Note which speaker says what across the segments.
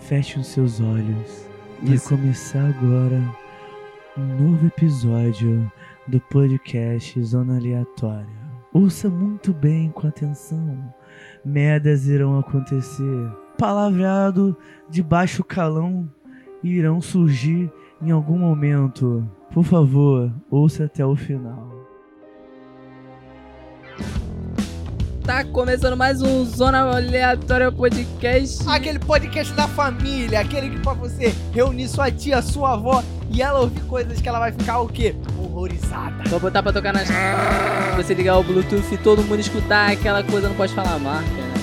Speaker 1: feche os seus olhos. Vai
Speaker 2: Isso.
Speaker 1: começar agora um novo episódio do podcast Zona Aleatória. Ouça muito bem com atenção. Merdas irão acontecer. Palavreado de baixo calão irão surgir em algum momento. Por favor, ouça até o final.
Speaker 3: Tá começando mais um Zona Aleatória Podcast.
Speaker 2: Aquele podcast da família, aquele que pra você reunir sua tia, sua avó e ela ouvir coisas que ela vai ficar o quê? Horrorizada.
Speaker 3: Vou botar pra tocar nas. Você ligar o Bluetooth e todo mundo escutar aquela coisa, não pode falar a marca, né?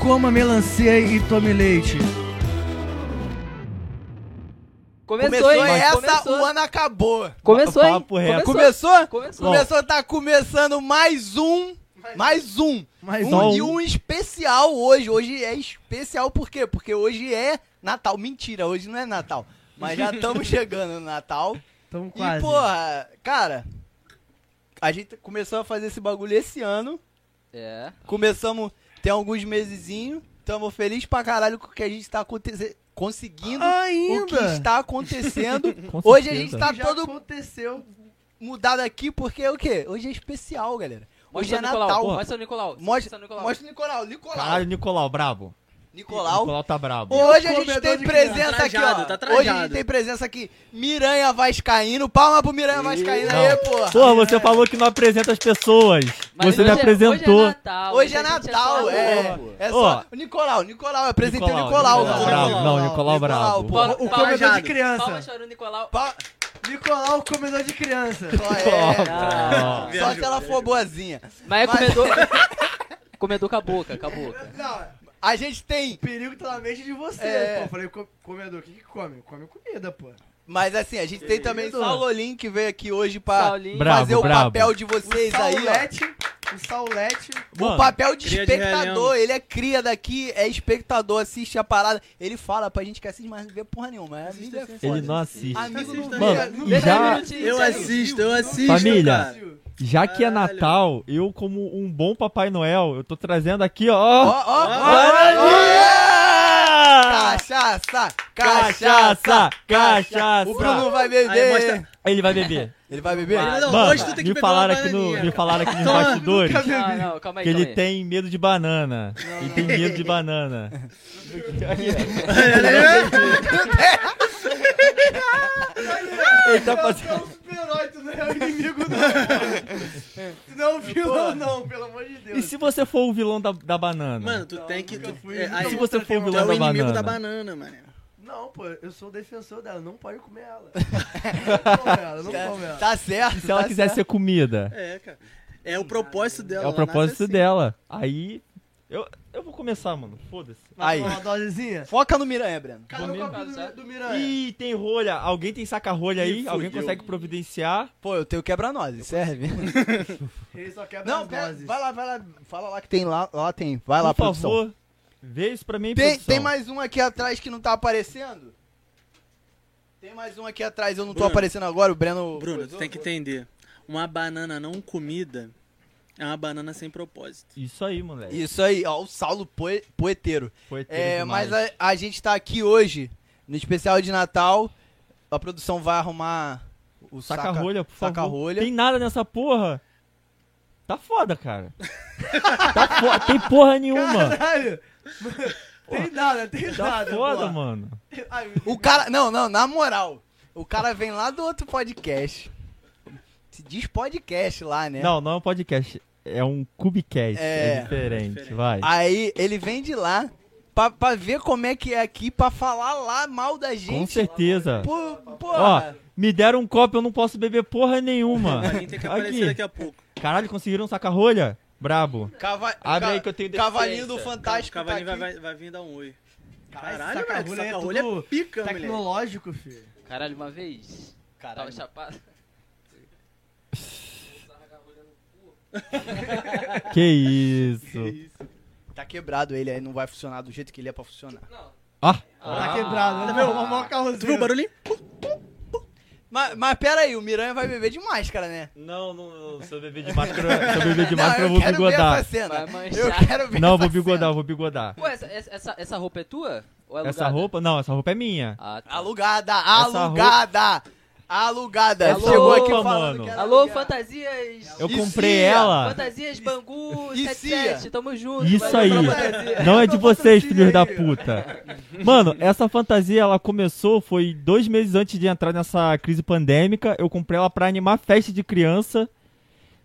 Speaker 1: Coma melancia e tome leite.
Speaker 3: Começou, hein?
Speaker 2: essa,
Speaker 3: começou.
Speaker 2: o ano acabou.
Speaker 3: Começou, hein?
Speaker 4: Papo reto.
Speaker 3: Começou.
Speaker 2: Começou?
Speaker 3: Começou.
Speaker 2: Começou, tá começando mais um. Mais um.
Speaker 1: Mas
Speaker 2: Um-
Speaker 4: um.
Speaker 2: E um especial hoje. Hoje é especial por quê? Porque hoje é Natal. Mentira, hoje não é Natal. Mas já estamos chegando no Natal.
Speaker 1: Tamo
Speaker 2: E, porra, cara, a gente começou a fazer esse bagulho esse ano.
Speaker 3: É.
Speaker 2: Começamos tem alguns mesezinho. Tamo feliz pra caralho com o que a gente tá aconte- conseguindo.
Speaker 1: Ainda.
Speaker 2: O que está acontecendo.
Speaker 4: Com
Speaker 2: Hoje a
Speaker 4: certeza.
Speaker 2: gente tá
Speaker 1: Já
Speaker 2: todo
Speaker 1: aconteceu.
Speaker 2: mudado aqui porque o quê? Hoje é especial, galera. Hoje
Speaker 3: Mostra
Speaker 2: é
Speaker 3: o Nicolau.
Speaker 2: Natal.
Speaker 3: Pô, Mostra o Nicolau.
Speaker 2: Mostra,
Speaker 3: o Nicolau.
Speaker 2: mostra o Nicolau. Nicolau.
Speaker 4: Caralho, Nicolau, brabo.
Speaker 2: Nicolau.
Speaker 4: Nicolau tá brabo.
Speaker 2: Hoje a gente
Speaker 1: Comedor
Speaker 2: tem
Speaker 1: de
Speaker 2: presença
Speaker 3: criança.
Speaker 2: aqui,
Speaker 3: Trajado,
Speaker 2: ó.
Speaker 3: tá
Speaker 2: Hoje a
Speaker 3: trajado.
Speaker 2: gente tem presença aqui. Miranha Vascaíno. Palma pro Miranha Vascaíno aí,
Speaker 4: Não.
Speaker 2: porra.
Speaker 4: Porra, você falou que não apresenta as pessoas.
Speaker 3: Mas
Speaker 4: você me
Speaker 3: hoje é-
Speaker 4: apresentou.
Speaker 3: Hoje é Natal.
Speaker 2: Hoje é
Speaker 3: a gente
Speaker 2: Natal,
Speaker 3: só
Speaker 2: é.
Speaker 3: amor.
Speaker 2: É
Speaker 4: Ô.
Speaker 2: só. O Nicolau, Nicolau, eu apresentei o Nicolau.
Speaker 4: Nicolau,
Speaker 1: né?
Speaker 4: Nicolau,
Speaker 2: porra.
Speaker 4: bravo. Não, Nicolau,
Speaker 2: porra.
Speaker 4: bravo.
Speaker 2: é
Speaker 3: Palma-
Speaker 1: O
Speaker 3: palma
Speaker 1: comedor de
Speaker 3: jado.
Speaker 1: criança.
Speaker 3: Palma chorando, Nicolau.
Speaker 2: Pa-
Speaker 1: Nicolau, o comedor de criança.
Speaker 2: Só,
Speaker 4: Ó,
Speaker 2: é,
Speaker 4: ó.
Speaker 2: só se ela for boazinha.
Speaker 3: Mas é
Speaker 2: Mas-
Speaker 3: comedor. comedor com a boca, com a boca.
Speaker 2: A gente tem,
Speaker 1: O perigo tá na mente de você.
Speaker 2: É.
Speaker 1: Pô, eu falei, co- comedor, o que que come? Come comida, pô.
Speaker 2: mas assim, a gente tem também o
Speaker 1: Querido.
Speaker 2: Saulolim que veio aqui hoje pra
Speaker 3: Saulinho.
Speaker 4: Bravo,
Speaker 2: fazer o
Speaker 4: bravo.
Speaker 2: papel de vocês aí, ó.
Speaker 1: saulete, o saulete.
Speaker 2: O
Speaker 4: Mano,
Speaker 2: papel de
Speaker 5: Cria de
Speaker 2: espectador,
Speaker 5: relento.
Speaker 2: ele é cria daqui, é espectador, assiste a parada. Ele fala pra gente que assiste, mas não vê porra nenhuma. É, amigo
Speaker 5: assim,
Speaker 2: é foda.
Speaker 4: Ele não assiste.
Speaker 5: Ah,
Speaker 2: Amigo não vê.
Speaker 4: Mano,
Speaker 2: Não
Speaker 4: e
Speaker 2: vê
Speaker 3: Dez
Speaker 4: já-
Speaker 3: minutinhos,
Speaker 5: Eu
Speaker 3: dez
Speaker 5: assisto, eu assisto.
Speaker 4: Família.
Speaker 5: cara.
Speaker 4: Já que é
Speaker 5: Caralho.
Speaker 4: Natal, eu, como um bom Papai Noel, eu tô trazendo aqui,
Speaker 2: Ó,
Speaker 4: ó.
Speaker 2: ó,
Speaker 5: Ah!
Speaker 4: Olha!
Speaker 2: Cachaça! Cachaça!
Speaker 4: Cachaça! Cachaça!
Speaker 2: O Bruno vai
Speaker 5: Aí mostra-
Speaker 2: beber.
Speaker 4: Ele vai beber.
Speaker 2: Ele vai beber?
Speaker 3: Vai.
Speaker 5: Não,
Speaker 4: Mano,
Speaker 5: hoje tu tem que
Speaker 4: me
Speaker 5: beber
Speaker 4: falaram
Speaker 5: uma
Speaker 4: aqui no,
Speaker 5: bananinha.
Speaker 4: me falaram aqui nos
Speaker 5: Toma.
Speaker 4: bastidores
Speaker 3: Não, não, calma aí,
Speaker 4: que ele
Speaker 3: calma aí.
Speaker 4: tem medo de banana. Ele tem medo de banana. Ele tá fazendo.
Speaker 1: é um super-herói, tu não é o inimigo, não. tu não é o vilão, não, pelo amor de Deus.
Speaker 4: E se você for o vilão da, da banana?
Speaker 5: Mano, tu tem que. Tu,
Speaker 1: fui.
Speaker 5: é, aí
Speaker 1: Não,
Speaker 4: se
Speaker 5: tu
Speaker 4: você for o
Speaker 5: é
Speaker 4: vilão
Speaker 5: o
Speaker 4: da
Speaker 5: inimigo
Speaker 4: banana.
Speaker 5: da banana,
Speaker 2: Tá,
Speaker 5: mano.
Speaker 1: Não, pô, eu sou o defensor dela, não pode comer ela. Não come ela, não come ela.
Speaker 2: Tá certo.
Speaker 4: E se ela
Speaker 2: tá
Speaker 4: quiser
Speaker 2: certo.
Speaker 4: ser comida?
Speaker 5: É, cara. É o propósito dela.
Speaker 4: É o
Speaker 5: ela nasce
Speaker 4: propósito
Speaker 5: assim.
Speaker 4: dela. Aí. Eu, eu vou começar, mano. Foda-se.
Speaker 1: Vai
Speaker 2: Aí.
Speaker 1: tomar Uma dosezinha.
Speaker 2: Foca no Miranha, Breno.
Speaker 1: Cadê o
Speaker 4: Comigo?
Speaker 1: copo do, do
Speaker 2: É.
Speaker 1: Miranha?
Speaker 4: Ih, tem rolha. Alguém tem saca-rolha aí?
Speaker 5: Ih,
Speaker 4: Alguém
Speaker 5: fudeu.
Speaker 4: consegue providenciar?
Speaker 2: Pô, eu tenho quebra-nozes, serve?
Speaker 1: Ele só quebra
Speaker 2: Não,
Speaker 1: as
Speaker 2: pera,
Speaker 1: doses.
Speaker 2: vai lá, vai lá. Fala lá que tem lá, lá tem. Vai lá,
Speaker 4: Por
Speaker 2: produção.
Speaker 4: favor, vê isso pra mim,
Speaker 2: Tem,
Speaker 4: produção.
Speaker 2: tem mais um aqui atrás que não tá aparecendo? Tem mais um aqui atrás, eu não tô
Speaker 5: Bruno.
Speaker 2: aparecendo agora, o Breno...
Speaker 5: Bruno, tu tem que entender. Uma banana não comida é uma banana sem propósito.
Speaker 4: Isso aí, moleque.
Speaker 2: Isso aí, ó, o Saulo poe- Poeteiro.
Speaker 4: Poeteiro
Speaker 2: É,
Speaker 4: demais.
Speaker 2: mas a, a gente tá aqui hoje, no especial de Natal. A produção vai arrumar o saca-
Speaker 4: Saca-rolha, por favor.
Speaker 2: saca-rolha.
Speaker 4: Tem nada nessa porra. Tá foda, cara. tá foda. Tem porra nenhuma.
Speaker 1: Caralho! Tem nada, tem
Speaker 4: Tá
Speaker 1: nada.
Speaker 4: foda,
Speaker 1: pô.
Speaker 4: mano.
Speaker 1: Ai,
Speaker 2: O cara. Não, não, na moral. O cara vem lá do outro podcast. Se diz podcast lá, né?
Speaker 4: Não, não é um podcast. É um Cubicast. É,
Speaker 2: É.
Speaker 4: diferente,
Speaker 5: Diferente.
Speaker 4: vai.
Speaker 2: Aí ele vem de lá pra, pra ver como é que é aqui, pra falar lá mal da gente.
Speaker 4: Com certeza.
Speaker 2: Pô,
Speaker 4: Ó,
Speaker 2: porra.
Speaker 4: me deram um copo, eu não posso beber porra nenhuma.
Speaker 5: Alguém tem que aparecer daqui a pouco.
Speaker 4: Caralho, conseguiram sacar rolha? Brabo.
Speaker 2: Cava-
Speaker 4: Abre
Speaker 2: ca-
Speaker 4: aí que eu tenho deficiência.
Speaker 2: Cavalinho do Fantástico.
Speaker 5: o Cavalinho
Speaker 2: tá
Speaker 5: vai,
Speaker 2: aqui.
Speaker 5: vai, vai vir dar um oi.
Speaker 1: Caralho,
Speaker 5: Caralho,
Speaker 1: saca-rolha
Speaker 5: moleque,
Speaker 1: é
Speaker 5: saca-rolha é,
Speaker 1: tudo
Speaker 5: pica, moleque.
Speaker 1: Tecnológico, filho.
Speaker 3: Caralho, uma vez. Tava
Speaker 2: Caralho.
Speaker 3: chapado.
Speaker 4: Que isso.
Speaker 2: Tá quebrado ele aí, não vai funcionar do jeito que ele é pra funcionar.
Speaker 4: Ó,
Speaker 6: Ah.
Speaker 3: Ah.
Speaker 1: Tá quebrado, né? Meu, uma carrozinha.
Speaker 5: Tu viu o barulhinho?
Speaker 2: Mas, mas pera aí, o Miranha vai beber de máscara, né?
Speaker 4: Não, não, não. Se eu beber de máscara, se eu beber de
Speaker 2: Não,
Speaker 4: máscara, eu vou
Speaker 2: quero ver essa
Speaker 4: bigodar.
Speaker 2: cena.
Speaker 3: Vai manchar.
Speaker 2: Eu quero ver
Speaker 4: Não, eu
Speaker 2: essa
Speaker 4: vou
Speaker 2: cena.
Speaker 4: bigodar, eu vou bigodar.
Speaker 3: Pô, essa, essa, essa roupa é tua? Ou é alugada?
Speaker 4: Essa roupa? Não, essa roupa é minha.
Speaker 3: Ah, tá.
Speaker 2: Alugada,
Speaker 4: Essa
Speaker 2: alugada, alugada.
Speaker 3: Alô,
Speaker 2: Chegou aqui
Speaker 4: mano.
Speaker 2: falando que era
Speaker 3: Alô,
Speaker 2: alugada.
Speaker 3: fantasias.
Speaker 4: Eu
Speaker 2: E
Speaker 4: comprei
Speaker 2: Cia?
Speaker 4: ela.
Speaker 3: Fantasias Bangu
Speaker 2: E
Speaker 3: 77. Tamo junto.
Speaker 4: Isso
Speaker 3: valeu
Speaker 4: aí.
Speaker 3: pela fantasia.
Speaker 4: Não é de vocês,
Speaker 2: Fantasia
Speaker 4: filhos da
Speaker 2: aí, ó.
Speaker 4: puta. Mano, essa fantasia, ela começou, foi dois meses antes de entrar nessa crise pandêmica. Eu comprei ela pra animar festa de criança.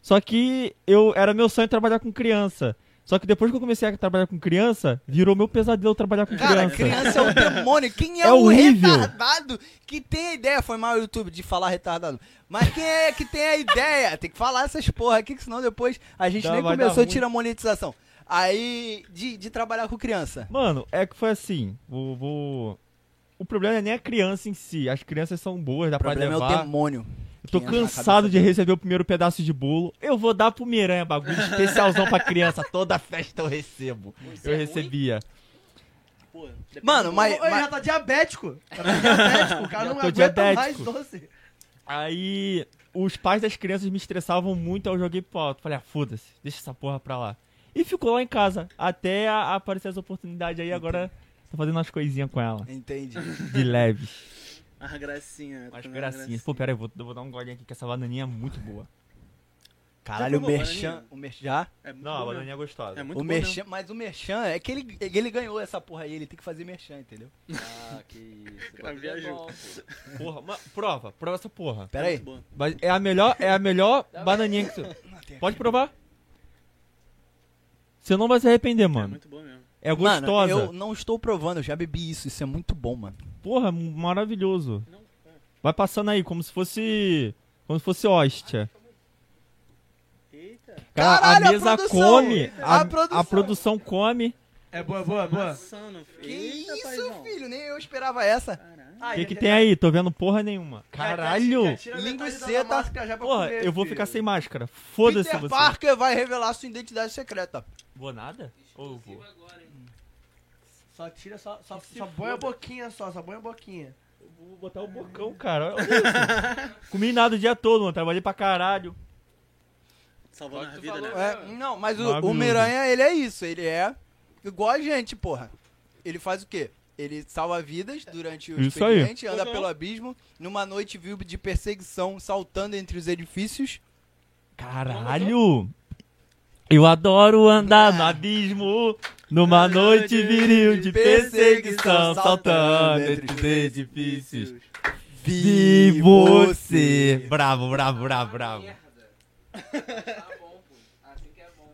Speaker 4: Só que eu era meu sonho trabalhar com criança. Só que depois que eu comecei a trabalhar com criança, virou meu pesadelo trabalhar com
Speaker 2: Cara,
Speaker 4: criança.
Speaker 2: criança é um demônio. Quem é,
Speaker 4: É
Speaker 2: o
Speaker 4: horrível.
Speaker 2: retardado que tem a ideia? Foi mal o YouTube de falar retardado. Mas quem é que tem a ideia? Tem que falar essas porra aqui, que senão depois a gente
Speaker 4: Dá-
Speaker 2: nem
Speaker 4: vai dar
Speaker 2: começou,
Speaker 4: ruim.
Speaker 2: tira a monetização. Aí, de, de trabalhar com criança.
Speaker 4: Mano, é que foi assim. Vou, vou- O problema não é nem a criança em si. As crianças são boas, dá
Speaker 2: O problema
Speaker 4: pra
Speaker 2: é
Speaker 4: levar.
Speaker 2: o demônio.
Speaker 4: Eu tô
Speaker 2: que entra na
Speaker 4: cansado
Speaker 2: cabeça
Speaker 4: de receber o primeiro pedaço de bolo. Eu vou dar pro Miranha bagulho especialzão pra criança. Toda festa eu recebo.
Speaker 3: Isso é
Speaker 4: Eu
Speaker 3: ruim?
Speaker 4: recebia.
Speaker 5: Pô, depende
Speaker 2: Mano,
Speaker 5: do-
Speaker 2: mas.
Speaker 6: Ele já
Speaker 2: mas
Speaker 6: tá diabético. Já tá diabético. O cara não
Speaker 4: Já tô
Speaker 6: aguenta mais
Speaker 4: diabético.
Speaker 6: doce.
Speaker 4: Aí os pais das crianças me estressavam muito, aí eu joguei pro alto. Falei, ah, foda-se, deixa essa porra pra lá. E ficou lá em casa, até a- aparecer as oportunidades aí, agora tô fazendo umas coisinhas com ela.
Speaker 2: entendi.
Speaker 4: De leves,
Speaker 5: As gracinhas.
Speaker 4: umas
Speaker 5: as
Speaker 4: gracinhas. Pô, pera aí, eu vou, eu vou dar um golinho aqui que essa bananinha é muito boa.
Speaker 2: Caralho, o
Speaker 4: né?
Speaker 5: provou
Speaker 2: Merchan.
Speaker 5: bananinha?
Speaker 2: O Merchan. já?
Speaker 5: É muito
Speaker 4: Não, a
Speaker 5: bom,
Speaker 4: bananinha é
Speaker 5: mesmo. É
Speaker 4: gostosa.
Speaker 5: muito
Speaker 2: O
Speaker 5: bom
Speaker 2: Merchan. Mas o Merchan é que ele, é que ele ganhou essa porra aí, ele tem que fazer Merchan, entendeu?
Speaker 3: Ah, que isso.
Speaker 5: Cara,
Speaker 3: Bagulho
Speaker 5: viajou.
Speaker 1: Tá
Speaker 3: é bom, pô.
Speaker 4: Porra, ma- prova, prova essa porra.
Speaker 2: Pera aí.
Speaker 5: Muito bom.
Speaker 4: Mas é a melhor, é a melhor bananinha que tu... Pode provar. Você não vai se arrepender,
Speaker 5: É
Speaker 4: mano.
Speaker 5: muito bom mesmo.
Speaker 4: É gostosa.
Speaker 2: Mano, eu não estou provando, eu já bebi isso, isso é muito bom, mano.
Speaker 4: Porra, m- maravilhoso. Vai passando aí, como se fosse. Como se fosse hóstia.
Speaker 5: Eita.
Speaker 4: Cara,
Speaker 2: Caralho,
Speaker 4: a
Speaker 2: a
Speaker 4: mesa
Speaker 2: produção!
Speaker 4: come. A,
Speaker 2: A produção!
Speaker 4: a produção come.
Speaker 6: É boa, boa, boa.
Speaker 5: Passando, tá filho.
Speaker 2: Que
Speaker 5: Eita,
Speaker 2: isso,
Speaker 5: paizão.
Speaker 2: filho, nem eu esperava essa.
Speaker 5: Caralho.
Speaker 4: O que, que tem aí? Tô vendo porra nenhuma. Caralho!
Speaker 2: Linguiceta.
Speaker 6: tá?
Speaker 4: Porra, eu vou ficar sem máscara. Foda-se
Speaker 2: Peter
Speaker 4: você.
Speaker 2: Parker vai revelar sua identidade secreta.
Speaker 4: Vou nada? Ou vou?
Speaker 6: Só tira, só, só, só põe a boquinha só, só põe a boquinha.
Speaker 4: Vou botar o bocão, cara. Olha isso. Comi nada o dia todo, mano. Trabalhei pra caralho.
Speaker 5: Salvando a
Speaker 3: tu
Speaker 5: vida,
Speaker 3: falou,
Speaker 5: né?
Speaker 2: É, não, mas o,
Speaker 4: Maravilhoso.
Speaker 2: o Miranha, ele é isso, ele é igual a gente, porra. Ele faz o quê? Ele salva vidas durante o
Speaker 4: Isso aí.
Speaker 2: expediente, anda
Speaker 5: Uhum.
Speaker 2: pelo abismo, numa noite viu de perseguição, saltando entre os edifícios.
Speaker 4: Caralho! Eu adoro andar no abismo, numa noite viril de perseguição, saltando entre os edifícios. De você! Bravo, bravo, bravo, bravo.
Speaker 3: Tá bom, pô. Assim que é bom.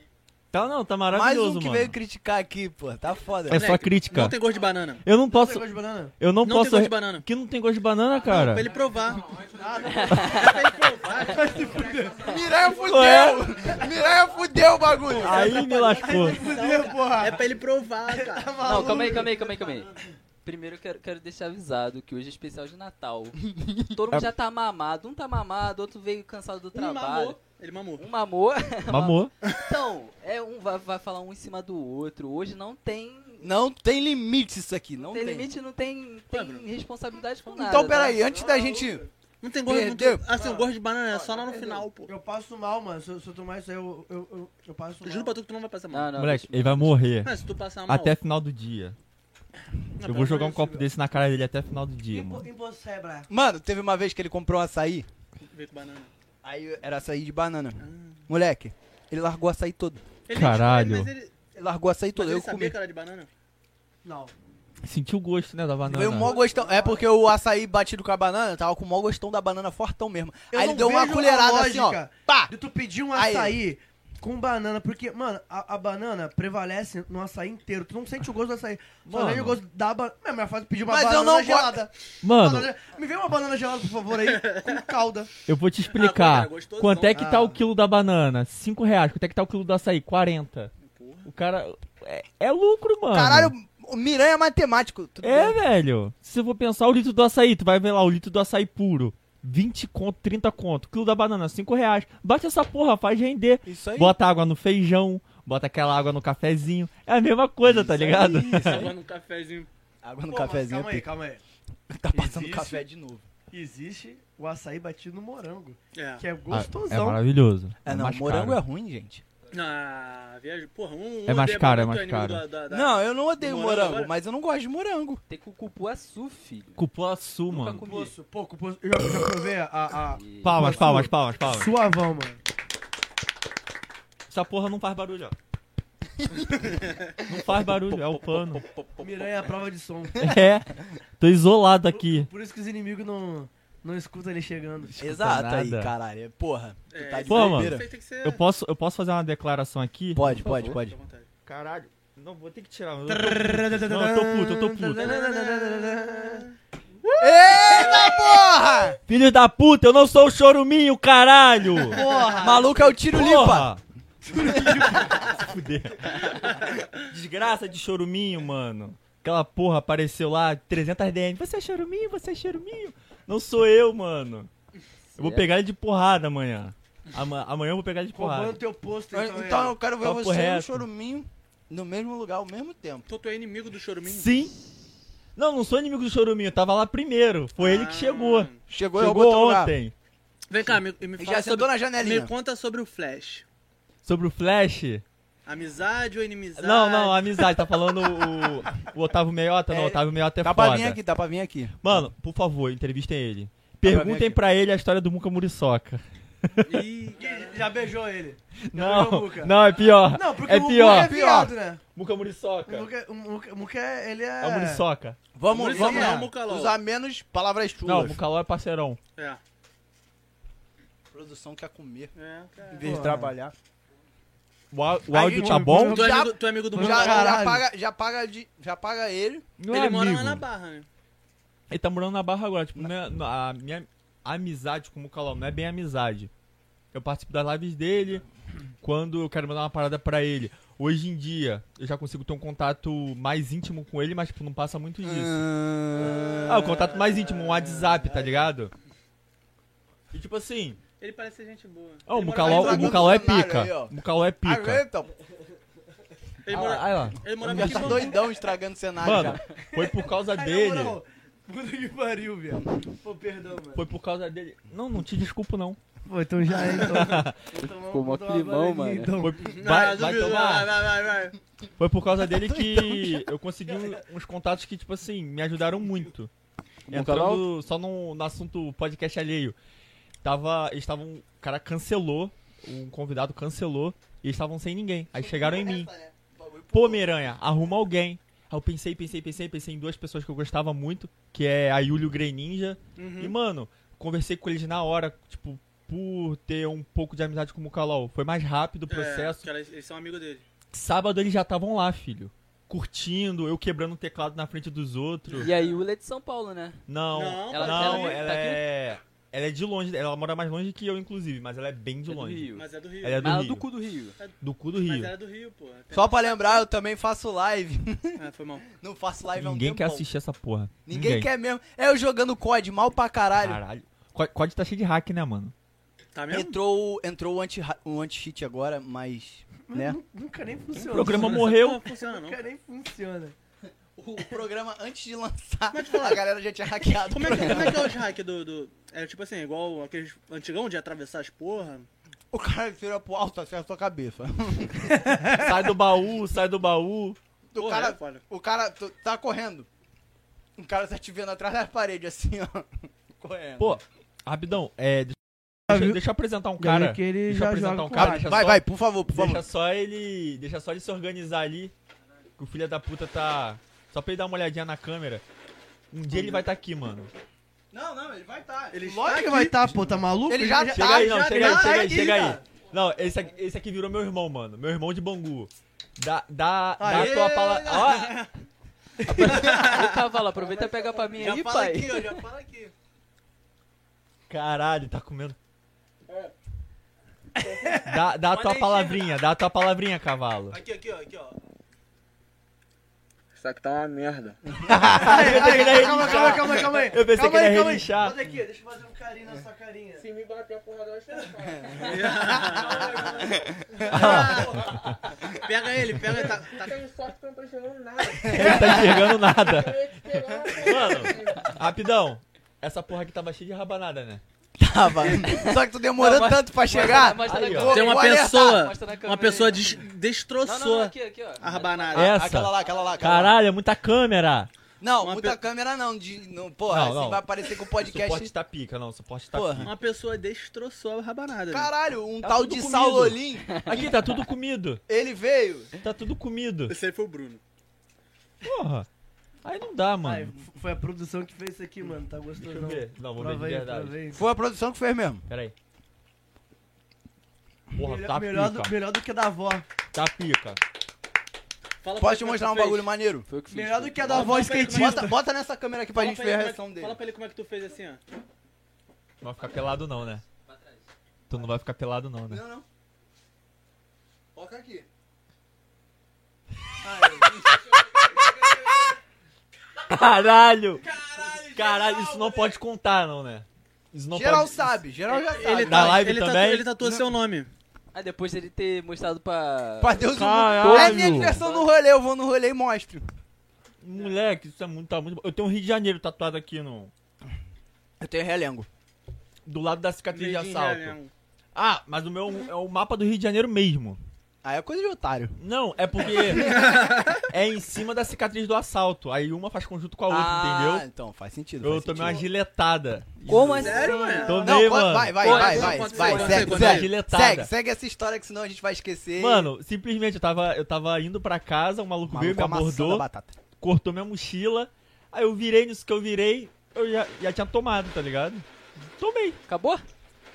Speaker 4: Tá não, tá
Speaker 2: Mais
Speaker 4: maravilhoso,
Speaker 2: um que
Speaker 4: mano.
Speaker 2: veio criticar aqui, pô, tá foda.
Speaker 4: É só crítica.
Speaker 5: Não tem gosto de banana.
Speaker 4: Eu não
Speaker 6: Tem
Speaker 4: posso,
Speaker 6: gosto de banana?
Speaker 4: eu não,
Speaker 5: Não tem
Speaker 4: posso.
Speaker 5: gosto de banana. É
Speaker 4: Que não tem gosto de banana,
Speaker 5: Pra
Speaker 4: cara.
Speaker 5: ele provar.
Speaker 2: Miranha fudeu! Miranha fudeu o bagulho!
Speaker 4: é? Aí me lascou.
Speaker 6: Fudeu, porra.
Speaker 5: É pra ele provar, cara.
Speaker 3: Não, calma aí, calma aí, calma aí, calma aí. Primeiro eu quero, quero deixar avisado que hoje é especial de Natal. Todo mundo já tá mamado. Um tá mamado, outro veio cansado
Speaker 1: Um
Speaker 3: do
Speaker 5: Ele
Speaker 3: trabalho.
Speaker 5: Um mamou. Ele mamou.
Speaker 3: Um mamou.
Speaker 4: Mamou.
Speaker 3: Então, é um vai, vai falar um em cima do outro. Hoje não tem.
Speaker 2: Não tem limite isso aqui, não
Speaker 3: tem
Speaker 2: tem.
Speaker 3: limite, não tem,
Speaker 5: Ué,
Speaker 3: tem
Speaker 5: Bruno.
Speaker 3: responsabilidade com nada.
Speaker 6: né?
Speaker 2: Então,
Speaker 3: tá?
Speaker 2: peraí, antes da gente.
Speaker 5: Não tem gosto não
Speaker 2: Perdeu.
Speaker 5: tem- Assim, o gosto de banana é só lá no final, pô.
Speaker 6: Eu passo mal, mano. Se eu, se eu tomar isso aí, eu, eu, eu, eu passo mal.
Speaker 5: Eu juro pra tu que tu não vai passar
Speaker 3: Não,
Speaker 5: mal.
Speaker 3: não.
Speaker 4: Moleque,
Speaker 3: deixa-
Speaker 4: ele vai morrer.
Speaker 5: Mas se tu passar mal...
Speaker 4: Até final do dia.
Speaker 5: Não,
Speaker 4: Eu vou jogar um
Speaker 6: possível.
Speaker 4: copo desse na cara dele até final do dia, mano.
Speaker 6: Impo- Impossebra.
Speaker 2: Mano, teve uma vez que ele comprou um açaí,
Speaker 5: Veio com banana.
Speaker 2: aí era açaí de banana. Moleque, ele largou o açaí todo.
Speaker 5: Ele-
Speaker 4: Caralho.
Speaker 5: Mas ele, mas
Speaker 2: Ele largou o açaí todo,
Speaker 5: ele
Speaker 2: eu
Speaker 5: sabia
Speaker 2: comi.
Speaker 5: que era de banana?
Speaker 4: É.
Speaker 6: Não.
Speaker 4: Senti o gosto, né, da banana.
Speaker 2: Veio o mó gostão. É porque o açaí batido com a banana, tava com o mó gostão da banana fortão mesmo.
Speaker 6: Eu
Speaker 2: aí ele
Speaker 6: não
Speaker 2: deu uma
Speaker 6: vejo a
Speaker 2: colherada assim, ó.
Speaker 6: lógica
Speaker 2: Pá!
Speaker 6: De tu pedir um
Speaker 2: Aí.
Speaker 6: açaí com banana, porque, mano, a, a banana prevalece no açaí inteiro. Tu não sente o gosto do açaí. Só
Speaker 4: Mano.
Speaker 6: sente o gosto da banana. É a melhor fase pedir uma
Speaker 2: Mas eu
Speaker 6: banana
Speaker 2: não gosto-
Speaker 6: gelada.
Speaker 4: Mano,
Speaker 6: Banana- Me vê uma banana gelada, por favor, aí, com calda.
Speaker 4: Eu vou te
Speaker 5: Ah,
Speaker 4: explicar.
Speaker 5: cara, gostosão.
Speaker 4: Quanto é que tá
Speaker 6: Ah.
Speaker 4: o quilo da banana? 5 reais. Quanto é que tá o quilo do açaí? 40.
Speaker 5: Porra.
Speaker 4: O cara. É, é lucro, mano.
Speaker 2: Caralho, o Miranha é matemático. Tudo
Speaker 4: É,
Speaker 2: bem.
Speaker 4: velho. Se eu for pensar o litro do açaí, tu vai ver lá o litro do açaí puro. 20 conto, 30 conto. Quilo da banana, 5 reais. Bate essa porra, faz render.
Speaker 2: Isso aí.
Speaker 4: Bota água no feijão, bota aquela água no cafezinho. É a mesma coisa, tá ligado?
Speaker 5: Salvando um cafezinho.
Speaker 2: Água no
Speaker 6: Pô, mas
Speaker 2: Um cafezinho.
Speaker 6: Calma aí,
Speaker 2: pica.
Speaker 6: calma aí.
Speaker 2: Tá passando
Speaker 6: Existe?
Speaker 2: café de novo.
Speaker 6: Existe o açaí batido no morango,
Speaker 5: É.
Speaker 6: que é
Speaker 4: Ah, É
Speaker 6: gostosão.
Speaker 4: maravilhoso.
Speaker 2: É, não,
Speaker 4: mais
Speaker 2: morango
Speaker 4: caro.
Speaker 2: é ruim, gente.
Speaker 5: Ah, viajou. Porra, um, um
Speaker 4: É mais
Speaker 5: odeia
Speaker 4: caro, é
Speaker 5: muito
Speaker 4: mais
Speaker 5: anime
Speaker 4: caro.
Speaker 5: da- da- da-
Speaker 2: Não, eu não odeio
Speaker 5: Morango
Speaker 2: morango,
Speaker 5: agora?
Speaker 2: mas eu não gosto de morango.
Speaker 3: Tem cupuaçu, é filho.
Speaker 4: Cupuaçu,
Speaker 3: Nunca
Speaker 4: mano.
Speaker 3: comi.
Speaker 6: Poço, pouco, poço. Eu já, já provei a, a,
Speaker 3: E-
Speaker 4: Palmas,
Speaker 6: Cupuaçu.
Speaker 4: palmas, palmas,
Speaker 6: a
Speaker 4: palmas.
Speaker 6: suavão, mano.
Speaker 4: Essa porra não faz barulho, ó. Não faz barulho, é o pano.
Speaker 6: Miranha é a prova de som.
Speaker 4: É. Tô isolado aqui.
Speaker 6: Por isso que os inimigos não, não escutam ele chegando.
Speaker 2: Exato aí,
Speaker 4: Tipo, nada.
Speaker 2: caralho. Porra,
Speaker 5: é,
Speaker 2: tu tá de
Speaker 4: Pô, mano.
Speaker 2: bobeira.
Speaker 5: isso aí tem que ser-
Speaker 4: Eu posso, eu posso fazer uma declaração aqui?
Speaker 2: Pode,
Speaker 3: Por
Speaker 2: pode,
Speaker 3: favor.
Speaker 2: pode.
Speaker 5: Fica à vontade.
Speaker 4: Caralho. Não, vou ter que tirar. mas eu tô- Não, eu tô puto, eu tô puto.
Speaker 2: Eita porra!
Speaker 4: Filho da puta, eu não sou o choruminho, caralho!
Speaker 2: Porra! Maluco é o tiro limpa!
Speaker 4: Porra! Fuder. Desgraça de choruminho, mano. Aquela porra apareceu lá, 300 DM. Você é choruminho, você é choruminho. Não sou eu, mano. Eu
Speaker 2: é?
Speaker 4: vou pegar ele de porrada amanhã. Ama- Amanhã eu vou pegar ele de porrada.
Speaker 6: Roubando teu posto.
Speaker 2: Então,
Speaker 6: Então,
Speaker 2: eu quero ver
Speaker 4: Papo
Speaker 2: você e o
Speaker 4: reto.
Speaker 2: Choruminho no mesmo lugar, ao mesmo tempo.
Speaker 5: Então tu é inimigo do Choruminho?
Speaker 4: Sim. Não, não sou inimigo do choruminho, eu tava lá primeiro. Foi ele que
Speaker 5: Ah.
Speaker 4: chegou.
Speaker 2: Chegou, eu
Speaker 4: Chegou
Speaker 2: vou um
Speaker 4: ontem.
Speaker 5: Vem cá, me, me
Speaker 2: E
Speaker 5: fala
Speaker 2: já sentou
Speaker 5: sobre...
Speaker 2: na
Speaker 5: Me
Speaker 2: janelinha.
Speaker 5: conta sobre o Flash.
Speaker 4: Sobre o Flash.
Speaker 5: Amizade ou inimizade?
Speaker 4: Não, não, amizade. Tá falando o, o Otávio Meiota? Não,
Speaker 2: É,
Speaker 4: o Otávio Meiota é
Speaker 2: Dá pra vir
Speaker 4: foda.
Speaker 2: aqui, dá pra vir aqui.
Speaker 4: Mano, por favor, entrevistem ele.
Speaker 2: pra mim
Speaker 4: Perguntem
Speaker 2: aqui.
Speaker 4: pra ele a história do Muca Muriçoca.
Speaker 5: Ih, caralho.
Speaker 6: já beijou ele. beijou o
Speaker 4: Não,
Speaker 6: Muca?
Speaker 4: não, é pior.
Speaker 6: Não, porque
Speaker 4: é
Speaker 6: o
Speaker 4: pior.
Speaker 6: Muca é viado, né?
Speaker 4: Muca
Speaker 6: O
Speaker 4: Muriçoca.
Speaker 6: Muca, é, o Muca, o Muca, ele
Speaker 4: É o
Speaker 6: é...
Speaker 4: Muriçoca.
Speaker 2: Vamos,
Speaker 5: Muricy
Speaker 2: vamos
Speaker 5: não,
Speaker 2: lá.
Speaker 5: Mucalol.
Speaker 2: usar menos palavras chulas.
Speaker 4: Não, o Mucaló é parceirão.
Speaker 5: É,
Speaker 2: Produção quer comer,
Speaker 5: é, cara.
Speaker 2: em vez de trabalhar.
Speaker 4: O, á- o
Speaker 2: Aí,
Speaker 4: áudio tá
Speaker 6: Muca-
Speaker 4: bom?
Speaker 5: Tu é
Speaker 2: Já-
Speaker 5: amigo, tu é amigo do
Speaker 6: Não,
Speaker 2: Já,
Speaker 5: Mucalol?
Speaker 2: já,
Speaker 6: caralho.
Speaker 2: paga, já, paga de, já paga ele.
Speaker 4: Meu
Speaker 5: Ele mora
Speaker 4: amigo.
Speaker 5: lá na Barra, né?
Speaker 4: Ele tá morando na Barra agora. Tipo, né, no- a minha amizade com o Mucaló não é bem amizade. Eu participo das lives dele quando eu quero mandar uma parada pra ele. Hoje em dia, eu já consigo ter um contato mais íntimo com ele, mas tipo, não passa muito disso. Ah, o contato mais íntimo, um WhatsApp, tá ligado? E tipo assim,
Speaker 5: Ele parece ser gente boa.
Speaker 4: ó, o
Speaker 5: Ele mora
Speaker 4: Mucaló,
Speaker 5: lá em
Speaker 4: o
Speaker 5: Lagoa-
Speaker 4: Mucaló é
Speaker 2: cenário
Speaker 4: pica.
Speaker 2: aí, ó.
Speaker 4: O Mucaló é pica.
Speaker 2: Aguenta, pô.
Speaker 4: Olha
Speaker 5: Ele
Speaker 4: lá,
Speaker 5: mora,
Speaker 4: olha lá.
Speaker 5: ele mora
Speaker 2: já tá doidão estragando o cenário
Speaker 4: Mano,
Speaker 2: já.
Speaker 4: foi por causa
Speaker 6: Ai, na
Speaker 4: dele.
Speaker 6: moral, Puta que pariu, viado. Pô, perdão, mano.
Speaker 4: Foi por causa dele. Não, não te desculpo não.
Speaker 6: Pô, então já é, então. Vou tomar-
Speaker 3: Ficou mó
Speaker 6: vou tomar
Speaker 3: climão,
Speaker 6: uma
Speaker 3: mano.
Speaker 6: bananinha, então.
Speaker 4: Foi,
Speaker 5: Não,
Speaker 4: vai, vai
Speaker 5: duvido,
Speaker 4: tomar.
Speaker 5: vai, vai, vai, vai.
Speaker 4: Foi por
Speaker 6: Tá
Speaker 4: causa dele que eu consegui um- uns contatos que, tipo assim, me ajudaram muito.
Speaker 3: No
Speaker 4: Entrando só no, no assunto podcast alheio. Tava, eles estavam. O cara cancelou, um convidado cancelou, e eles estavam sem ninguém. Aí chegaram em mim. Pô, Miranha, arruma alguém. Aí eu pensei, pensei, pensei, pensei em duas pessoas que eu gostava muito, que é a Yuli e o Grey Ninja.
Speaker 5: Uhum.
Speaker 4: E, mano, conversei com eles na hora, tipo, por ter um pouco de amizade com o Mukalol. Foi mais rápido o
Speaker 5: É,
Speaker 4: processo.
Speaker 5: porque elas- eles são amigos dele.
Speaker 4: Sábado eles já estavam lá, filho. Curtindo, eu quebrando o teclado na frente dos outros.
Speaker 3: E a Yula é de São Paulo, né?
Speaker 4: Não,
Speaker 5: Não,
Speaker 4: ela,
Speaker 3: tá
Speaker 4: não,
Speaker 3: aqui,
Speaker 4: ela
Speaker 3: tá aqui.
Speaker 4: é. Ela é de longe, ela mora mais longe que eu, inclusive, mas ela é bem de
Speaker 3: É do
Speaker 4: longe.
Speaker 3: Rio.
Speaker 5: Mas é do Rio.
Speaker 4: Ela é do
Speaker 3: Ah,
Speaker 4: Rio.
Speaker 3: do cu do Rio.
Speaker 4: Do cu do
Speaker 5: Mas
Speaker 4: Rio.
Speaker 5: era do Rio, pô. Até-
Speaker 2: Só pra lembrar, eu também faço live.
Speaker 5: Ah, foi mal.
Speaker 2: Não faço live há um
Speaker 4: Ninguém quer
Speaker 2: tempão.
Speaker 4: assistir essa porra.
Speaker 2: Ninguém, quer mesmo. É eu jogando COD, mal pra caralho.
Speaker 4: Caralho. Co- COD tá cheio de hack, né, mano?
Speaker 5: Tá mesmo?
Speaker 2: Entrou, o- entrou o anti- o anti-cheat agora, mas...
Speaker 6: Mas
Speaker 2: Né?
Speaker 6: nu- Nunca nem funciona.
Speaker 4: O programa
Speaker 5: Essa
Speaker 4: morreu.
Speaker 5: porra Funciona, não.
Speaker 6: Nunca nem funciona.
Speaker 2: O programa, antes de lançar,
Speaker 5: Mas, pô,
Speaker 2: a galera já tinha hackeado.
Speaker 5: Como é,
Speaker 2: o
Speaker 5: que, como
Speaker 2: programa.
Speaker 5: é que é os hack do, do- É tipo assim, igual aqueles antigão de atravessar as porra.
Speaker 2: O cara vira pro alto, acerta a sua cabeça.
Speaker 4: Sai do baú, sai do baú.
Speaker 2: O
Speaker 5: Porra,
Speaker 2: cara,
Speaker 5: é foda.
Speaker 2: o cara t- tá correndo. O cara tá te vendo atrás da parede, assim, ó. Correndo.
Speaker 4: Pô, rapidão, é. Deixa, deixa eu apresentar um cara.
Speaker 6: que ele
Speaker 4: deixa
Speaker 6: já
Speaker 4: eu apresentar
Speaker 6: joga
Speaker 4: um
Speaker 6: com
Speaker 4: cara.
Speaker 6: hack.
Speaker 4: deixa
Speaker 2: vai,
Speaker 4: só-
Speaker 2: vai, por favor, por
Speaker 4: Deixa
Speaker 2: favor.
Speaker 4: só ele. Deixa só ele se organizar ali. Que o filho da puta tá. Só pra ele dar uma olhadinha na câmera. Um dia ele vai estar tá aqui, mano.
Speaker 2: Não, não, ele vai estar. Tá.
Speaker 5: Ele
Speaker 6: Lógico
Speaker 5: está
Speaker 6: que vai
Speaker 5: aqui.
Speaker 6: estar, pô, tá maluco?
Speaker 2: Ele já
Speaker 4: Chega
Speaker 2: tá,
Speaker 4: aí, não,
Speaker 2: já
Speaker 4: chega aí,
Speaker 2: tá
Speaker 4: chega aí,
Speaker 2: aqui,
Speaker 4: chega aí.
Speaker 2: cara.
Speaker 4: Não, esse aqui, esse aqui virou meu irmão, mano. Meu irmão de Bangu. Dá, dá, dá
Speaker 2: Aê!
Speaker 4: a tua palavra. Ó,
Speaker 3: Ô, cavalo, aproveita e pega pra mim aí, pai.
Speaker 2: ó, já fala aqui.
Speaker 4: caralho, tá comendo. Dá, dá a tua palavrinha, dá a tua palavrinha, cavalo.
Speaker 5: Aqui, aqui, ó, aqui, ó.
Speaker 6: Ai, ai, calma, calma, calma, calma aí.
Speaker 4: Eu pensei
Speaker 6: calma
Speaker 4: que ele
Speaker 6: aí, calma
Speaker 4: ia
Speaker 6: aí.
Speaker 4: relinchar.
Speaker 6: Olha aqui, deixa eu fazer um carinho na sua carinha.
Speaker 5: Pega ele, pega ele. Tá, tá-
Speaker 4: Ele tá enxergando nada. Mano, rapidão. Essa porra aqui tava cheia tá de rabanada, né?
Speaker 2: Tava. Tá, Só que tu demorou
Speaker 3: Não, mas-
Speaker 2: tanto pra chegar.
Speaker 3: mostra na
Speaker 4: Aí, ó.
Speaker 3: câmera.
Speaker 5: Tem uma
Speaker 2: Vou alertar.
Speaker 5: pessoa,
Speaker 3: Mostra na câmera
Speaker 5: uma pessoa
Speaker 3: aí.
Speaker 5: des-
Speaker 3: Não, não, não,
Speaker 5: destroçou
Speaker 3: aqui, aqui, ó.
Speaker 5: a rabanada.
Speaker 4: É. Essa.
Speaker 2: Aquela lá, aquela lá, aquela lá.
Speaker 4: Caralho, é muita câmera.
Speaker 2: Não,
Speaker 5: Uma
Speaker 2: muita
Speaker 5: pe-
Speaker 2: câmera não. De, não porra,
Speaker 4: Não,
Speaker 2: assim
Speaker 4: não.
Speaker 2: vai aparecer com o podcast.
Speaker 4: Suporte tá pica, não. Suporte tá
Speaker 2: Porra.
Speaker 4: pica.
Speaker 5: Uma pessoa destroçou a rabanada. né?
Speaker 2: Caralho, um
Speaker 4: Tá
Speaker 2: tal
Speaker 4: tudo
Speaker 2: de
Speaker 4: comido.
Speaker 2: Saulolin,
Speaker 4: Aqui tá tudo comido.
Speaker 2: ele veio.
Speaker 4: Tá tudo comido.
Speaker 5: Esse aí foi o Bruno.
Speaker 4: Porra. Aí não dá, mano.
Speaker 6: Ai, f- foi a produção que fez isso aqui, mano. Tá gostoso.
Speaker 4: Deixa eu
Speaker 6: não.
Speaker 4: ver. Não, vou ver
Speaker 6: Prova
Speaker 4: de
Speaker 6: aí,
Speaker 4: verdade.
Speaker 6: prova aí.
Speaker 2: Foi a produção que fez mesmo.
Speaker 4: Pera aí. Porra,
Speaker 6: Melhor,
Speaker 4: tá
Speaker 6: melhor
Speaker 4: pica.
Speaker 6: do, melhor do que a da avó.
Speaker 4: Tá pica.
Speaker 5: Fala pra
Speaker 2: Posso
Speaker 5: ele
Speaker 2: te
Speaker 5: como é que
Speaker 2: mostrar
Speaker 5: tu
Speaker 2: um
Speaker 5: fez.
Speaker 2: bagulho maneiro?
Speaker 3: Foi o que fiz.
Speaker 6: Melhor do que a da
Speaker 5: Fala
Speaker 6: avó
Speaker 5: pra ele como é que-
Speaker 6: skatista.
Speaker 2: Bota, bota nessa câmera aqui pra
Speaker 5: Fala
Speaker 2: gente
Speaker 5: pra
Speaker 2: ver a
Speaker 5: ele como é que-
Speaker 2: reação
Speaker 5: Fala
Speaker 2: dele.
Speaker 5: pra ele como é que tu fez assim, ó.
Speaker 4: Não vai ficar pelado não, né? Tu não vai ficar pelado não, né?
Speaker 2: Não, não. Coloca aqui.
Speaker 4: Caralho! Caralho, isso não pode contar não, né? Isso não
Speaker 2: geral
Speaker 4: pode...
Speaker 2: sabe, geral já sabe.
Speaker 4: Na live
Speaker 5: ele tá
Speaker 4: também?
Speaker 5: Tatu, ele tatuou seu nome.
Speaker 3: Ah, depois dele ter mostrado pra.
Speaker 2: Pra Deus o mundo.
Speaker 4: Caralho.
Speaker 2: É a minha diversão no rolê, eu vou no rolê e mostro.
Speaker 4: Moleque, isso é muito, tá muito... Eu tenho um Rio de Janeiro tatuado aqui no...
Speaker 2: Eu tenho relengo.
Speaker 4: Do lado da cicatriz de
Speaker 5: Virgem
Speaker 2: né?
Speaker 4: assalto.
Speaker 5: Realengo.
Speaker 4: Ah, mas o meu é o mapa do Rio de Janeiro mesmo.
Speaker 2: Aí é coisa de otário.
Speaker 4: Não, é porque é em cima da cicatriz do assalto. Aí uma faz conjunto com a outra,
Speaker 2: Ah,
Speaker 4: entendeu?
Speaker 2: então faz sentido.
Speaker 4: Eu
Speaker 2: Faz
Speaker 4: tomei
Speaker 2: sentido.
Speaker 4: uma giletada.
Speaker 3: Como assim?
Speaker 5: Sério, mano?
Speaker 4: Tomei,
Speaker 2: Não,
Speaker 4: mano.
Speaker 2: vai, vai, vai,
Speaker 3: Pô,
Speaker 2: vai,
Speaker 3: eu
Speaker 2: vai,
Speaker 5: vou acontecer,
Speaker 2: vai,
Speaker 5: eu vou
Speaker 2: segue,
Speaker 5: acontecer.
Speaker 2: segue,
Speaker 4: Giletada.
Speaker 2: segue, segue essa história que senão a gente vai esquecer.
Speaker 4: Mano, simplesmente eu tava, eu tava indo pra casa, um maluco veio,
Speaker 2: Maluco
Speaker 4: me
Speaker 2: amassando a
Speaker 4: abordou,
Speaker 2: batata.
Speaker 4: cortou minha mochila. Aí eu virei nisso que eu virei, eu já, já tinha tomado, tá ligado? Tomei,
Speaker 3: Acabou?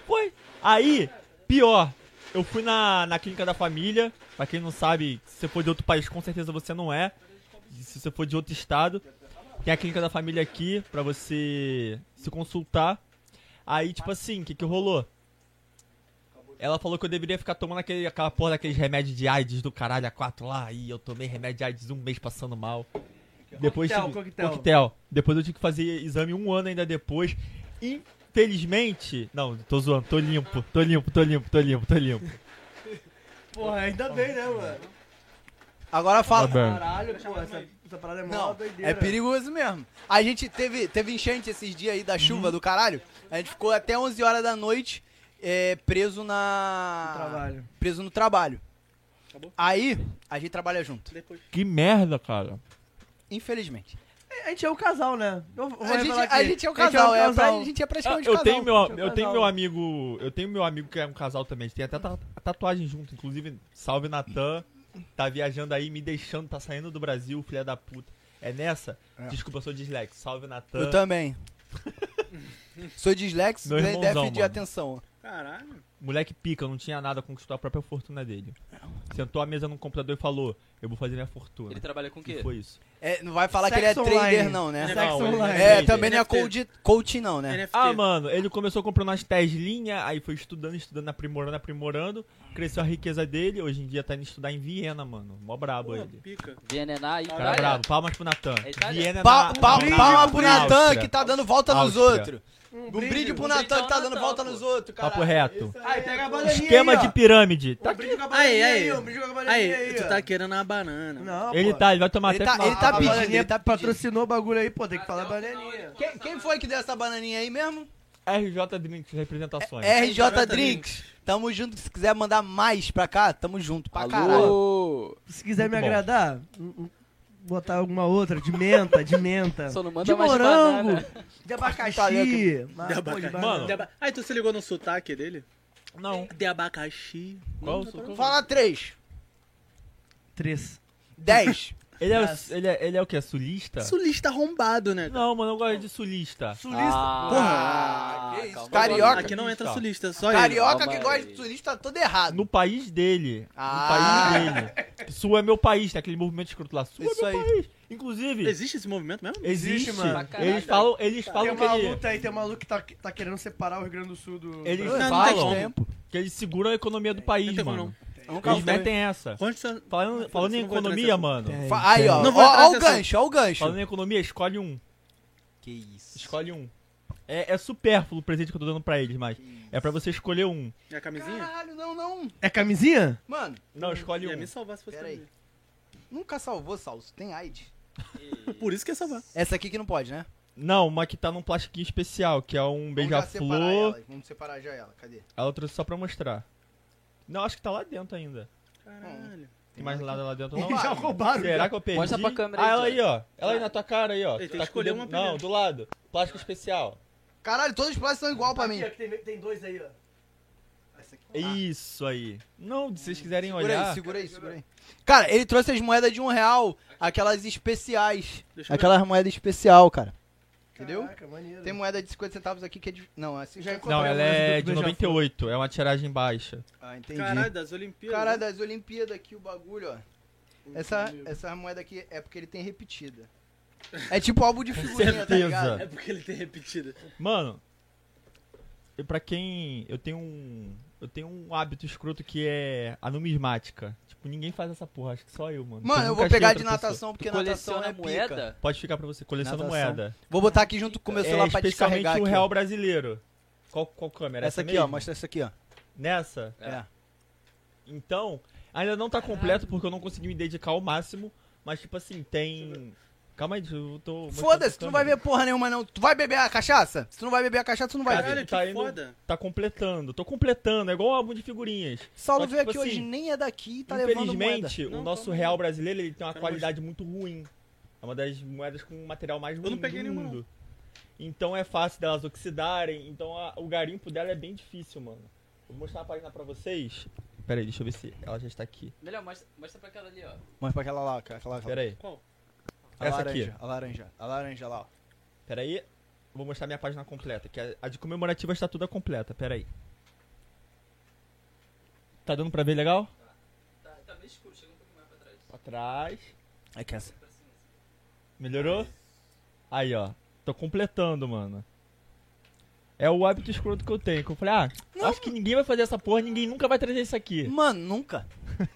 Speaker 4: foi. Aí, pior, eu fui na, na clínica da família. Pra quem não sabe, se você for de outro país, com certeza você não é. E Se você for de outro estado, tem a clínica da família aqui pra você se consultar. Aí, tipo assim, o que, que rolou? Ela falou que eu deveria ficar tomando aquele, aquela porra daqueles remédios de AIDS do caralho, a 4 lá. E eu tomei remédio de AIDS um mês passando mal. Depois
Speaker 6: Coquetel,
Speaker 4: tive-
Speaker 6: coquetel.
Speaker 4: Depois eu tive que fazer exame um ano ainda depois. Infelizmente. Não, tô zoando, tô limpo, tô limpo, tô limpo, tô limpo, tô limpo.
Speaker 6: Porra, ainda bem, né, mano?
Speaker 2: Agora
Speaker 4: Tá
Speaker 2: fala.
Speaker 6: Caralho, pô, essa, essa parada é mó
Speaker 2: Não,
Speaker 6: doideira.
Speaker 2: é perigoso mesmo. A gente teve, teve enchente esses dias aí da
Speaker 4: Uhum.
Speaker 2: chuva do caralho. A gente ficou até 11 horas da noite é, preso na.
Speaker 6: Trabalho.
Speaker 2: Preso no trabalho.
Speaker 5: Acabou?
Speaker 2: Aí, a gente trabalha junto.
Speaker 5: Depois.
Speaker 4: Que merda, cara.
Speaker 2: Infelizmente.
Speaker 6: A gente é o casal, né? Eu vou
Speaker 2: A gente,
Speaker 6: revelar aqui.
Speaker 2: a gente é o casal, é pra- a
Speaker 6: gente...
Speaker 2: gente é praticamente
Speaker 4: um Ah, eu
Speaker 2: casal.
Speaker 4: tenho meu,
Speaker 6: tinha
Speaker 4: eu tenho
Speaker 6: casal.
Speaker 4: meu amigo, eu tenho meu amigo que é um casal também, a gente tem até ta- a tatuagem junto, inclusive, salve Natan, tá viajando aí, me deixando, tá saindo do Brasil, filha da puta. É nessa?
Speaker 2: É.
Speaker 4: Desculpa, eu sou dislexo. Salve Natan.
Speaker 2: Eu também. Sou disléxico, né,
Speaker 4: Meu
Speaker 2: déficit
Speaker 4: irmãozão,
Speaker 2: de
Speaker 4: mano.
Speaker 2: atenção.
Speaker 5: Caralho.
Speaker 4: Moleque pica, não tinha nada, conquistou a própria fortuna dele. Sentou à mesa no computador e falou: "Eu vou fazer minha fortuna".
Speaker 3: Ele trabalha com o
Speaker 4: E
Speaker 3: quê?
Speaker 4: foi isso.
Speaker 2: É, não vai falar que ele é
Speaker 6: Sexo online.
Speaker 2: trader, não, né?
Speaker 5: Sexo
Speaker 4: Não, ele
Speaker 6: online.
Speaker 4: é
Speaker 2: É,
Speaker 4: trader.
Speaker 2: também não é
Speaker 5: NFT.
Speaker 2: coach, coach não, né?
Speaker 5: NFT.
Speaker 4: Ah, mano, ele começou comprando umas Teslinha, aí foi estudando, estudando, aprimorando, aprimorando. Cresceu a riqueza dele, hoje em dia tá indo estudar em Viena, mano. Mó brabo
Speaker 5: Pô,
Speaker 4: ele.
Speaker 5: pica.
Speaker 3: Vienenar aí,
Speaker 4: Cara
Speaker 5: Itália?
Speaker 4: brabo, palmas pro Natan.
Speaker 3: É Itália?
Speaker 4: Viena
Speaker 2: Pa,
Speaker 4: na-
Speaker 2: pa,
Speaker 4: na-
Speaker 2: palma
Speaker 4: na-
Speaker 2: pro
Speaker 4: na
Speaker 2: Natan
Speaker 4: Áustria.
Speaker 2: que tá dando volta nos
Speaker 4: Áustria.
Speaker 2: outros. Um brinde pro Natan que tá dando volta nos outros, cara.
Speaker 4: Papo reto.
Speaker 6: Aí, pega a bananinha
Speaker 4: Esquema
Speaker 6: aí,
Speaker 4: de
Speaker 6: ó.
Speaker 4: pirâmide. Tá-
Speaker 6: Um brinde com a
Speaker 5: Aí,
Speaker 6: bananinha
Speaker 5: aí.
Speaker 6: aí, um brinde com a bananinha aí,
Speaker 5: Aí, tu
Speaker 6: ó.
Speaker 5: tá querendo uma banana.
Speaker 6: Não,
Speaker 4: Ele
Speaker 6: pô.
Speaker 4: tá, ele vai tomar
Speaker 2: Ele
Speaker 4: até
Speaker 2: tá-
Speaker 4: final.
Speaker 2: ele tá
Speaker 6: A
Speaker 2: pedindo,
Speaker 6: bananinha
Speaker 2: ele tá pedindo.
Speaker 6: patrocinou o bagulho aí, pô, tem que falar bananinha.
Speaker 2: Quem, quem foi que deu essa bananinha aí mesmo?
Speaker 4: RJ Drinks, representações.
Speaker 2: RJ Drinks. Tamo junto. Se quiser mandar mais pra cá, tamo junto. Pra caralho.
Speaker 3: Alô?
Speaker 6: Se quiser me
Speaker 4: Muito bom.
Speaker 6: agradar, um- um- botar alguma outra, de menta, de menta.
Speaker 3: Só não manda
Speaker 6: De
Speaker 3: mais
Speaker 6: morango,
Speaker 3: banana.
Speaker 2: Olha
Speaker 6: de abacaxi. mas, pô,
Speaker 5: De
Speaker 6: de
Speaker 5: abacaxi.
Speaker 6: banana.
Speaker 4: Mano.
Speaker 5: De aba- Aí tu se ligou no sotaque dele?
Speaker 4: Não.
Speaker 5: De abacaxi.
Speaker 4: Qual o seu-
Speaker 2: Fala três.
Speaker 6: Três.
Speaker 2: Dez.
Speaker 4: Ele é, o- ele, é, ele é o que? Sulista?
Speaker 5: Sulista arrombado, né?
Speaker 4: Não, mano, eu gosto de sulista.
Speaker 6: Sulista.
Speaker 2: Porra. que isso,
Speaker 3: Ah, calma.
Speaker 2: carioca.
Speaker 5: Aqui não entra
Speaker 4: Tá.
Speaker 5: sulista, só ele.
Speaker 2: Carioca
Speaker 3: Calma
Speaker 2: que
Speaker 3: aí.
Speaker 2: gosta de turista tá todo errado.
Speaker 4: No país dele.
Speaker 2: Ah.
Speaker 4: No país dele. Sul é meu país, tem aquele movimento escroto lá. Sul
Speaker 2: Isso
Speaker 4: é meu
Speaker 2: aí.
Speaker 4: país. Inclusive,
Speaker 5: Existe esse movimento mesmo?
Speaker 4: existe,
Speaker 6: Existe, mano.
Speaker 4: mano.
Speaker 3: Pra caralho.
Speaker 4: Eles falam, eles
Speaker 6: Tem
Speaker 2: um
Speaker 4: falam que
Speaker 6: uma
Speaker 4: ele-
Speaker 6: luta aí, tem uma luta que tá, que tá querendo separar o Rio Grande do Sul do...
Speaker 4: Eles
Speaker 6: do-
Speaker 5: tem
Speaker 4: falam
Speaker 2: tempo.
Speaker 4: que eles seguram a economia
Speaker 2: É,
Speaker 4: do país,
Speaker 5: tem como
Speaker 2: um
Speaker 4: mano.
Speaker 2: Nunca
Speaker 4: Eles
Speaker 2: foi.
Speaker 4: metem essa.
Speaker 5: Constitucional.
Speaker 4: Falando, falando em
Speaker 5: Não vou entrar nesse
Speaker 4: economia,
Speaker 5: assunto.
Speaker 4: mano.
Speaker 2: Fa- Aí, ó.
Speaker 5: Não vou entrar
Speaker 2: Ó, ó o
Speaker 5: nessa-
Speaker 2: gancho, ó o gancho.
Speaker 4: Falando em economia, escolhe um.
Speaker 2: Que isso.
Speaker 4: Escolhe um. É, é supérfluo o presente que eu tô dando pra eles, mas é pra você escolher um.
Speaker 5: É a camisinha?
Speaker 2: Caralho, não, não.
Speaker 6: É camisinha?
Speaker 2: Mano,
Speaker 5: Hum,
Speaker 4: Não, escolhe
Speaker 5: Ia me
Speaker 4: um.
Speaker 5: salvar se fosse
Speaker 2: Pera aí.
Speaker 5: camisinha.
Speaker 2: nunca salvou, Salso. Tem AIDS.
Speaker 5: Por isso que ia salvar.
Speaker 2: Essa aqui que não pode, né?
Speaker 4: Não, uma que tá num plastiquinho especial, que é um
Speaker 2: Vamos já separar
Speaker 4: beija-flor.
Speaker 2: ela. Vamos separar já ela. Cadê?
Speaker 4: Ela trouxe só pra mostrar. Não, acho que tá lá dentro ainda.
Speaker 5: Caralho.
Speaker 4: Tem mais nada lá dentro não.
Speaker 2: Vamos lá.
Speaker 6: Já roubaram.
Speaker 4: Será que eu perdi?
Speaker 3: Mostra pra câmera
Speaker 4: Ah,
Speaker 3: aí,
Speaker 4: ela
Speaker 3: Zé.
Speaker 4: aí, ó. Ela aí na tua cara aí, ó.
Speaker 5: Ele
Speaker 4: Tu
Speaker 5: tem
Speaker 4: tá
Speaker 5: que escolher
Speaker 4: com o
Speaker 5: uma
Speaker 4: dedo-
Speaker 5: primeiro.
Speaker 4: Não, do lado. Plástico especial.
Speaker 2: Caralho, todos os plásticos são igual
Speaker 4: Tá
Speaker 2: pra mim.
Speaker 6: Aqui, ó, que tem, tem dois aí, ó.
Speaker 4: Isso aí. Não, se vocês quiserem
Speaker 2: Segura aí,
Speaker 4: olhar. Tá
Speaker 2: segura aí, segura aí. Cara, ele trouxe as moedas de um real, aquelas especiais.
Speaker 5: Deixa eu
Speaker 2: Aquelas moedas especial, cara. Entendeu?
Speaker 6: Caraca, maneiro.
Speaker 2: Tem um moeda de 50 centavos aqui que é de... Não, assim já
Speaker 4: Não,
Speaker 6: Comprei
Speaker 4: ela é
Speaker 6: um
Speaker 4: de
Speaker 6: beija-flor.
Speaker 4: 98. É uma tiragem baixa.
Speaker 2: Ah,
Speaker 5: ver.
Speaker 2: entendi.
Speaker 5: Caralho, das Olimpíadas.
Speaker 2: Caralho,
Speaker 5: né?
Speaker 2: das Olimpíadas aqui, o bagulho, ó. Essa, essa moeda aqui é porque ele tem repetida. É tipo álbum de figurinha, tá
Speaker 4: certeza.
Speaker 2: ligado?
Speaker 5: É porque ele tem repetido.
Speaker 4: Mano, e pra quem. Eu tenho um. Eu tenho um hábito escroto que é a numismática. Tipo, ninguém faz essa porra, acho que só eu, mano.
Speaker 2: Mano,
Speaker 4: Nunca
Speaker 2: eu vou
Speaker 4: achei
Speaker 2: pegar
Speaker 4: outra
Speaker 2: de
Speaker 4: pessoa.
Speaker 2: natação, porque natação
Speaker 3: Coleciona
Speaker 2: é moeda.
Speaker 3: moeda?
Speaker 4: Pode ficar pra você, coleciona
Speaker 2: Natação.
Speaker 4: moeda.
Speaker 2: Vou botar aqui junto com o meu
Speaker 4: É,
Speaker 2: celular pra
Speaker 4: especialmente
Speaker 2: descarregar
Speaker 4: o
Speaker 2: aqui.
Speaker 4: real
Speaker 2: ó.
Speaker 4: brasileiro. Qual, qual câmera?
Speaker 2: Essa aqui,
Speaker 4: mesmo?
Speaker 2: ó, mostra essa aqui, ó.
Speaker 4: Nessa?
Speaker 2: É.
Speaker 4: Então, ainda não tá completo porque eu não consegui me dedicar ao máximo, mas tipo assim, tem. Calma aí, eu tô. mostrando
Speaker 2: Foda-se,
Speaker 4: pra
Speaker 2: tu não vai
Speaker 4: câmera.
Speaker 2: ver porra nenhuma, não. Tu vai beber a cachaça? Se tu não vai beber a cachaça, tu não vai ver.
Speaker 4: Cara,
Speaker 5: Caralho,
Speaker 4: ele
Speaker 5: que
Speaker 4: tá indo-
Speaker 5: foda.
Speaker 4: Tá completando, tô completando, é igual um álbum de figurinhas.
Speaker 2: Saulo
Speaker 4: só que,
Speaker 2: veio
Speaker 4: tipo
Speaker 2: aqui hoje,
Speaker 4: assim,
Speaker 2: nem é daqui e tá levando moeda.
Speaker 4: Infelizmente,
Speaker 5: Não,
Speaker 4: o nosso
Speaker 5: calma aí.
Speaker 4: real brasileiro ele tem uma
Speaker 5: Quero
Speaker 4: qualidade muito ruim. É uma das moedas com material mais ruim
Speaker 5: não peguei
Speaker 4: do
Speaker 5: nenhuma,
Speaker 4: mundo. Então é fácil delas oxidarem, então a- o garimpo dela é bem difícil, mano. Vou mostrar a página pra vocês. Pera aí, deixa eu ver se ela já está aqui.
Speaker 3: Melhor, mostra, mostra pra aquela ali, ó.
Speaker 2: Mas pra aquela lá, cara, aquela,
Speaker 4: Pera aí.
Speaker 5: Qual?
Speaker 2: a
Speaker 4: Essa
Speaker 2: laranja,
Speaker 4: aqui.
Speaker 2: A laranja, a laranja lá, ó.
Speaker 4: Pera aí. Vou mostrar minha página completa, que a, a de comemorativa está toda completa. Pera aí. Tá dando pra ver legal?
Speaker 3: Tá, tá meio escuro, chega um pouco mais pra trás.
Speaker 4: Atrás.
Speaker 2: É que essa.
Speaker 4: Melhorou? Aí, ó. Tô completando, mano. É o hábito escroto que eu tenho. Que eu falei, ah, acho que ninguém vai fazer essa porra, ninguém nunca vai trazer isso aqui.
Speaker 2: Mano, nunca.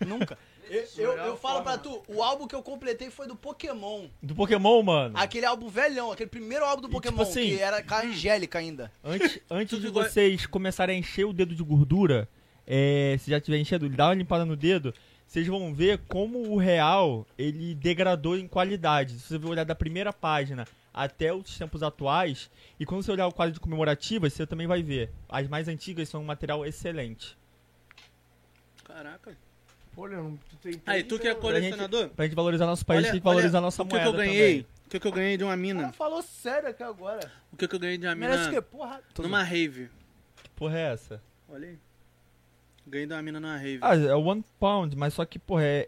Speaker 2: Nunca. Eu, eu,
Speaker 4: é
Speaker 2: eu falo pra tu, o álbum que eu completei foi do Pokémon.
Speaker 4: Do Pokémon, mano.
Speaker 2: Aquele álbum velhão, aquele primeiro álbum do
Speaker 4: E, tipo
Speaker 2: Pokémon,
Speaker 4: assim-
Speaker 2: que era com a Angélica ainda.
Speaker 4: Antes, antes de
Speaker 5: Tudo igual-
Speaker 4: vocês começarem a encher o dedo de gordura, é, se já tiver enchendo, dá uma limpada no dedo, vocês vão ver como o real ele degradou em qualidade. Se você olhar da primeira página até os tempos atuais, e quando você olhar o quadro de comemorativas, você também vai ver. As mais antigas são um material excelente.
Speaker 5: Caraca.
Speaker 6: Pô, Leandro, tu tem...
Speaker 5: Aí, tu que é
Speaker 4: gente-
Speaker 5: colecionador,
Speaker 4: Pra gente valorizar nosso país,
Speaker 5: Olha-
Speaker 4: tem que valorizar
Speaker 5: olha
Speaker 4: nossa
Speaker 5: o que,
Speaker 4: moeda
Speaker 5: que eu ganhei?
Speaker 4: também.
Speaker 5: O que, que eu ganhei de uma
Speaker 2: Ela
Speaker 5: mina?
Speaker 2: falou sério aqui agora.
Speaker 5: O que, que eu ganhei de uma
Speaker 2: Merece o quê?
Speaker 5: mina
Speaker 2: Porra. Tô
Speaker 5: numa rave.
Speaker 4: Que porra é essa?
Speaker 5: Olha aí. Ganhei de uma mina numa rave.
Speaker 4: Ah, é one pound, mas só que, porra, é...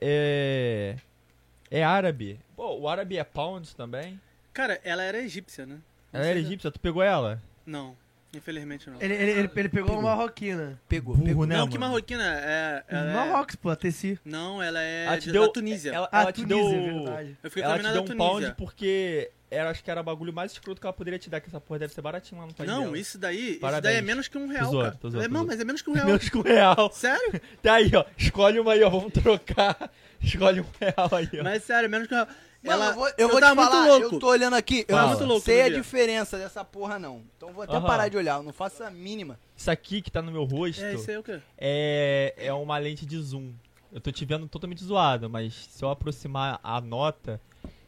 Speaker 4: É, é árabe. Pô, o árabe é pound também?
Speaker 5: Cara, ela era egípcia, né?
Speaker 4: Ela era egípcia, tu pegou ela?
Speaker 5: Não, infelizmente não.
Speaker 6: Ele, ele, ele, ele pegou uma marroquina.
Speaker 2: Pegou,
Speaker 4: Burro,
Speaker 2: pegou.
Speaker 4: né,
Speaker 5: não,
Speaker 4: mano? né?
Speaker 5: que marroquina é. Ela é-
Speaker 6: Marrocos, pô, a Tessi.
Speaker 5: Não, ela é
Speaker 4: Ela
Speaker 5: de-
Speaker 4: te deu...
Speaker 5: da Tunísia.
Speaker 4: Ela,
Speaker 6: Ah,
Speaker 4: ela te
Speaker 6: Tunísia,
Speaker 4: deu...
Speaker 6: é verdade.
Speaker 5: Eu fiquei com a
Speaker 4: Ela te
Speaker 5: mina
Speaker 4: deu
Speaker 5: da
Speaker 4: um pound
Speaker 5: Tunísia.
Speaker 4: porque... Era, acho que era o bagulho mais escroto que ela poderia te dar, que essa porra deve ser baratinha lá no país
Speaker 5: Não,
Speaker 4: dela.
Speaker 5: isso daí, isso
Speaker 4: Parabéns.
Speaker 5: daí é menos que um real,
Speaker 4: zoando,
Speaker 5: cara.
Speaker 4: tô zoando,
Speaker 5: é,
Speaker 4: tô
Speaker 5: não,
Speaker 4: zoando.
Speaker 5: mas é menos que um real.
Speaker 4: Menos que um real.
Speaker 5: Sério?
Speaker 4: Tá aí, ó. Escolhe uma aí, ó. Vamos trocar. Escolhe um real aí, ó.
Speaker 5: Mas sério, é menos que um real.
Speaker 2: Mano,
Speaker 5: ela,
Speaker 2: eu vou, eu vou
Speaker 5: tava
Speaker 2: te falar,
Speaker 5: muito louco.
Speaker 2: eu tô olhando aqui, eu
Speaker 4: Fala.
Speaker 2: não
Speaker 4: Muito
Speaker 5: louco
Speaker 2: sei
Speaker 5: no
Speaker 2: a
Speaker 5: dia.
Speaker 2: diferença dessa porra, não. Então vou até
Speaker 4: Aham.
Speaker 2: parar de olhar, eu não faço a mínima. É
Speaker 4: Isso aqui que tá no meu rosto...
Speaker 5: É, isso aí é o quê?
Speaker 4: é, é uma lente de zoom. Eu tô te vendo totalmente zoado, mas se eu aproximar a nota,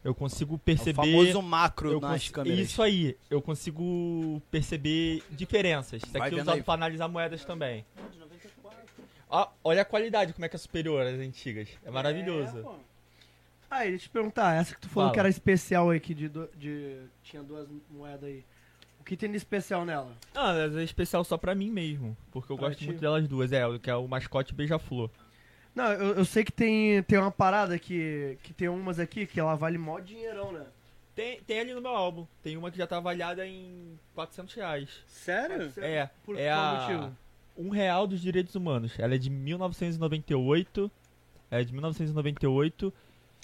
Speaker 4: eu consigo
Speaker 2: É o
Speaker 4: perceber.
Speaker 2: famoso macro
Speaker 4: eu
Speaker 2: nas
Speaker 4: cons-
Speaker 2: câmeras.
Speaker 4: Isso aí, eu consigo perceber diferenças. Isso
Speaker 2: Vai
Speaker 4: aqui é
Speaker 2: vendo aí.
Speaker 4: usado pra analisar moedas também. Ó, olha a qualidade, como é que é superior às antigas. É maravilhoso.
Speaker 5: É, pô.
Speaker 6: Ah, deixa eu te perguntar, essa que tu falou
Speaker 4: Fala.
Speaker 6: que era especial aí, que de, do- de- tinha duas moedas aí. O que tem de especial nela?
Speaker 4: Ah, mas é especial só pra mim mesmo, porque eu
Speaker 6: Pra
Speaker 4: gosto
Speaker 6: ti.
Speaker 4: muito delas duas. É, o que é o mascote beija-flor.
Speaker 6: Não, eu, eu sei que tem, tem uma parada que, que tem umas aqui que ela vale mó dinheirão, né?
Speaker 4: Tem, tem ali no meu álbum. Tem uma que já tá avaliada em 400 reais.
Speaker 5: Sério?
Speaker 4: É,
Speaker 6: Por
Speaker 4: é
Speaker 6: qual
Speaker 4: a-
Speaker 6: motivo?
Speaker 4: Um Real dos Direitos Humanos. Ela é de 1998. É de 1998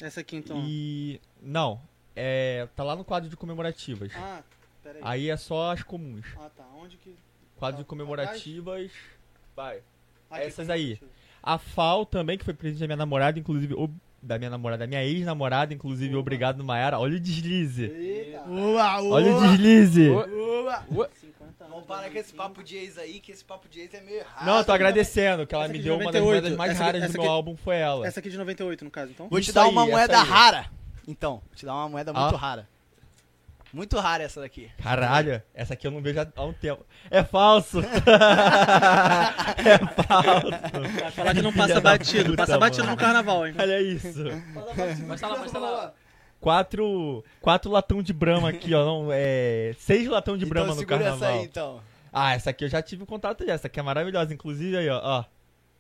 Speaker 5: Essa aqui então.
Speaker 4: e. Não. É. Tá lá no quadro de comemorativas.
Speaker 5: Ah, peraí.
Speaker 4: Aí é só as comuns.
Speaker 5: Ah, tá. Onde que.
Speaker 4: Quadro
Speaker 5: Tá-
Speaker 4: de comemorativas. Vai.
Speaker 5: Aqui,
Speaker 4: Essas aí.
Speaker 5: comemorativo.
Speaker 4: A FAO também, que foi presente da minha namorada, inclusive. ob- Da minha namorada, da minha ex-namorada, inclusive, obrigado, Mayara. Olha o deslize.
Speaker 5: Eita.
Speaker 2: Ua, ua,
Speaker 4: Olha o deslize.
Speaker 2: ua.
Speaker 5: 50 anos,
Speaker 2: Vamos parar com esse
Speaker 5: 2005.
Speaker 2: papo de ex aí, que esse papo de ex é meio errado.
Speaker 4: Não, eu tô agradecendo, que ela
Speaker 5: Ah, Essa
Speaker 4: me
Speaker 5: aqui é
Speaker 4: deu
Speaker 5: de
Speaker 4: uma das
Speaker 5: 98,
Speaker 4: moedas mais
Speaker 5: essa aqui-
Speaker 4: raras do
Speaker 5: essa
Speaker 4: meu
Speaker 5: aqui-
Speaker 4: álbum, foi ela.
Speaker 5: Essa aqui de 98, no caso, então?
Speaker 2: Vou te
Speaker 4: Isso
Speaker 2: dar uma
Speaker 4: aí,
Speaker 2: moeda
Speaker 4: essa aí.
Speaker 2: rara. Então, vou te dar uma moeda
Speaker 4: Ah.
Speaker 2: muito rara. Muito rara essa daqui.
Speaker 5: é
Speaker 4: Caralho, essa aqui eu não vejo há há um tempo. É falso! é falso!
Speaker 5: Vai falar que não passa
Speaker 4: Filha da
Speaker 5: batido.
Speaker 4: puta,
Speaker 5: Passa batido
Speaker 4: mano.
Speaker 5: no carnaval, hein?
Speaker 4: Olha isso.
Speaker 3: É. Mostra lá, mostra lá.
Speaker 4: Quatro, quatro latão de brama aqui, ó. Não, é, seis latão de brama
Speaker 2: então
Speaker 4: no
Speaker 2: segura
Speaker 4: carnaval.
Speaker 2: essa aí, então.
Speaker 4: Ah, essa aqui eu já tive contato já. Essa aqui é maravilhosa. Inclusive aí, ó. ó.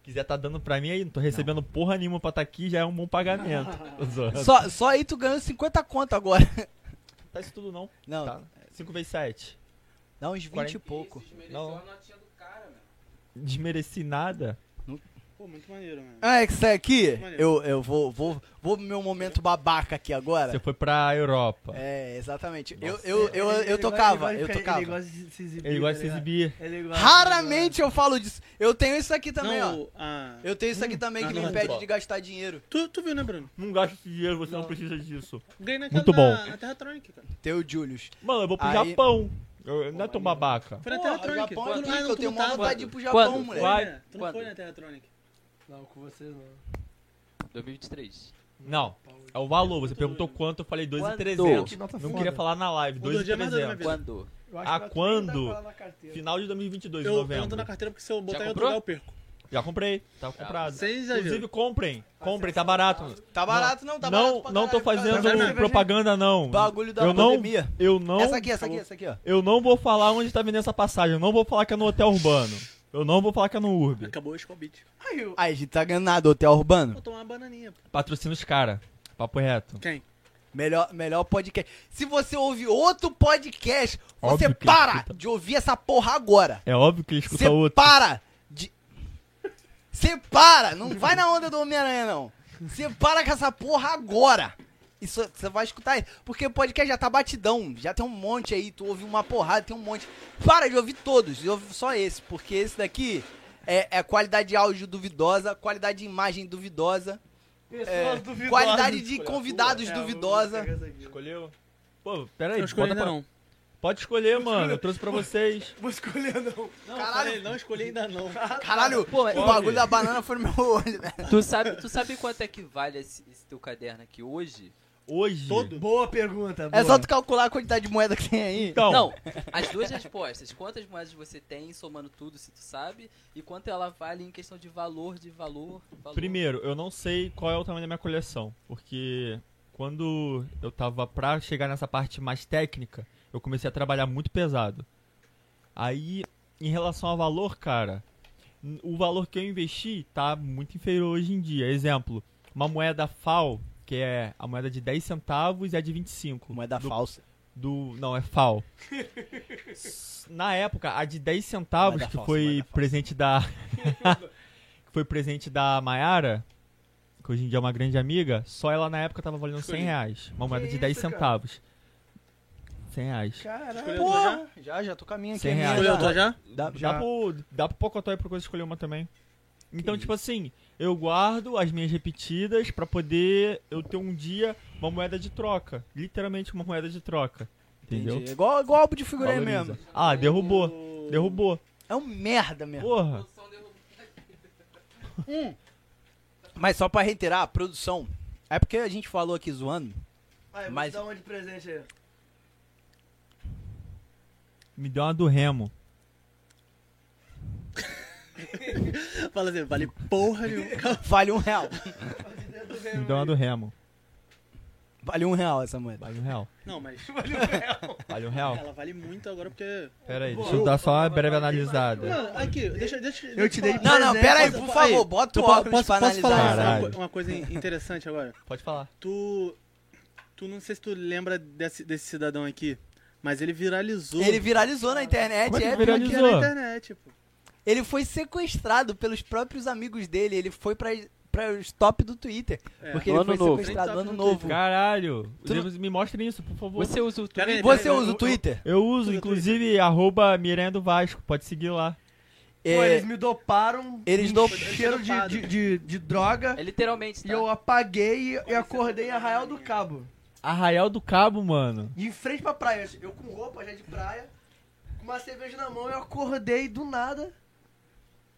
Speaker 4: Quiser tá dando pra mim aí, não tô recebendo porra nenhuma pra tá aqui, já é um bom pagamento. Tô zoando.
Speaker 2: Só, só aí tu ganhou 50 conto agora.
Speaker 4: Tá isso tudo não,
Speaker 2: Não,
Speaker 4: tá? 5 vezes 7.
Speaker 2: dá uns 20
Speaker 4: Quarenta-
Speaker 2: e pouco.
Speaker 4: Não. Desmereci nada.
Speaker 5: Pô, muito maneiro, mano.
Speaker 2: Ah, é que isso aqui,
Speaker 5: Maneiro.
Speaker 2: eu, eu vou, vou, vou pro meu momento babaca aqui agora.
Speaker 4: Você foi pra Europa.
Speaker 2: É, exatamente. Eu,
Speaker 4: Nossa.
Speaker 2: eu, eu, eu tocava, eu
Speaker 6: Ele
Speaker 2: tocava.
Speaker 6: gosta de se exibir.
Speaker 4: Ele
Speaker 2: é
Speaker 4: gosta de se
Speaker 6: tá ligado?
Speaker 4: exibir.
Speaker 6: Ele gosta-
Speaker 2: Raramente eu falo disso. Eu tenho isso aqui também, ó.
Speaker 5: Não, a...
Speaker 2: Eu tenho isso aqui também que
Speaker 5: ah,
Speaker 2: me
Speaker 5: não,
Speaker 2: impede
Speaker 4: não.
Speaker 2: de gastar dinheiro.
Speaker 5: tu, tu viu, né, Bruno?
Speaker 4: Não gasto esse dinheiro, você não, precisa disso.
Speaker 5: Ganhei naquela
Speaker 4: Muito bom.
Speaker 5: Na, na Terratronic, cara.
Speaker 2: Teu Julius.
Speaker 4: Mano, eu vou pro
Speaker 2: Aí-
Speaker 4: Japão. Eu, não é tão babaca.
Speaker 5: Foi na
Speaker 2: Porra,
Speaker 5: Terratronic.
Speaker 2: Japão é
Speaker 5: Ah,
Speaker 2: bonito,
Speaker 5: não,
Speaker 2: eu
Speaker 5: tu
Speaker 2: tenho
Speaker 5: não
Speaker 2: maior
Speaker 5: tava.
Speaker 2: vontade de ir pro
Speaker 3: Quando?
Speaker 2: Japão,
Speaker 5: Tu
Speaker 2: moleque.
Speaker 5: Foi,
Speaker 4: Vai.
Speaker 5: né? Tu não
Speaker 3: Quando?
Speaker 5: foi na Terratronic.
Speaker 6: Não, com vocês não.
Speaker 3: 2023.
Speaker 4: Não, é o valor. Você perguntou quanto, eu falei
Speaker 3: Quando?
Speaker 4: 2,300.
Speaker 6: Que nota
Speaker 4: Não
Speaker 6: foda.
Speaker 4: queria falar na live,
Speaker 5: Quando o dia mais doido na
Speaker 4: 2,300.
Speaker 5: minha
Speaker 3: Quando?
Speaker 5: vida.
Speaker 6: Eu acho
Speaker 4: Ah,
Speaker 6: que ela
Speaker 4: quando?
Speaker 6: nem dá pra lá na carteira.
Speaker 4: Final de 2022,
Speaker 5: Eu, eu ando
Speaker 4: novembro.
Speaker 5: na carteira porque se eu botar
Speaker 3: Já
Speaker 5: em outro
Speaker 3: comprou?
Speaker 5: lugar eu perco.
Speaker 4: Já comprei, tá comprado.
Speaker 5: Sem
Speaker 4: Inclusive,
Speaker 5: exagero.
Speaker 4: comprem. Comprem, tá barato.
Speaker 2: Tá barato, não, tá
Speaker 4: não,
Speaker 2: barato. pra
Speaker 4: não tô
Speaker 2: caralho, cara.
Speaker 4: fazendo
Speaker 5: Tá vendo?
Speaker 4: propaganda, não.
Speaker 2: Bagulho da
Speaker 4: eu não,
Speaker 2: pandemia.
Speaker 4: eu não,
Speaker 2: Essa aqui, essa aqui, essa aqui, ó.
Speaker 4: eu não vou falar onde tá vendendo essa passagem. Eu não vou falar que é no hotel urbano. Eu não vou falar que é no Urb.
Speaker 5: Acabou o Scobit.
Speaker 6: Aí, o-
Speaker 2: Aí, a gente tá ganhando nada, hotel urbano.
Speaker 5: Vou tomar uma bananinha. pô.
Speaker 4: Patrocina os caras. Papo reto.
Speaker 5: Quem?
Speaker 2: Melhor, melhor podcast. Se você ouve outro podcast, você
Speaker 4: Óbvio que
Speaker 2: para
Speaker 4: escuta.
Speaker 2: de ouvir essa porra agora.
Speaker 4: É óbvio que ele escuta
Speaker 2: Você
Speaker 4: outro.
Speaker 2: para de. Você para! Não vai na onda do Homem-Aranha, não. Você para com essa porra agora. Isso, você vai escutar isso. Porque o podcast já tá batidão. Já tem um monte aí. Tu ouve uma porrada, tem um monte. Para de ouvir todos. E ouve só esse. Porque esse daqui é, é qualidade de áudio duvidosa, qualidade de imagem duvidosa.
Speaker 6: pessoas duvidosas.
Speaker 2: É, qualidade de
Speaker 6: Escolha a
Speaker 2: convidados
Speaker 6: sua. É, eu vou
Speaker 2: duvidosa.
Speaker 6: pegar essa aqui.
Speaker 4: Escolheu? Pô, pera aí.
Speaker 5: Não escolhi
Speaker 4: bota
Speaker 5: ainda
Speaker 4: pra-
Speaker 5: não.
Speaker 4: Pode escolher, mano. Eu trouxe pra vocês.
Speaker 6: Vou escolher não.
Speaker 5: Não,
Speaker 2: Caralho.
Speaker 5: falei, não escolhi ainda não.
Speaker 2: Caralho,
Speaker 3: Pô,
Speaker 2: o
Speaker 3: é-
Speaker 2: bagulho da banana foi no meu olho, né?
Speaker 3: Tu sabe, tu sabe quanto é que vale esse, esse teu caderno aqui hoje?
Speaker 4: Hoje.
Speaker 5: Todo?
Speaker 6: Boa pergunta.
Speaker 2: É
Speaker 4: Tá
Speaker 6: boa.
Speaker 2: só tu calcular a quantidade de moeda que tem aí.
Speaker 4: Então,
Speaker 3: Não, as duas respostas. Quantas moedas você tem, somando tudo, se tu sabe, e quanto ela vale em questão de valor, de valor, valor.
Speaker 4: primeiro, eu não sei qual é o tamanho da minha coleção. Porque quando eu tava pra chegar nessa parte mais técnica, eu comecei a trabalhar muito pesado. Aí, em relação ao valor, cara, n- o valor que eu investi tá muito inferior hoje em dia. Exemplo, uma moeda FAL, que é a moeda de 10 centavos e a de 25.
Speaker 2: Moeda
Speaker 4: do
Speaker 2: falsa.
Speaker 4: do. Não, é FAL. S- Na época, a de 10 centavos,
Speaker 2: Moeda
Speaker 4: que
Speaker 2: falsa,
Speaker 4: foi
Speaker 2: moeda falsa.
Speaker 4: presente da. que foi presente da Maiara, que hoje em dia é uma grande amiga, só ela na época tava valendo 100 reais. Uma moeda de
Speaker 6: isso,
Speaker 4: 10
Speaker 6: cara?
Speaker 4: centavos. 100 reais.
Speaker 6: Caralho.
Speaker 5: Escolheu tua já?
Speaker 2: Já, já tô caminho aqui.
Speaker 4: Cem
Speaker 2: a minha
Speaker 4: reais.
Speaker 5: Escolheu
Speaker 2: já-
Speaker 5: tua já?
Speaker 2: Dá-
Speaker 4: Dá pro, dá pro Pocotó aí pra coisa escolher uma também. Então, tipo assim, eu guardo as minhas repetidas pra poder eu ter um dia uma moeda de troca. Literalmente uma moeda de troca. Entendeu?
Speaker 2: Entendi. É Igual, igual álbum de figurinha
Speaker 4: Valoriza.
Speaker 2: mesmo.
Speaker 4: Ah, derrubou.
Speaker 5: O-
Speaker 4: Derrubou.
Speaker 2: É um merda mesmo.
Speaker 4: Porra.
Speaker 2: Mas só pra reiterar, a produção. É porque a gente falou aqui zoando.
Speaker 6: Vai, vou
Speaker 2: Mas-
Speaker 6: te dar uma de presente aí.
Speaker 4: Me deu uma do Remo.
Speaker 5: Fala assim, vale porra nenhuma.
Speaker 2: Vale um real.
Speaker 4: Me deu uma do Remo.
Speaker 2: Vale um real essa moeda.
Speaker 4: Vale um real.
Speaker 5: Não, mas
Speaker 4: Vale um real.
Speaker 5: ela vale muito agora porque...
Speaker 4: Pera aí, deixa eu dar só uma breve analisada.
Speaker 5: Mano, aqui, deixa, deixa,
Speaker 6: Eu te dei-
Speaker 2: Não,
Speaker 6: Mas
Speaker 2: não,
Speaker 6: é,
Speaker 2: pera aí,
Speaker 5: posso-
Speaker 2: por
Speaker 5: aí,
Speaker 2: favor, bota
Speaker 5: Tu
Speaker 2: o
Speaker 5: po-
Speaker 2: óculos
Speaker 5: posso,
Speaker 2: pra
Speaker 5: posso
Speaker 2: analisar.
Speaker 5: falar uma
Speaker 4: Caralho.
Speaker 5: co- uma coisa in- interessante agora?
Speaker 4: Pode falar.
Speaker 5: Tu. Tu não sei se tu lembra desse, desse cidadão aqui, mas ele viralizou.
Speaker 2: Ele viralizou na internet,
Speaker 4: Como é que
Speaker 2: é,
Speaker 4: viralizou?
Speaker 5: Aqui na internet, pô.
Speaker 2: ele foi sequestrado pelos próprios amigos dele, ele foi pra, pra os top do Twitter.
Speaker 5: É.
Speaker 2: Porque
Speaker 3: No
Speaker 2: ele
Speaker 3: ano
Speaker 2: foi
Speaker 3: novo.
Speaker 2: sequestrado no
Speaker 5: Nem top
Speaker 2: ano
Speaker 5: do
Speaker 2: novo.
Speaker 4: Caralho,
Speaker 2: Tu não-
Speaker 4: Deus, me mostre isso, por favor.
Speaker 3: Você usa o
Speaker 5: Pera aí,
Speaker 3: Twitter?
Speaker 4: é,
Speaker 2: Você
Speaker 5: Eu-
Speaker 2: usa o
Speaker 5: eu-
Speaker 2: Twitter?
Speaker 4: Eu uso, inclusive, arroba Miranha do Vasco, pode seguir lá.
Speaker 6: Pô,
Speaker 2: É,
Speaker 6: eles me doparam.
Speaker 2: eles
Speaker 6: um
Speaker 2: dop-
Speaker 6: cheiro de, de, de- de droga.
Speaker 3: É literalmente, tá?
Speaker 6: E eu apaguei e acordei em Arraial do Cabo.
Speaker 4: Arraial do Cabo, mano.
Speaker 6: De frente pra praia. Eu com roupa já de praia, com uma cerveja na mão, eu acordei do nada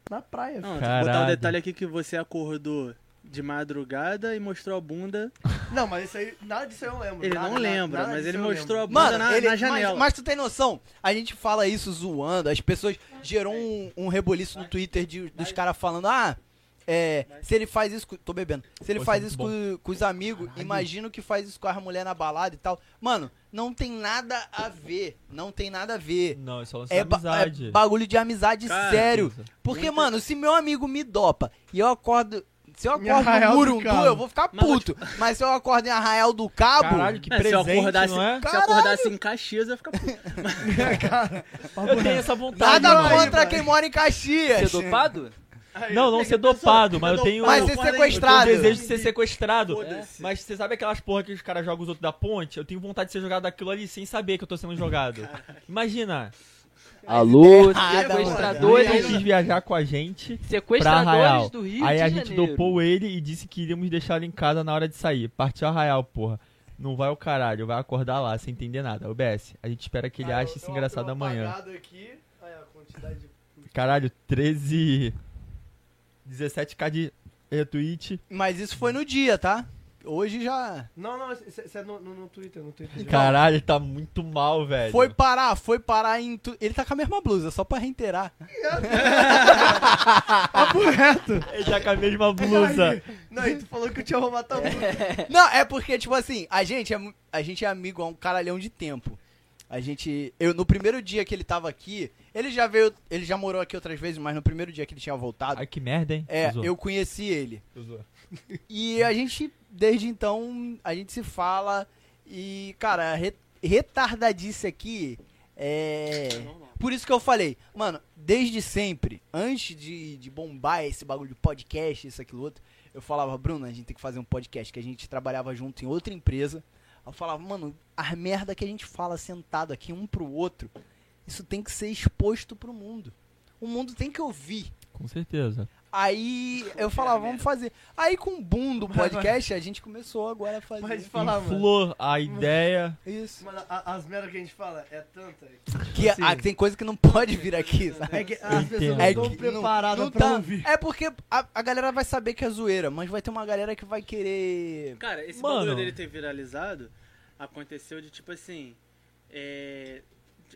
Speaker 6: na praia.
Speaker 5: Não, tem que botar um o
Speaker 4: Caralho.
Speaker 5: detalhe aqui que você acordou de madrugada e mostrou a bunda.
Speaker 6: Não, mas isso aí, nada disso aí eu lembro.
Speaker 5: Ele
Speaker 6: Nada,
Speaker 5: não
Speaker 6: nada,
Speaker 5: lembra,
Speaker 6: nada
Speaker 5: mas
Speaker 6: disso
Speaker 5: ele
Speaker 6: eu
Speaker 5: mostrou a
Speaker 6: lembro.
Speaker 5: bunda
Speaker 2: Mano,
Speaker 5: na,
Speaker 2: ele-
Speaker 5: na janela.
Speaker 2: Mas, mas tu tem noção? A gente fala isso zoando, as pessoas gerou um, um reboliço no Twitter de- dos caras falando, ah, é, se ele faz isso, com, tô bebendo, se ele
Speaker 7: Pô,
Speaker 2: faz
Speaker 7: isso é
Speaker 2: isso
Speaker 7: muito
Speaker 2: com, com os amigos, imagino que faz isso com as mulheres na balada e tal. Mano, não tem nada a ver, não tem nada a ver.
Speaker 7: Não, isso é lance
Speaker 2: É,
Speaker 7: da
Speaker 2: ba-
Speaker 7: amizade.
Speaker 2: é bagulho de amizade
Speaker 5: Cara,
Speaker 2: sério.
Speaker 7: isso.
Speaker 2: Porque,
Speaker 5: Muita-
Speaker 2: mano, se meu amigo me dopa e eu acordo. Se eu acordo
Speaker 6: Em
Speaker 2: no
Speaker 6: Arraial do
Speaker 2: Murundu,
Speaker 6: Cabo.
Speaker 2: eu vou ficar
Speaker 5: Mas vou
Speaker 2: puto. Mas se eu acordo em Arraial do Cabo.
Speaker 4: Caralho, que
Speaker 5: É, se eu
Speaker 4: presente,
Speaker 5: acordasse,
Speaker 4: não é?
Speaker 5: se eu acordasse em Caxias, eu ia ficar puto.
Speaker 4: Eu tenho essa vontade.
Speaker 2: Nada
Speaker 4: mano.
Speaker 2: contra quem mora em Caxias.
Speaker 3: Ser
Speaker 4: tá?
Speaker 3: dopado?
Speaker 4: Não, não ser dopado, mas eu tenho-
Speaker 2: Mas ser sequestrado.
Speaker 4: Eu desejo de ser sequestrado.
Speaker 5: Foda-se.
Speaker 4: Mas você sabe aquelas porra que os caras jogam os outros da ponte? Eu tenho vontade de ser jogado daquilo ali sem saber que eu tô sendo jogado. Imagina,
Speaker 3: Alô,
Speaker 2: errado,
Speaker 4: dois
Speaker 3: sequestradores.
Speaker 4: quis viajar com a gente pra Arraial.
Speaker 3: Sequestradores do Rio
Speaker 4: Aí
Speaker 3: de
Speaker 4: a gente
Speaker 3: Janeiro.
Speaker 4: dopou ele e disse que iríamos deixar ele em casa na hora de sair. Partiu Arraial, porra. Não vai o caralho, vai acordar lá sem entender nada. UBS, a gente espera que ele
Speaker 6: Ah, eu
Speaker 4: ache
Speaker 6: dei
Speaker 4: isso
Speaker 6: uma-
Speaker 4: engraçado
Speaker 6: dei uma
Speaker 4: amanhã.
Speaker 6: apagada aqui. Aí, a quantidade de-
Speaker 4: Caralho, 13. 17k de retweet.
Speaker 2: Mas isso foi no dia, tá? Hoje já.
Speaker 6: Não, não, isso é no, no, no Twitter, no Twitter. já.
Speaker 4: Caralho, tá muito mal, velho.
Speaker 2: Foi parar, foi parar em. tu- Ele tá com a mesma blusa, só pra reiterar.
Speaker 4: Ele tá com a mesma blusa.
Speaker 6: Não, e tu falou que eu tinha roubado tua bunda.
Speaker 2: Não, é porque, tipo assim, a gente é, mu- a gente é amigo há um caralhão de tempo. A gente. Eu, no primeiro dia que ele tava aqui, ele já veio. Ele já morou aqui outras vezes, mas no primeiro dia que ele tinha voltado,
Speaker 4: Ai, que merda, hein?
Speaker 2: é,
Speaker 4: Usou.
Speaker 2: eu conheci ele.
Speaker 4: Usou.
Speaker 2: E a gente, desde então, a gente se fala. E, cara, re- retardadice aqui é. Por isso que eu falei, mano, desde sempre, antes de, de bombar esse bagulho de podcast, isso, aquilo, outro, eu falava, Bruno, a gente tem que fazer um podcast, que a gente trabalhava junto em outra empresa. Eu falava, mano, as merda que a gente fala sentado aqui um pro outro, isso tem que ser exposto pro mundo. O mundo tem que ouvir.
Speaker 4: Com certeza.
Speaker 2: Aí
Speaker 6: é
Speaker 2: eu falava, vamos fazer. Aí com o boom do podcast, a gente começou agora a fazer.
Speaker 6: Mas falar, mano.
Speaker 4: Flor, a ideia.
Speaker 2: Isso.
Speaker 6: Mano, a- as merdas que a gente fala é tanta.
Speaker 2: Que
Speaker 6: Assim.
Speaker 2: ah, tem coisa que não pode vir aqui, sabe?
Speaker 6: É que as pessoas
Speaker 4: entendo.
Speaker 6: não
Speaker 2: É
Speaker 6: estão
Speaker 2: que
Speaker 6: preparadas
Speaker 2: não
Speaker 6: pra
Speaker 2: tá.
Speaker 6: ouvir.
Speaker 2: É porque a, a galera vai saber que é zoeira, mas vai ter uma galera que vai querer.
Speaker 5: Cara, esse
Speaker 4: Mano.
Speaker 5: bagulho dele ter viralizado aconteceu de tipo assim. É,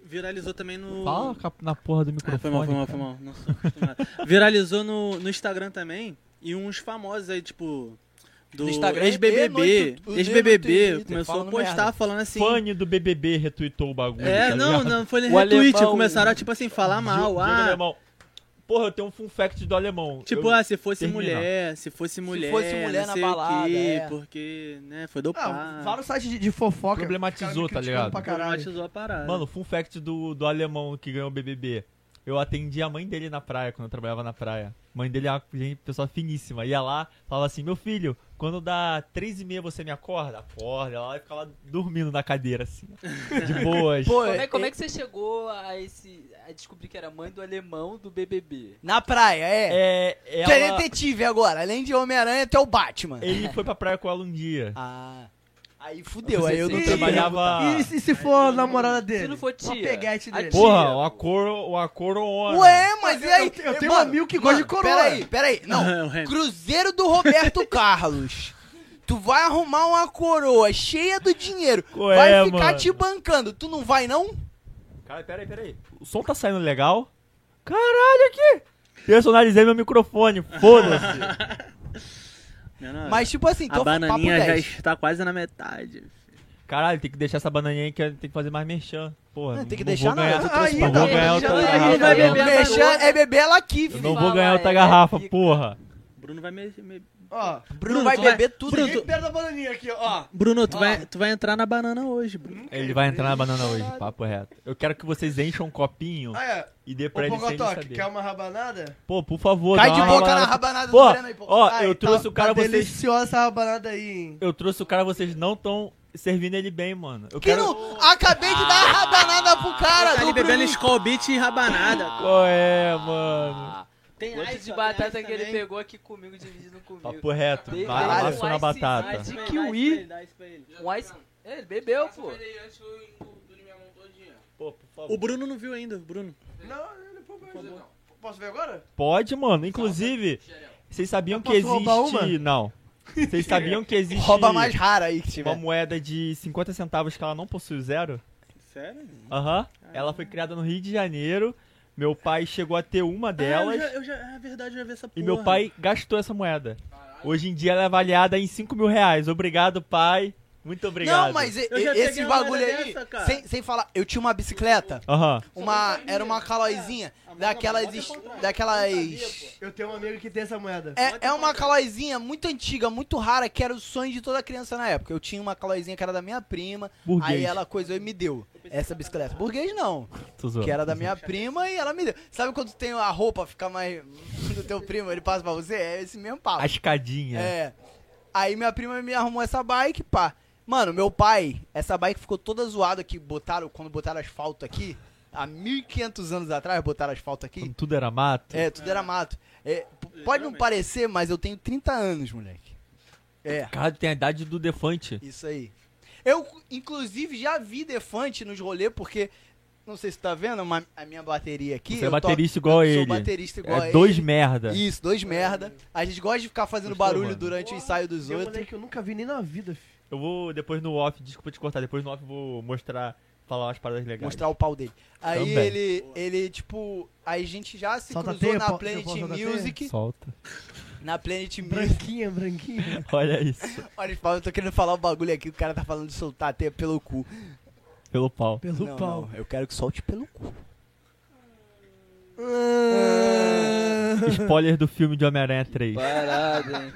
Speaker 5: viralizou também no.
Speaker 4: Fala cap- na porra do microfone.
Speaker 5: Ah, foi mal, foi mal, foi
Speaker 4: cara.
Speaker 5: mal. Não sou acostumado. Viralizou no, no Instagram também. E uns famosos aí, tipo. Do
Speaker 2: No Instagram e
Speaker 5: ex-BBB.
Speaker 2: no tu- e no
Speaker 5: Ex-BBB
Speaker 2: Twitter,
Speaker 5: começou a
Speaker 2: falando
Speaker 5: postar
Speaker 2: merda.
Speaker 5: falando assim.
Speaker 4: Fã do BBB retweetou o bagulho.
Speaker 5: É,
Speaker 4: tá
Speaker 5: não,
Speaker 4: ligado?
Speaker 5: não foi nem
Speaker 3: O
Speaker 5: retweet.
Speaker 3: alemão-
Speaker 5: Começaram a, tipo assim, falar
Speaker 4: Diogo-
Speaker 5: mal.
Speaker 4: Diogo
Speaker 5: Ah,
Speaker 4: Alemão. Porra, eu tenho um fun fact do alemão.
Speaker 5: tipo,
Speaker 4: eu...
Speaker 5: ah, se fosse
Speaker 4: termina.
Speaker 5: mulher, se fosse mulher.
Speaker 2: fosse mulher
Speaker 5: não
Speaker 2: na
Speaker 5: sei
Speaker 2: balada,
Speaker 5: O quê,
Speaker 2: é.
Speaker 5: Porque, né, foi dopado.
Speaker 6: Ah, vários sites de, de fofoca.
Speaker 4: Problematizou,
Speaker 6: ficaram me
Speaker 4: tá ligado?
Speaker 6: criticando Pra caralho.
Speaker 5: Problematizou a parada.
Speaker 4: Mano, fun fact do, do alemão que ganhou o BBB. Eu atendi a mãe dele na praia, quando eu trabalhava na praia. Mãe dele é uma gente- pessoa finíssima. Ia lá, falava assim, meu filho, quando dá três e meia você me acorda? Acorda. Ela ia ficar lá dormindo na cadeira, assim. ó, De boas.
Speaker 2: Pô,
Speaker 3: Como é, como é
Speaker 2: é-
Speaker 3: que você chegou a, esse, a descobrir que era mãe do alemão do BBB?
Speaker 2: Na praia, é.
Speaker 4: É,
Speaker 2: Tu é
Speaker 4: ela...
Speaker 2: detetive agora, além de Homem-Aranha, tu é o Batman.
Speaker 4: Ele foi pra praia com ela um dia.
Speaker 2: Ah. Aí fudeu, aí eu não
Speaker 4: Eu
Speaker 6: Ih,
Speaker 2: trabalhava.
Speaker 4: trabalhava...
Speaker 6: E, se- se for a namorada dele?
Speaker 3: Se não for
Speaker 6: Uma
Speaker 3: tia.
Speaker 6: peguete
Speaker 3: a
Speaker 6: dele.
Speaker 3: tia,
Speaker 4: Porra,
Speaker 3: pô.
Speaker 4: uma coro... Uma coroa.
Speaker 2: Ué, mas e aí?
Speaker 6: Eu- eu tenho um
Speaker 2: Mano,
Speaker 6: amigo que gosta
Speaker 2: mano,
Speaker 6: de coroa.
Speaker 2: Peraí, peraí. Não,
Speaker 5: É, o Hamilton.
Speaker 2: Cruzeiro do Roberto Carlos. Tu vai arrumar uma coroa cheia do dinheiro.
Speaker 4: Ué,
Speaker 5: é,
Speaker 2: vai ficar
Speaker 4: mano.
Speaker 2: te bancando. Tu não vai, não?
Speaker 4: Cara, peraí, peraí. O som tá saindo legal? Caralho, aqui! Personalizei meu microfone, foda-se.
Speaker 5: Menor,
Speaker 2: Mas, tipo assim,
Speaker 5: né, a
Speaker 2: então foi papo
Speaker 5: bananinha já
Speaker 2: 10.
Speaker 5: está quase na metade.
Speaker 4: Caralho, tem que deixar essa bananinha aí que tem que fazer mais merchan. Porra,
Speaker 2: Não, tem que
Speaker 4: não
Speaker 2: deixar
Speaker 4: vou ganhar,
Speaker 2: nada.
Speaker 4: outra-
Speaker 6: Aí,
Speaker 4: não
Speaker 6: tá
Speaker 4: vou ganhar
Speaker 6: vendo?
Speaker 4: outra
Speaker 6: Já-
Speaker 4: garrafa.
Speaker 6: aí
Speaker 3: vai
Speaker 4: não.
Speaker 3: beber.
Speaker 2: Mexer é beber laque,
Speaker 4: Eu
Speaker 2: filho.
Speaker 4: não vou
Speaker 3: Fala,
Speaker 4: ganhar outra
Speaker 3: é,
Speaker 4: garrafa,
Speaker 3: fica.
Speaker 4: porra.
Speaker 5: Bruno vai me. me-
Speaker 6: Ó,
Speaker 2: Bruno
Speaker 5: Bruno,
Speaker 2: vai
Speaker 5: tu vai-
Speaker 2: beber tudo.
Speaker 5: Bruno,
Speaker 6: ninguém perde a bananinha aqui, ó.
Speaker 5: Bruno,
Speaker 2: Ah.
Speaker 5: tu, vai, tu vai entrar na banana hoje, Bruno.
Speaker 4: Ele vai entrar na banana hoje, papo reto. Eu quero que vocês encham um copinho
Speaker 6: Ah, é.
Speaker 4: e dê
Speaker 6: Ô,
Speaker 4: pra ele sem ele
Speaker 6: Pocotoque,
Speaker 4: saber.
Speaker 6: quer uma rabanada?
Speaker 4: Pô, por favor,
Speaker 2: Cai
Speaker 4: dá
Speaker 2: de
Speaker 4: uma
Speaker 2: boca na
Speaker 4: rabanada.
Speaker 2: rabanada
Speaker 4: Pô,
Speaker 2: do Breno aí, pô.
Speaker 4: ó,
Speaker 6: Ai,
Speaker 4: eu
Speaker 6: tá-
Speaker 4: trouxe o cara,
Speaker 6: tá
Speaker 4: vocês...
Speaker 6: deliciosa essa rabanada aí, hein?
Speaker 4: Eu trouxe o cara, vocês não tão servindo ele bem, mano. Eu
Speaker 2: Que
Speaker 4: quero...
Speaker 2: não... Acabei de dar a rabanada
Speaker 6: Ah,
Speaker 2: pro cara.
Speaker 5: Tá ali
Speaker 2: do
Speaker 5: bebendo
Speaker 2: Bruno.
Speaker 5: Skull Beat e rabanada.
Speaker 4: Qual é, mano?
Speaker 5: Tem
Speaker 3: Quanto de batata que ele pegou aqui comigo, dividindo comigo.
Speaker 4: Papo reto,
Speaker 3: Dei-
Speaker 4: vai
Speaker 2: Caralho.
Speaker 4: amassou na batata.
Speaker 3: De kiwi. Um ice... É, ele bebeu, pô.
Speaker 4: Pô, por favor.
Speaker 5: O Bruno não viu ainda, o Bruno.
Speaker 6: Não, ele pô, mas- Posso ver agora?
Speaker 4: Pode, mano. Inclusive, Vocês sabiam
Speaker 6: Eu
Speaker 4: que
Speaker 6: posso roubar
Speaker 4: existe.
Speaker 6: uma?
Speaker 4: Não. Vocês sabiam que existe.
Speaker 2: Rouba mais rara aí tipo. que
Speaker 4: Uma
Speaker 2: tiver.
Speaker 4: moeda de 50 centavos que ela não possui o zero?
Speaker 5: Sério?
Speaker 4: Aham. Ela foi criada no Rio de Janeiro. Meu pai chegou a ter uma
Speaker 5: Ah, eu
Speaker 4: delas.
Speaker 5: já, eu já, é verdade, eu já vi essa porra.
Speaker 4: E meu pai gastou essa moeda. Hoje em dia ela é avaliada em 5 mil reais. Obrigado, pai. Muito obrigado.
Speaker 2: Não, mas e-
Speaker 5: Eu já
Speaker 2: e-
Speaker 5: peguei
Speaker 2: esses
Speaker 5: uma
Speaker 2: bagulho
Speaker 5: moeda
Speaker 2: aí,
Speaker 5: dessa, cara.
Speaker 2: sem, sem falar, eu tinha uma bicicleta,
Speaker 4: Aham.
Speaker 2: uma, era uma calóizinha, daquelas, es- daquelas,
Speaker 6: Eu tenho um amigo que tem essa moeda.
Speaker 2: é, é uma calóizinha muito antiga, muito rara, que era o sonho de toda criança na época. Eu tinha uma calóizinha que era da minha prima,
Speaker 4: Burguês.
Speaker 2: aí ela coisou e me deu essa bicicleta. Burguês não,
Speaker 4: Tô zoando.
Speaker 2: que era da minha prima e ela me deu. Sabe quando tem a roupa fica mais do teu primo, ele passa pra você? É esse mesmo papo.
Speaker 4: A escadinha.
Speaker 2: É. Aí minha prima me arrumou essa bike, pá. Mano, meu pai, essa bike ficou toda zoada que botaram, quando botaram asfalto aqui, há 1500 anos atrás botaram asfalto aqui.
Speaker 4: Quando tudo era mato.
Speaker 2: É, tudo era mato. É, p- pode não
Speaker 5: Literalmente.
Speaker 2: parecer, mas eu tenho 30 anos, moleque. É,
Speaker 4: Cara, tem a idade do defante.
Speaker 2: isso aí. Eu, inclusive, já vi Defante nos rolês, porque, não sei se tu tá vendo, mas a minha bateria aqui...
Speaker 4: Você é
Speaker 2: eu toco-
Speaker 4: baterista igual a
Speaker 2: eu
Speaker 4: ele.
Speaker 2: Sou baterista igual a
Speaker 4: é
Speaker 2: ele.
Speaker 4: dois merda.
Speaker 2: Isso, dois merda. A gente gosta de ficar fazendo
Speaker 4: Gostou,
Speaker 2: barulho
Speaker 4: mano?
Speaker 2: durante o ensaio dos
Speaker 6: Tem um
Speaker 2: outros.
Speaker 6: moleque que eu nunca vi nem na vida, filho.
Speaker 4: Eu vou depois no off, desculpa te cortar, depois no off eu vou mostrar, falar umas paradas legais.
Speaker 2: mostrar o pau dele. Aí
Speaker 4: Também.
Speaker 2: ele, ele, tipo, aí a gente já se
Speaker 6: Solta a
Speaker 2: cruzou
Speaker 6: teia,
Speaker 2: na
Speaker 6: po-
Speaker 2: Planet
Speaker 6: eu posso soltar a teia?
Speaker 2: Music.
Speaker 4: Solta.
Speaker 2: Na Planet Music.
Speaker 6: Branquinha, branquinha.
Speaker 4: Olha isso.
Speaker 2: Olha, Paulo, eu tô querendo falar um bagulho aqui, o cara tá falando de soltar a teia pelo cu.
Speaker 4: Pelo pau.
Speaker 6: Pelo
Speaker 2: não,
Speaker 6: pau.
Speaker 2: não, eu quero que solte pelo cu.
Speaker 4: Spoiler do filme de Homem-Aranha 3.
Speaker 3: Parado, hein?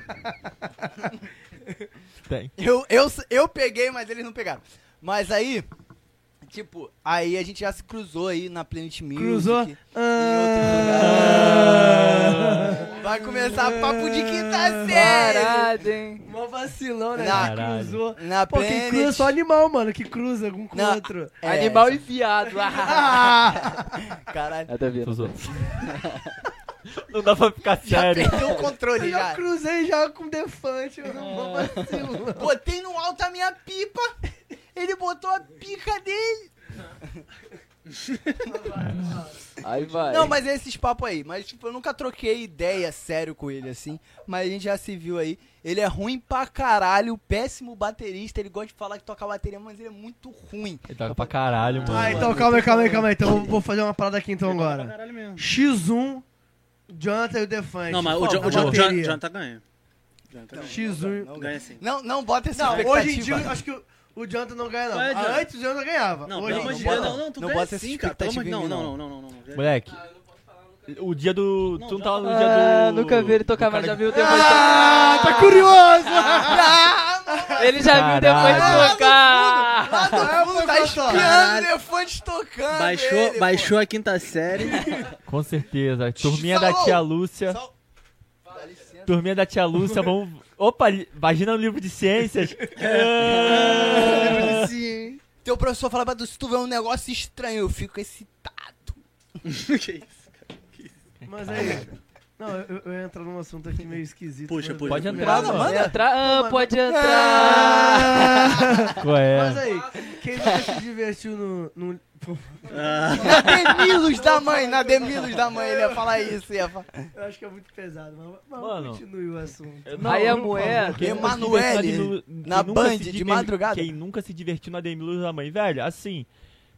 Speaker 4: Tem.
Speaker 2: Eu, eu, eu peguei, mas eles não pegaram. Mas aí, tipo, aí a gente já se cruzou aí na Planet Music.
Speaker 6: Cruzou?
Speaker 2: em outro Ah.
Speaker 6: Ah.
Speaker 2: lugar. Vai começar papo de quinta série.
Speaker 3: Parado, hein?
Speaker 6: Mó vacilão, né?
Speaker 2: Na-
Speaker 6: Que cruzou.
Speaker 2: Na
Speaker 6: Pô, quem cruza é só animal, mano, que cruza um com o
Speaker 2: Não.
Speaker 6: outro.
Speaker 2: É,
Speaker 3: Animal e viado. Ah.
Speaker 2: Caralho.
Speaker 3: Nada a ver.
Speaker 4: Os outros. Não dá pra ficar
Speaker 2: Já
Speaker 4: sério.
Speaker 2: perdeu o controle
Speaker 6: Eu já
Speaker 2: já.
Speaker 6: cruzei já com defante, mano. Mó
Speaker 5: É.
Speaker 6: vacilão.
Speaker 2: Botei no alto a minha pipa, ele botou a pica dele.
Speaker 3: Aí vai.
Speaker 2: Não, mas é esses papos aí. Mas, tipo, eu nunca troquei ideia sério com ele, assim. Mas a gente já se viu aí. Ele é ruim pra caralho, péssimo baterista. Ele gosta de falar que toca bateria, mas ele é muito ruim.
Speaker 4: Ele toca pra caralho, mano.
Speaker 6: Ah, então calma aí, calma aí, calma aí. Então vou- vou fazer uma parada aqui então agora.
Speaker 5: Caralho mesmo.
Speaker 6: X1, Jonathan e o Defante.
Speaker 5: Não, mas
Speaker 6: Por
Speaker 5: o John,
Speaker 6: favor,
Speaker 5: o John, John,
Speaker 6: bateria.
Speaker 5: John tá ganhando. John tá ganhando.
Speaker 6: X1.
Speaker 2: Não,
Speaker 5: Ganha sim.
Speaker 2: não, não bota essa
Speaker 6: Não,
Speaker 2: expectativa.
Speaker 6: hoje em dia, acho que o- o Jonathan não ganha, não.
Speaker 5: Vai, é, Jonathan.
Speaker 6: Ah, Antes o Jonathan ganhava.
Speaker 5: Não,
Speaker 6: hoje
Speaker 5: pelo
Speaker 2: não,
Speaker 5: amor
Speaker 6: em
Speaker 5: de
Speaker 6: dia,
Speaker 5: Deus,
Speaker 2: bota-
Speaker 5: não, não, tu
Speaker 2: não
Speaker 5: ganha
Speaker 2: bota essa
Speaker 5: sim, cara. Pelo
Speaker 2: expectativa
Speaker 5: amor de Deus,
Speaker 2: em mim,
Speaker 5: não, não, não, não, não. não.
Speaker 4: Moleque. O dia do.
Speaker 5: Não,
Speaker 4: tu não
Speaker 5: já
Speaker 4: tava no
Speaker 3: Ah,
Speaker 4: dia do.
Speaker 3: nunca vi ele
Speaker 4: do
Speaker 3: tocar, mas
Speaker 4: cara
Speaker 3: já
Speaker 4: que-
Speaker 3: viu o Defante
Speaker 6: Ah, tá curioso!
Speaker 3: tocar. Ele já viu o
Speaker 4: Caralho.
Speaker 3: Defante tocar.
Speaker 2: Lá no fundo Ah, tá espiando,
Speaker 5: Caralho.
Speaker 2: elefante tocando.
Speaker 5: Baixou,
Speaker 2: ele, pô.
Speaker 5: baixou a quinta série.
Speaker 4: Com certeza. Turminha da
Speaker 2: Falou.
Speaker 4: tia Lúcia.
Speaker 2: Só- Dá licença.
Speaker 4: Turminha da tia Lúcia, vamos. Opa, li- imagina um livro de ciências.
Speaker 6: Sim.
Speaker 2: Teu professor fala pra tu, se tu vê um negócio estranho, eu fico excitado.
Speaker 5: que isso, cara.
Speaker 6: Mas aí. Não, eu, eu entro num assunto aqui meio esquisito.
Speaker 5: Puxa,
Speaker 6: mas-
Speaker 5: puxa,
Speaker 4: Pode
Speaker 5: puxa.
Speaker 4: entrar, mano.
Speaker 3: Pode entrar. Ah, pode entrar.
Speaker 6: Ah!
Speaker 4: Qual é?
Speaker 6: Mas aí, quem nunca se divertiu no. no... Pô,
Speaker 5: Ah,
Speaker 2: Na Demilos da mãe, na Demilos da mãe, ele ia falar isso, ia falar.
Speaker 6: Eu acho que é muito pesado, mas, mas
Speaker 4: Mano.
Speaker 6: continue o assunto.
Speaker 4: Não,
Speaker 3: Aí a
Speaker 4: por
Speaker 3: mulher-
Speaker 4: favor, quem nunca se
Speaker 2: Emanuele,
Speaker 4: divertiu quem
Speaker 2: na
Speaker 4: nunca se
Speaker 2: Band, de
Speaker 4: diver-
Speaker 2: madrugada.
Speaker 4: Quem nunca se divertiu na Demilos da mãe. Velho, assim,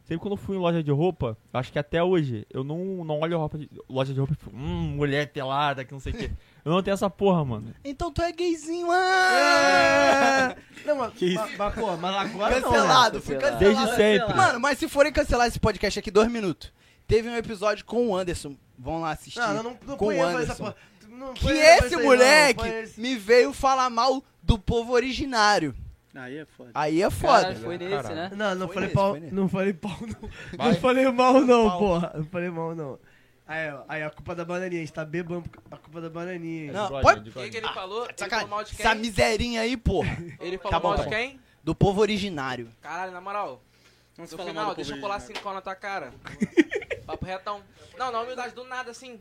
Speaker 4: sempre quando eu fui em loja de roupa, acho que até hoje, eu não, não olho roupa de- loja de roupa e fico, hum, mulher pelada, que não sei o quê. Eu não tenho essa porra, mano.
Speaker 2: Então tu é gayzinho,
Speaker 6: É.
Speaker 2: ah!
Speaker 6: Não, mas, mas, mas, pô, mas agora não. né?
Speaker 2: Cancelado, fui
Speaker 3: Cancelado.
Speaker 2: cancelado.
Speaker 4: Desde sempre.
Speaker 2: Mano, mas se forem cancelar esse podcast aqui, dois minutos. Teve um episódio com o Anderson, vão lá assistir.
Speaker 6: Não, não, não, não
Speaker 2: com o
Speaker 6: põe essa
Speaker 2: Anderson.
Speaker 6: porra. Não
Speaker 2: que
Speaker 6: põe essa
Speaker 2: esse
Speaker 6: aí, não,
Speaker 2: moleque
Speaker 6: põe esse-
Speaker 2: me veio falar mal do povo originário.
Speaker 5: aí é foda.
Speaker 2: Aí é foda.
Speaker 3: Caralho, foi nesse, né?
Speaker 6: Não, não
Speaker 2: Foi
Speaker 6: falei
Speaker 2: nesse,
Speaker 6: pau.
Speaker 2: foi nesse.
Speaker 6: Não falei pau, não. Não falei mal, não,
Speaker 2: Pau.
Speaker 6: porra. Não falei mal, não. Aí, ó, aí a culpa da bananinha, a gente tá bebando por- a culpa da bananinha. hein?
Speaker 2: Não,
Speaker 4: Bigode,
Speaker 2: pode.
Speaker 3: O que,
Speaker 4: bigode.
Speaker 3: ele falou? Ele falou
Speaker 2: Sacanagem.
Speaker 3: mal de
Speaker 2: Essa
Speaker 3: quem?
Speaker 2: miserinha aí, pô.
Speaker 3: Ele
Speaker 2: Tá
Speaker 3: falou
Speaker 2: bom,
Speaker 3: mal
Speaker 2: tá
Speaker 3: de
Speaker 2: bom.
Speaker 3: quem?
Speaker 2: Do povo originário.
Speaker 7: Caralho, na moral.
Speaker 5: Não se
Speaker 7: No
Speaker 5: fala
Speaker 7: final,
Speaker 5: mal do
Speaker 7: deixa eu
Speaker 5: povo
Speaker 7: colar
Speaker 5: originário.
Speaker 7: cinco na tua cara. Papo retão. Não, na humildade, do nada, assim.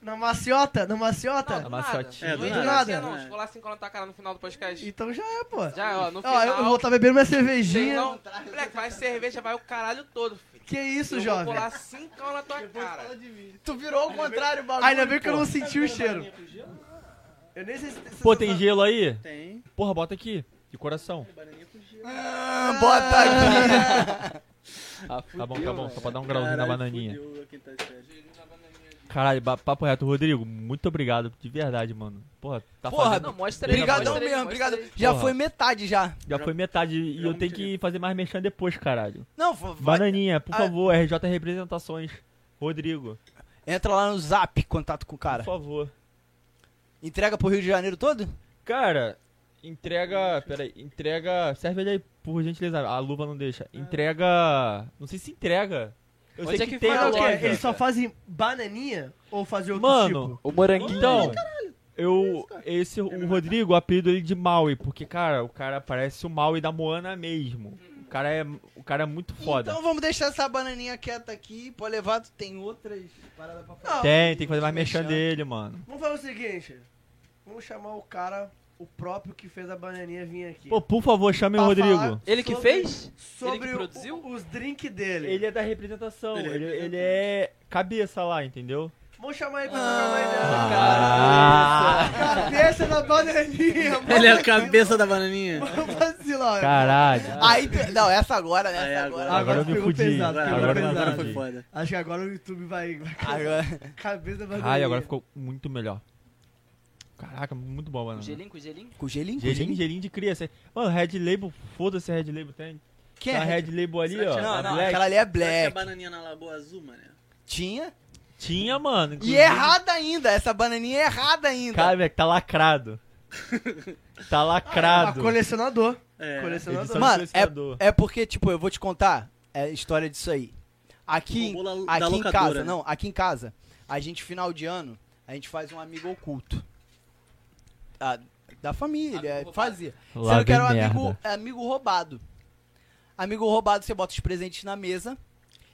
Speaker 6: Na maciota, na maciota.
Speaker 7: Não, do
Speaker 4: Uma
Speaker 7: nada.
Speaker 4: sotinha.
Speaker 5: É,
Speaker 7: Não
Speaker 5: do
Speaker 7: entendi
Speaker 6: nada. né?
Speaker 7: assim, não.
Speaker 5: É.
Speaker 7: Se colar cinco na tua cara no final do podcast.
Speaker 6: Então já é, pô.
Speaker 7: Já, ó, no final.
Speaker 6: Ó, eu vou estar bebendo minha
Speaker 7: tem,
Speaker 6: cervejinha.
Speaker 7: não, moleque, vai cerveja, vai o caralho todo, filho.
Speaker 6: Que isso,
Speaker 7: eu
Speaker 6: jovem?
Speaker 7: vou colar cinco na tua cara.
Speaker 2: Tu virou ao contrário o bagulho.
Speaker 6: Ainda bem que eu
Speaker 2: pô.
Speaker 6: não senti o cheiro. Eu nem sei se se-
Speaker 4: Pô,
Speaker 6: se-
Speaker 4: tem
Speaker 6: se-
Speaker 4: gelo aí?
Speaker 5: Tem.
Speaker 4: Porra, bota aqui. De coração.
Speaker 5: Bananinha com gelo.
Speaker 2: Ah, Bota aqui.
Speaker 3: Ah,
Speaker 4: Tá bom, tá
Speaker 3: fudeu,
Speaker 4: bom.
Speaker 3: mano.
Speaker 4: Só pra dar um grauzinho na
Speaker 5: Caralho,
Speaker 4: bananinha.
Speaker 5: fudeu a quinta série.
Speaker 4: Caralho, ba- papo reto. Rodrigo, muito obrigado. De verdade, mano. Porra, tá
Speaker 2: Porra,
Speaker 4: fazendo...
Speaker 3: Não, mostra aí.
Speaker 2: Obrigadão
Speaker 3: mostra aí,
Speaker 2: mesmo,
Speaker 3: mostra aí.
Speaker 2: obrigado. Já
Speaker 4: Porra.
Speaker 2: foi metade já.
Speaker 4: Já foi metade e eu tenho que fazer mais mexendo depois, caralho.
Speaker 2: Não, va- vai-
Speaker 4: Bananinha, por
Speaker 2: Ah.
Speaker 4: favor, RJ Representações. Rodrigo,
Speaker 2: entra lá no zap, contato com o
Speaker 4: por
Speaker 2: cara.
Speaker 4: favor.
Speaker 2: Entrega pro Rio de Janeiro todo?
Speaker 4: Cara, entrega. Peraí, entrega. Serve ele aí, por gentileza. A luva não deixa. Entrega. Não sei se entrega. Eu
Speaker 3: Onde
Speaker 4: sei
Speaker 3: é
Speaker 4: que,
Speaker 3: que
Speaker 4: tem
Speaker 3: faz
Speaker 4: a
Speaker 6: Ah, o quê?
Speaker 4: loja.
Speaker 6: Eles só fazem bananinha ou fazer outro
Speaker 4: Mano,
Speaker 6: tipo?
Speaker 3: O moranguinho.
Speaker 4: Então,
Speaker 6: É
Speaker 4: eu. Esse, o Rodrigo, o apelido ele de Maui, porque, cara, o cara parece o Maui da Moana mesmo. O cara é, o cara é muito foda.
Speaker 2: Então vamos deixar essa bananinha quieta aqui. Pode levar, tu tem outras paradas pra fazer.
Speaker 4: tem, tem que fazer mais mexendo
Speaker 2: mexendo.
Speaker 4: dele, mano.
Speaker 6: Vamos fazer o seguinte. Vamos chamar o cara, o próprio que fez a bananinha vir aqui.
Speaker 4: Pô, por favor, chame o
Speaker 6: Pra
Speaker 4: Rodrigo.
Speaker 6: falar
Speaker 3: Ele que
Speaker 6: sobre-
Speaker 3: fez?
Speaker 6: Sobre
Speaker 3: Ele que
Speaker 6: o-
Speaker 3: produziu?
Speaker 6: o- os drinks dele.
Speaker 4: Ele é da representação,
Speaker 5: Ele é
Speaker 4: ele, ele é cabeça lá, entendeu?
Speaker 6: Vamos chamar ele pra trocar uma ideia.
Speaker 4: é- Ah,
Speaker 6: Cabeça da bananinha, mano.
Speaker 5: Ele é a cabeça da bananinha.
Speaker 6: Vamos vacilar.
Speaker 4: caralho.
Speaker 2: Aí, tu- não, essa agora, né?
Speaker 5: Aí
Speaker 2: Essa
Speaker 5: agora.
Speaker 2: agora.
Speaker 4: Agora eu me
Speaker 6: Ah, pegou
Speaker 4: fudi.
Speaker 6: pesado,
Speaker 5: Agora,
Speaker 6: pegou
Speaker 4: Agora
Speaker 6: pesado.
Speaker 5: agora
Speaker 4: não
Speaker 5: foi
Speaker 4: entendi.
Speaker 5: foda.
Speaker 6: Acho que agora o YouTube vai. vai
Speaker 2: Agora-
Speaker 6: cabeça da bananinha.
Speaker 4: Ai, agora ficou muito melhor. Caraca, muito bom, mano.
Speaker 3: Com gelinho, com gelinho.
Speaker 2: Com gelinho? com
Speaker 4: Gelinho, gelinho de cria. cê- Mano, Red Label, foda-se a Red Label, tem.
Speaker 2: Quem
Speaker 4: Tem
Speaker 2: é?
Speaker 4: a Red Label ali,
Speaker 5: Será
Speaker 4: ó.
Speaker 5: que-
Speaker 2: Não,
Speaker 4: a
Speaker 2: não,
Speaker 4: Black.
Speaker 2: aquela ali é
Speaker 5: Será que é
Speaker 2: black.
Speaker 5: bananinha na Lagoa Azul, mané?
Speaker 2: Tinha.
Speaker 4: Tinha,
Speaker 2: E
Speaker 4: mano.
Speaker 2: é
Speaker 4: inclusive.
Speaker 2: errada ainda. Essa bananinha é errada ainda.
Speaker 4: Cara, velho, tá lacrado. tá lacrado.
Speaker 6: Ah, colecionador.
Speaker 5: É.
Speaker 6: Colecionador.
Speaker 4: Edição
Speaker 2: Mano,
Speaker 4: de colecionador.
Speaker 2: É porque, tipo, eu vou te contar é, a história disso aí. Aqui,
Speaker 5: Roubou la- da
Speaker 2: aqui em
Speaker 5: locadora,
Speaker 2: casa,
Speaker 5: né?
Speaker 2: não, aqui em casa, a gente, final de ano, a gente faz um amigo oculto. Ah, da família,
Speaker 3: Amigo
Speaker 2: fazia.
Speaker 4: Lá
Speaker 2: Sendo que era um
Speaker 4: vem
Speaker 2: amigo,
Speaker 4: merda.
Speaker 2: amigo roubado. Amigo roubado, você bota os presentes na mesa,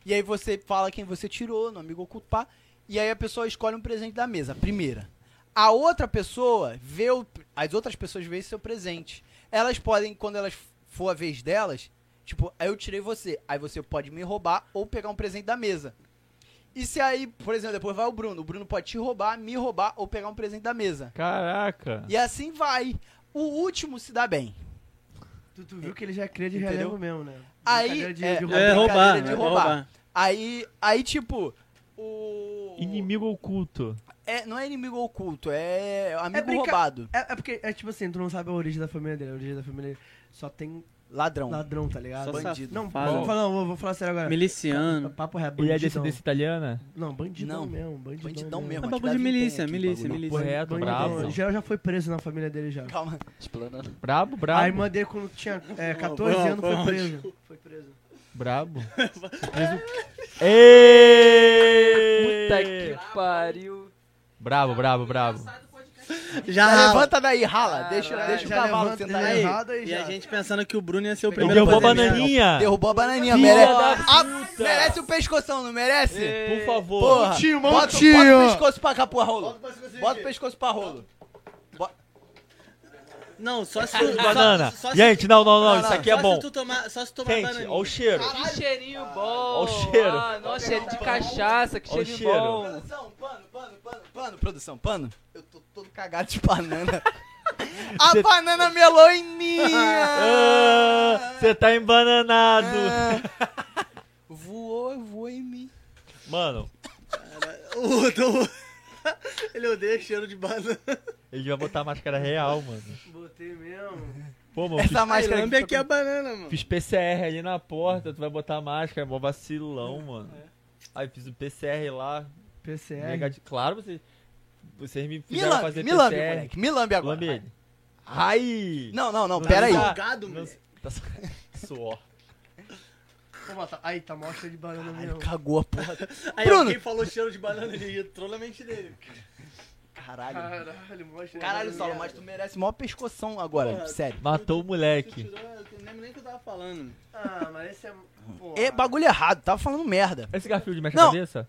Speaker 2: e aí você fala quem você tirou no amigo oculto, pá, e aí a pessoa escolhe um presente da mesa, a primeira. A outra pessoa vê o, as outras pessoas veem seu presente. Elas podem, quando elas for a vez delas, tipo, aí eu tirei você, aí você pode me roubar ou pegar um presente da mesa. E se aí, por exemplo, depois vai o Bruno, o Bruno pode te roubar, me roubar ou pegar um presente da mesa.
Speaker 4: Caraca.
Speaker 2: E assim vai. O último se dá bem.
Speaker 6: Tu, tu viu que ele já é cria de
Speaker 2: Entendeu?
Speaker 6: relevo mesmo, né?
Speaker 2: Aí,
Speaker 6: Brincadeira de-
Speaker 2: é,
Speaker 6: de
Speaker 5: É, roubar.
Speaker 2: brincadeira de
Speaker 5: é
Speaker 2: roubar.
Speaker 5: roubar.
Speaker 2: Aí, aí tipo, o...
Speaker 4: Inimigo oculto.
Speaker 2: É, não é inimigo oculto, é amigo
Speaker 6: É brinca-
Speaker 2: roubado.
Speaker 6: É, é porque, é tipo assim, tu não sabe a origem da família dele. A origem da família dele só tem
Speaker 2: Ladrão.
Speaker 6: ladrão, tá ligado?
Speaker 5: Só
Speaker 6: bandido. Não,
Speaker 5: safado.
Speaker 6: vou falar, não, vou, vou falar sério agora.
Speaker 5: Miliciano.
Speaker 6: Papo ré,
Speaker 4: Ele
Speaker 6: bandidão.
Speaker 4: é descendência italiana?
Speaker 6: Não, bandidão
Speaker 2: Não.
Speaker 6: mesmo, bandidão,
Speaker 2: Bandidão
Speaker 5: É
Speaker 2: mesmo.
Speaker 5: bagulho de
Speaker 2: Aqui deve
Speaker 5: milícia,
Speaker 2: tem aqui,
Speaker 5: milícia,
Speaker 2: bagulho.
Speaker 5: milícia.
Speaker 4: Correto,
Speaker 6: Bandidão.
Speaker 4: é brabo.
Speaker 6: Em geral já foi preso na família dele já.
Speaker 2: Calma.
Speaker 3: Explanando.
Speaker 4: Brabo,
Speaker 6: A
Speaker 4: brabo.
Speaker 6: irmã dele, quando tinha é, 14
Speaker 5: Não,
Speaker 6: anos, foi
Speaker 5: não,
Speaker 6: preso. Foi preso.
Speaker 4: Brabo. Ê!
Speaker 3: Puta que pariu.
Speaker 4: Brabo, brabo, brabo.
Speaker 5: Já
Speaker 2: Já
Speaker 5: rala.
Speaker 2: levanta daí, rala. Deixa,
Speaker 3: Caralho.
Speaker 2: deixa o
Speaker 6: Ah, Já
Speaker 2: cavalo
Speaker 6: levanta,
Speaker 2: sentar
Speaker 6: já
Speaker 2: aí.
Speaker 5: Aí,
Speaker 6: errado aí
Speaker 5: e
Speaker 6: já.
Speaker 5: a gente pensando que o Bruno ia ser o
Speaker 4: Ele
Speaker 5: primeiro
Speaker 4: derrubou a
Speaker 5: a fazer
Speaker 4: bananinha.
Speaker 2: Derrubou a bananinha.
Speaker 4: Filha
Speaker 2: Mere...
Speaker 4: da
Speaker 2: Ah,
Speaker 4: puta.
Speaker 2: merece o pescoção, não merece?
Speaker 4: Por favor.
Speaker 2: Porra.
Speaker 6: Montinho,
Speaker 2: bota,
Speaker 6: montinho.
Speaker 2: bota o pescoço pra cá, porra, rolo. Bota o pescoço pra rolo.
Speaker 5: merda. Não, só se tu...
Speaker 4: Banana.
Speaker 5: só- só se-
Speaker 4: Gente, não, não, não.
Speaker 2: Não,
Speaker 4: Isso
Speaker 2: não.
Speaker 4: aqui é
Speaker 5: só
Speaker 4: bom.
Speaker 5: Se tu tomar, só se tomar
Speaker 4: Gente,
Speaker 5: bananinha.
Speaker 4: ó o cheiro.
Speaker 3: Que cheirinho bom.
Speaker 4: Ó o cheiro.
Speaker 3: Ah, nossa, cheirinho de cachaça. Que
Speaker 4: Ó o
Speaker 3: cheirinho
Speaker 4: cheiro.
Speaker 3: bom.
Speaker 2: Produção, pano, pano, pano, pano, produção, pano. Eu tô todo cagado de banana. A banana melou em mim!
Speaker 4: Você tá embananado.
Speaker 2: Voou, voou em mim.
Speaker 4: Mano,
Speaker 5: O do- Ele odeia cheiro de banana.
Speaker 4: ele vai botar a máscara real, mano.
Speaker 6: Botei mesmo.
Speaker 4: Pô, mano, fiz,
Speaker 2: Essa é
Speaker 5: Mas
Speaker 2: máscara
Speaker 5: lambe
Speaker 2: aqui.
Speaker 5: aqui a banana, mano.
Speaker 4: fiz PCR ali na porta, tu vai botar a máscara, mó vacilão, mano. Aí fiz o PCR lá,
Speaker 6: PCR.
Speaker 4: negativo. Claro, vocês, vocês me
Speaker 2: Me
Speaker 4: fizeram
Speaker 2: lambe,
Speaker 4: fazer
Speaker 2: me lambe,
Speaker 4: PCR.
Speaker 2: moleque. Me lambe agora.
Speaker 4: Lambe ele. Ai!
Speaker 2: Não, não, não, pera aí.
Speaker 4: dá.
Speaker 5: Salgado,
Speaker 4: Meu-
Speaker 5: mano.
Speaker 4: Tá su- suor.
Speaker 6: Pô, mas tá- Aí, tá mó cheio de banana
Speaker 2: Caralho,
Speaker 6: mesmo.
Speaker 2: cagou a porra.
Speaker 5: Aí
Speaker 2: Bruno.
Speaker 5: alguém falou cheiro de banana, ele entrou na mente dele.
Speaker 2: Caralho.
Speaker 6: Caralho, mó cheio de
Speaker 2: Caralho,
Speaker 6: banana
Speaker 2: Saulo,
Speaker 6: mesmo.
Speaker 2: mas tu merece maior pescoção agora,
Speaker 5: Porra.
Speaker 2: sério.
Speaker 4: Matou o
Speaker 5: Você
Speaker 4: moleque.
Speaker 5: tirou, eu não lembro nem o que eu tava falando.
Speaker 6: Ah, mas esse é... Pô,
Speaker 2: É bagulho errado, tava falando merda.
Speaker 4: Esse Garfield mexe
Speaker 2: Não.
Speaker 4: a cabeça?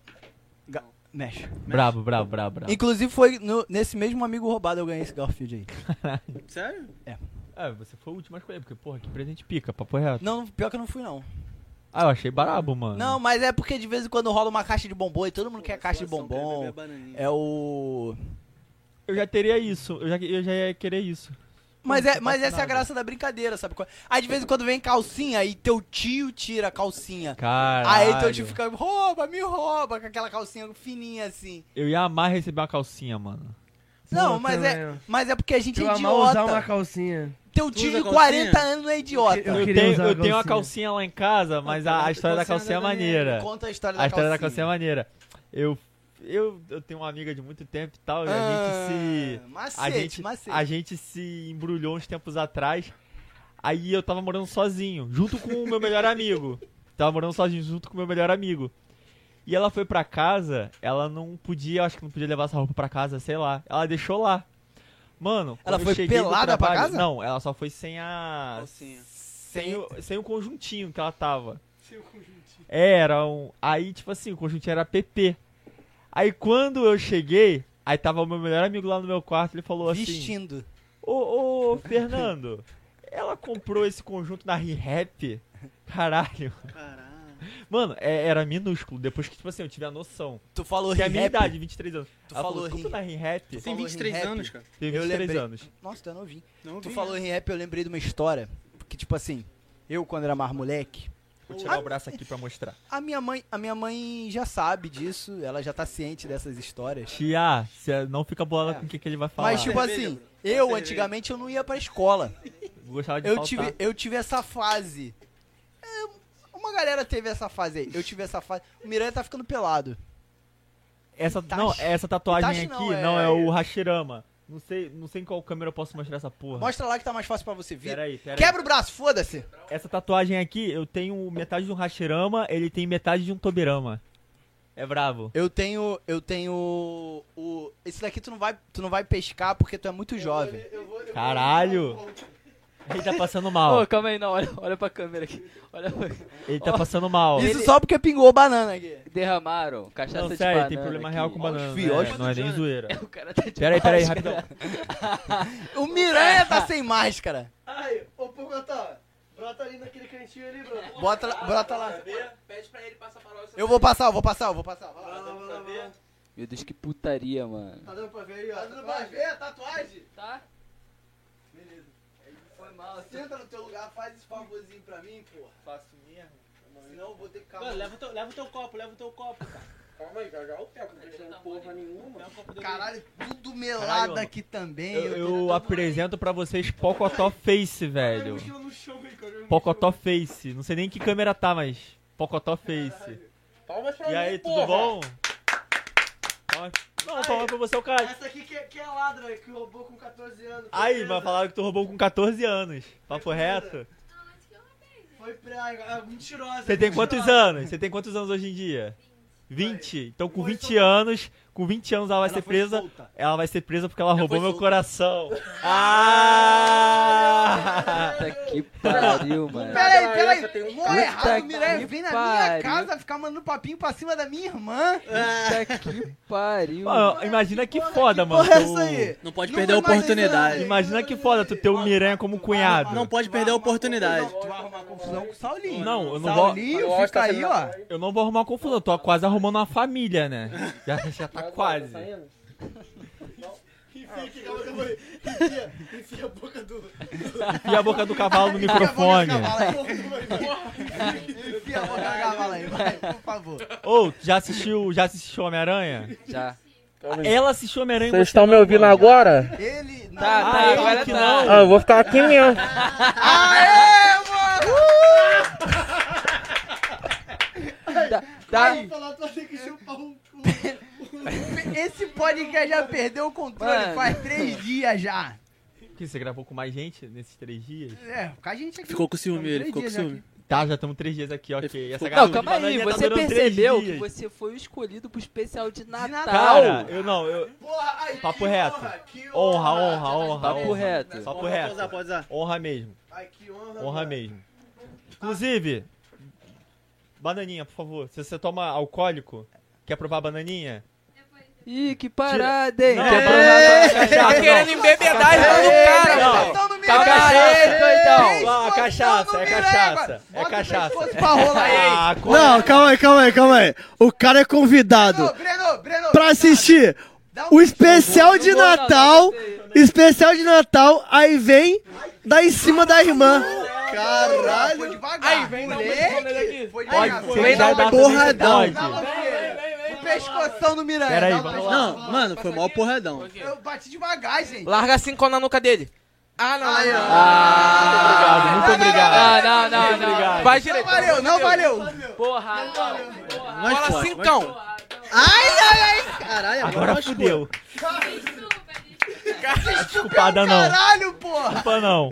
Speaker 2: Mexe.
Speaker 4: Brabo, bravo, bravo, bravo.
Speaker 2: Tá. Inclusive foi no- nesse mesmo amigo roubado eu ganhei esse Garfield aí.
Speaker 5: Sério?
Speaker 4: É, você foi o último a escolher, porque, porra, que presente pica, papo reto.
Speaker 2: Não, pior que eu não fui não.
Speaker 4: Ah, eu achei brabo, mano.
Speaker 2: Não, mas é porque
Speaker 5: é
Speaker 2: de vez em quando rola uma caixa de bombom e todo mundo quer caixa de
Speaker 5: Doação pra beber
Speaker 2: bombom.
Speaker 5: bananinha.
Speaker 2: É o.
Speaker 4: eu já teria isso. Eu já, eu já ia querer isso.
Speaker 2: Mas, é, mas
Speaker 4: faço
Speaker 2: essa é a
Speaker 4: nada.
Speaker 2: graça da brincadeira, sabe? qual- Aí de vez em quando vem calcinha e teu tio tira a calcinha.
Speaker 4: Cara.
Speaker 2: Aí teu tio fica, rouba, me rouba, com aquela calcinha fininha assim.
Speaker 4: Eu ia amar receber uma calcinha, mano.
Speaker 2: Não,
Speaker 6: Puta,
Speaker 2: mas é,
Speaker 6: mano.
Speaker 2: mas é porque a gente
Speaker 6: Eu
Speaker 2: é
Speaker 6: amar
Speaker 2: idiota.
Speaker 6: usar uma calcinha.
Speaker 2: Teu tio
Speaker 5: Usa
Speaker 2: de
Speaker 5: calcinha?
Speaker 2: 40 anos é
Speaker 4: Eu,
Speaker 2: idiota.
Speaker 6: queria
Speaker 4: tenho,
Speaker 6: usar
Speaker 4: eu
Speaker 6: a
Speaker 4: tenho uma
Speaker 6: calcinha.
Speaker 4: calcinha lá em casa, mas a, a história da calcinha é maneira.
Speaker 2: Conta a história da
Speaker 4: A história da calcinha é
Speaker 2: calcinha.
Speaker 4: maneira. Eu, eu, eu tenho uma amiga de muito tempo e tal, e
Speaker 2: Ah,
Speaker 4: é a gente se.
Speaker 2: Macete,
Speaker 4: a gente,
Speaker 2: macete.
Speaker 4: a gente se embrulhou uns tempos atrás. Aí eu tava morando sozinho, junto com o meu melhor amigo. Tava morando sozinho, junto com o meu melhor amigo. E ela foi pra casa, ela não podia, acho que não podia levar essa roupa pra casa, sei lá. Ela deixou lá. Mano,
Speaker 2: Ela
Speaker 4: quando eu
Speaker 2: foi
Speaker 4: cheguei do
Speaker 2: pelada pra
Speaker 4: trabalho-
Speaker 2: casa?
Speaker 4: Não, ela só foi sem a.
Speaker 5: Calcinha.
Speaker 4: Sem o, sem o conjuntinho que ela tava. É, Era um. Aí, tipo assim, o conjuntinho era PP. Aí quando eu cheguei, aí tava o meu melhor amigo lá no meu quarto, ele falou assim:
Speaker 2: Vestindo.
Speaker 4: Ô, ô, Fernando, ela comprou esse conjunto na Re-Rap? Caralho.
Speaker 5: Caralho.
Speaker 4: Mano, é- era minúsculo. Depois que, tipo assim, eu tive a noção.
Speaker 2: Tu falou
Speaker 4: Porque é a minha
Speaker 2: rap.
Speaker 4: idade, 23 anos.
Speaker 2: Tu
Speaker 4: ela
Speaker 2: falou
Speaker 4: falou:
Speaker 2: ri.
Speaker 4: Compra na Re-Rap?
Speaker 5: Tem
Speaker 2: falou
Speaker 5: 23
Speaker 2: em rap?
Speaker 5: anos, cara.
Speaker 4: Tem
Speaker 2: Eu
Speaker 4: 23
Speaker 2: lembrei.
Speaker 4: anos.
Speaker 2: Nossa, tu é novinho.
Speaker 5: Não
Speaker 2: Tu
Speaker 5: vi.
Speaker 2: falou em rap, eu lembrei de uma história. Porque, tipo assim, eu quando era mais moleque,
Speaker 4: Vou tirar o braço aqui pra mostrar.
Speaker 2: a minha mãe, a minha mãe já sabe disso, ela já tá ciente dessas histórias.
Speaker 4: Tia, você não fica bolada com o que, que ele vai falar.
Speaker 2: É. Mas, tipo
Speaker 5: Cerveja,
Speaker 2: assim,
Speaker 5: bro.
Speaker 2: eu
Speaker 5: Cerveja.
Speaker 2: antigamente eu não ia pra escola.
Speaker 4: Gostava de
Speaker 2: Eu
Speaker 4: faltar.
Speaker 2: tive, eu tive essa fase. É, Uma galera teve essa fase aí. Eu tive essa fase. O Miranha tá ficando pelado.
Speaker 4: Essa,
Speaker 2: Itachi.
Speaker 4: não, essa tatuagem
Speaker 2: Itachi
Speaker 4: aqui
Speaker 2: não,
Speaker 4: não
Speaker 2: é-
Speaker 4: é... o Hashirama. Não sei, não sei em qual câmera eu posso mostrar essa porra.
Speaker 2: Mostra lá que tá mais fácil pra você ver.
Speaker 4: Pera aí, pera
Speaker 2: Quebra o braço, foda-se.
Speaker 4: aí. Essa tatuagem aqui, eu tenho metade de um Hashirama, ele tem metade de um Tobirama. É bravo.
Speaker 2: Eu tenho. Eu tenho. O. Esse daqui tu não vai, tu não vai pescar porque tu é muito jovem.
Speaker 4: Caralho! Ele tá passando
Speaker 3: Ô,
Speaker 4: mal.
Speaker 3: calma aí, não, olha, olha pra câmera aqui. Olha pra-
Speaker 4: Ele tá passando mal.
Speaker 2: Isso só porque pingou banana aqui.
Speaker 3: Derramaram cachaça
Speaker 4: Não,
Speaker 3: de
Speaker 4: sério,
Speaker 3: banana
Speaker 4: tem problema real
Speaker 3: aqui.
Speaker 4: com banana.
Speaker 2: os
Speaker 4: né?
Speaker 2: fios.
Speaker 4: Não é nem zoeira.
Speaker 3: O cara tá de
Speaker 4: Pera aí, pera aí,
Speaker 3: máscara.
Speaker 4: rapidão.
Speaker 2: O Miranha tá sem máscara.
Speaker 6: Ai, ô Pocotó, brota ali naquele cantinho ali, brother.
Speaker 2: Bota, lá- bota lá.
Speaker 7: Pede pra ele passar a parola.
Speaker 2: Eu vou passar, eu vou passar, eu vou passar. Vai lá.
Speaker 3: Meu Deus, que putaria, mano.
Speaker 6: Tá dando pra ver aí, ó.
Speaker 2: ver, tatuagem.
Speaker 3: Tá?
Speaker 2: Foi mal. Senta no teu lugar, faz esse favorzinho pra mim, porra.
Speaker 5: Faço mesmo.
Speaker 2: Senão eu vou ter que
Speaker 5: Mano, leva o, teu, leva o teu copo, leva o teu copo, cara.
Speaker 7: Calma aí, já já eu pego. Não tô deixando porra nenhuma.
Speaker 5: Leva o copo do
Speaker 2: Caralho, tudo melado
Speaker 4: Caralho, mano.
Speaker 2: aqui também.
Speaker 4: Eu,
Speaker 6: um
Speaker 4: eu apresento pra vocês Pocotó Face, velho. Pocotó Face. Não sei nem que câmera tá, mas Pocotó Face.
Speaker 7: Palmas pra
Speaker 4: E
Speaker 7: mim,
Speaker 4: aí, tudo
Speaker 7: porra.
Speaker 4: bom? Palmas- Não, palmas pra você, o caralho.
Speaker 6: Essa aqui que, é- que é ladra, que roubou com 14 anos. foi
Speaker 4: Aí,
Speaker 6: presa.
Speaker 4: mas falaram que tu roubou com 14 anos. Papo reto.
Speaker 6: Foi pra... É mentirosa.
Speaker 4: Você tem
Speaker 6: mentirosa.
Speaker 4: quantos anos? Você tem quantos anos hoje em dia? 20. Então com 20 anos, com 20 anos ela vai ser presa. Ela vai ser presa porque ela roubou meu coração. Ah!
Speaker 3: Puta que pariu, mano.
Speaker 2: Peraí,
Speaker 7: Essa tem
Speaker 2: peraí.
Speaker 7: um-
Speaker 2: Mó
Speaker 3: Puta
Speaker 2: errado, o
Speaker 3: que
Speaker 2: Miranha vem na minha
Speaker 3: pariu.
Speaker 2: casa ficar mandando papinho pra cima da minha irmã.
Speaker 3: Puta que pariu.
Speaker 4: Mano, imagina que foda, mano.
Speaker 2: Porra, é
Speaker 4: tu-
Speaker 2: isso aí.
Speaker 5: Não pode
Speaker 2: Não
Speaker 5: perder a
Speaker 2: vai mais
Speaker 5: oportunidade.
Speaker 2: isso
Speaker 4: Imagina que foda tu ter o Miranha como cunhado.
Speaker 5: Não pode perder a oportunidade.
Speaker 2: Tu vai arrumar confusão com o Saulinho.
Speaker 4: Não, eu não vou.
Speaker 2: Saulinho,
Speaker 7: Eu acho que
Speaker 2: fica
Speaker 7: tá
Speaker 2: aí, ó.
Speaker 7: sendo-
Speaker 4: Eu não vou arrumar uma confusão, eu tô quase arrumando uma família, né? Já, já tá quase. Enfia a boca do cavalo no microfone.
Speaker 2: Enfia a boca na cavala aí, vai, por favor.
Speaker 4: Ô, já assistiu, já assistiu Homem-Aranha?
Speaker 3: Já.
Speaker 4: Ela assistiu Homem-Aranha. e
Speaker 7: Vocês
Speaker 4: você
Speaker 7: estão me
Speaker 4: não,
Speaker 7: ouvindo
Speaker 4: mano.
Speaker 7: agora?
Speaker 2: Ele.
Speaker 3: Tá,
Speaker 4: Ah,
Speaker 3: tá,
Speaker 4: ele
Speaker 3: agora
Speaker 4: que
Speaker 3: tá.
Speaker 4: não.
Speaker 7: Ah, eu vou ficar aqui mesmo.
Speaker 3: Dá, dá-
Speaker 2: Esse podcast já perdeu o controle
Speaker 3: Mano.
Speaker 2: faz três dias já.
Speaker 4: O que, você gravou com mais gente nesses três dias?
Speaker 2: É, com a gente aqui.
Speaker 5: Ficou com ciúme, ele ficou com
Speaker 2: Três dias
Speaker 5: ciúme.
Speaker 4: Tá, já estamos três dias aqui, ok. Essa
Speaker 3: Não,
Speaker 4: garota
Speaker 3: calma
Speaker 4: de
Speaker 3: aí.
Speaker 4: bananinha tá
Speaker 3: Você
Speaker 4: durando três
Speaker 3: percebeu que
Speaker 4: dias.
Speaker 3: você tá foi o escolhido pro especial de Natal.
Speaker 4: Cara, eu não, eu... Papo reto. Honra, honra, honra.
Speaker 3: Papo
Speaker 4: honra.
Speaker 3: reto.
Speaker 4: Papo
Speaker 5: Pode usar,
Speaker 4: reto.
Speaker 5: pode usar.
Speaker 4: Honra mesmo. Honra mesmo. Inclusive, bananinha, por favor. Se você toma alcoólico, quer provar a bananinha?
Speaker 3: Ih, que parada, hein?
Speaker 4: Não,
Speaker 3: Quer
Speaker 4: não,
Speaker 3: provar-
Speaker 4: não, não,
Speaker 7: Tá
Speaker 4: não.
Speaker 7: querendo embebedar e não cara,
Speaker 4: Não.
Speaker 7: cara.
Speaker 2: Então, no meio
Speaker 3: Tá
Speaker 2: da-
Speaker 3: careta,
Speaker 4: Não,
Speaker 3: doidão.
Speaker 4: a cachaça, é cachaça, é cachaça.
Speaker 2: Pra rolar aí.
Speaker 4: Ah, co-
Speaker 8: Não, calma aí, calma aí, calma aí. O cara é convidado
Speaker 2: Breno, Breno, Breno.
Speaker 8: pra assistir
Speaker 5: um
Speaker 8: O especial de Natal. Especial de Natal, aí vem dá em cima da irmã.
Speaker 2: Caralho. Foi devagar.
Speaker 7: Aí, vem dar um beijo nele aqui.
Speaker 2: Foi
Speaker 4: Pode,
Speaker 2: devagar.
Speaker 4: você
Speaker 2: Foi
Speaker 4: já
Speaker 2: dar
Speaker 4: dá
Speaker 2: uma
Speaker 4: também, você
Speaker 8: porradão.
Speaker 4: pode.
Speaker 2: O pescoção no Miranha.
Speaker 4: Pera aí,
Speaker 2: dá um
Speaker 4: vamos
Speaker 2: pescoção.
Speaker 5: Não, mano, foi mó porradão.
Speaker 2: Eu bati devagar, gente.
Speaker 7: Larga cinco na nuca dele. Ah, não.
Speaker 2: Aí, ó.
Speaker 7: Ah,
Speaker 4: Muito obrigado.
Speaker 3: Ah, não, não, não.
Speaker 7: Vai direito.
Speaker 2: Não valeu, não valeu.
Speaker 3: Porra,
Speaker 5: Mais
Speaker 7: Bola
Speaker 5: forte, mais
Speaker 7: cincão.
Speaker 2: é
Speaker 5: Caralho,
Speaker 4: Agora
Speaker 5: machucou.
Speaker 4: fudeu. Desculpada não.
Speaker 2: é um Caralho, porra.
Speaker 4: Desculpa não.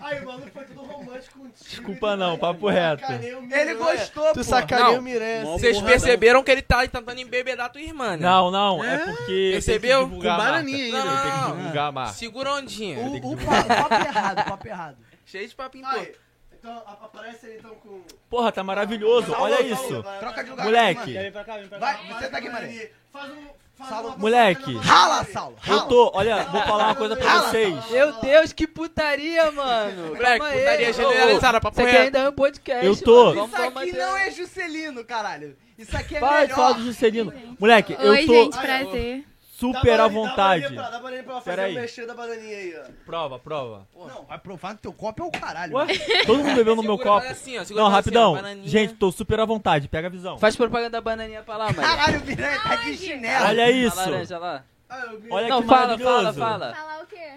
Speaker 6: Aí, mano, foi tudo romântico contigo.
Speaker 4: Desculpa não, papo reto.
Speaker 2: Ele gostou,
Speaker 8: Tu
Speaker 2: porra.
Speaker 8: sacaneou
Speaker 7: Não.
Speaker 8: o Miranha.
Speaker 5: Mó
Speaker 7: Vocês
Speaker 5: porradão.
Speaker 7: perceberam que ele tá tentando embebedar tua irmã, né?
Speaker 4: Não, não, é porque.
Speaker 7: Percebeu?
Speaker 4: Tem que divulgar
Speaker 5: Com
Speaker 4: a marca.
Speaker 5: bananinha
Speaker 4: Eu
Speaker 5: ainda.
Speaker 4: tenho que
Speaker 7: Não.
Speaker 4: divulgar a marca.
Speaker 7: Segura a ondinha.
Speaker 6: O, o papo, papo errado, papo errado.
Speaker 7: Cheio de papinho
Speaker 6: Aí,
Speaker 7: pô.
Speaker 6: então a- aparece aí então com.
Speaker 4: Porra, tá maravilhoso. Olha
Speaker 6: Salva,
Speaker 4: isso.
Speaker 6: salva,
Speaker 2: Troca
Speaker 7: né?
Speaker 2: de lugar.
Speaker 4: Moleque,
Speaker 2: Maria. Vai, você tá aqui, Maria.
Speaker 6: Faz um. Faz
Speaker 2: Salva.
Speaker 6: uma-
Speaker 4: Moleque.
Speaker 2: Rala, Saulo.
Speaker 4: eu
Speaker 2: Rala.
Speaker 4: tô. Olha, vou falar uma coisa pra
Speaker 2: Rala.
Speaker 4: vocês.
Speaker 3: Meu Deus, que putaria, mano.
Speaker 7: Moleque,
Speaker 3: Calma aí.
Speaker 7: putaria
Speaker 3: Ô, ô,
Speaker 7: generalizada, papo
Speaker 3: Isso aqui
Speaker 7: reto.
Speaker 3: ainda é um podcast.
Speaker 4: Eu tô.
Speaker 3: mano. Vamos
Speaker 6: Tá
Speaker 2: Isso
Speaker 3: tomar
Speaker 2: aqui não
Speaker 3: material.
Speaker 2: é Juscelino, caralho. Isso aqui é
Speaker 4: Para de falar do
Speaker 2: melhor.
Speaker 4: Juscelino. Moleque,
Speaker 9: Oi,
Speaker 4: eu tô
Speaker 9: gente, prazer.
Speaker 4: super à
Speaker 6: Dá bananinha,
Speaker 4: vontade.
Speaker 6: Dá bananinha pra ela
Speaker 4: Pera
Speaker 6: fazer
Speaker 4: aí.
Speaker 6: um mexer da bananinha aí, ó.
Speaker 4: Prova, prova.
Speaker 2: Não, vai provar que teu copo é o caralho.
Speaker 4: Ué? Todo mundo bebeu no meu
Speaker 7: Segura,
Speaker 4: copo.
Speaker 7: faz assim, ó, segura,
Speaker 4: Não,
Speaker 7: faz assim, ó,
Speaker 4: rapidão.
Speaker 7: bananinha.
Speaker 4: Gente, tô super à vontade. Pega a visão.
Speaker 3: Faz propaganda da bananinha pra lá, mano.
Speaker 2: Caralho, o Miranha tá de chinelo.
Speaker 4: Olha
Speaker 3: A
Speaker 4: isso.
Speaker 3: laranja lá.
Speaker 4: Olha
Speaker 3: não,
Speaker 4: que
Speaker 3: fala, fala,
Speaker 4: maravilhoso.
Speaker 3: fala.
Speaker 9: Falar o quê?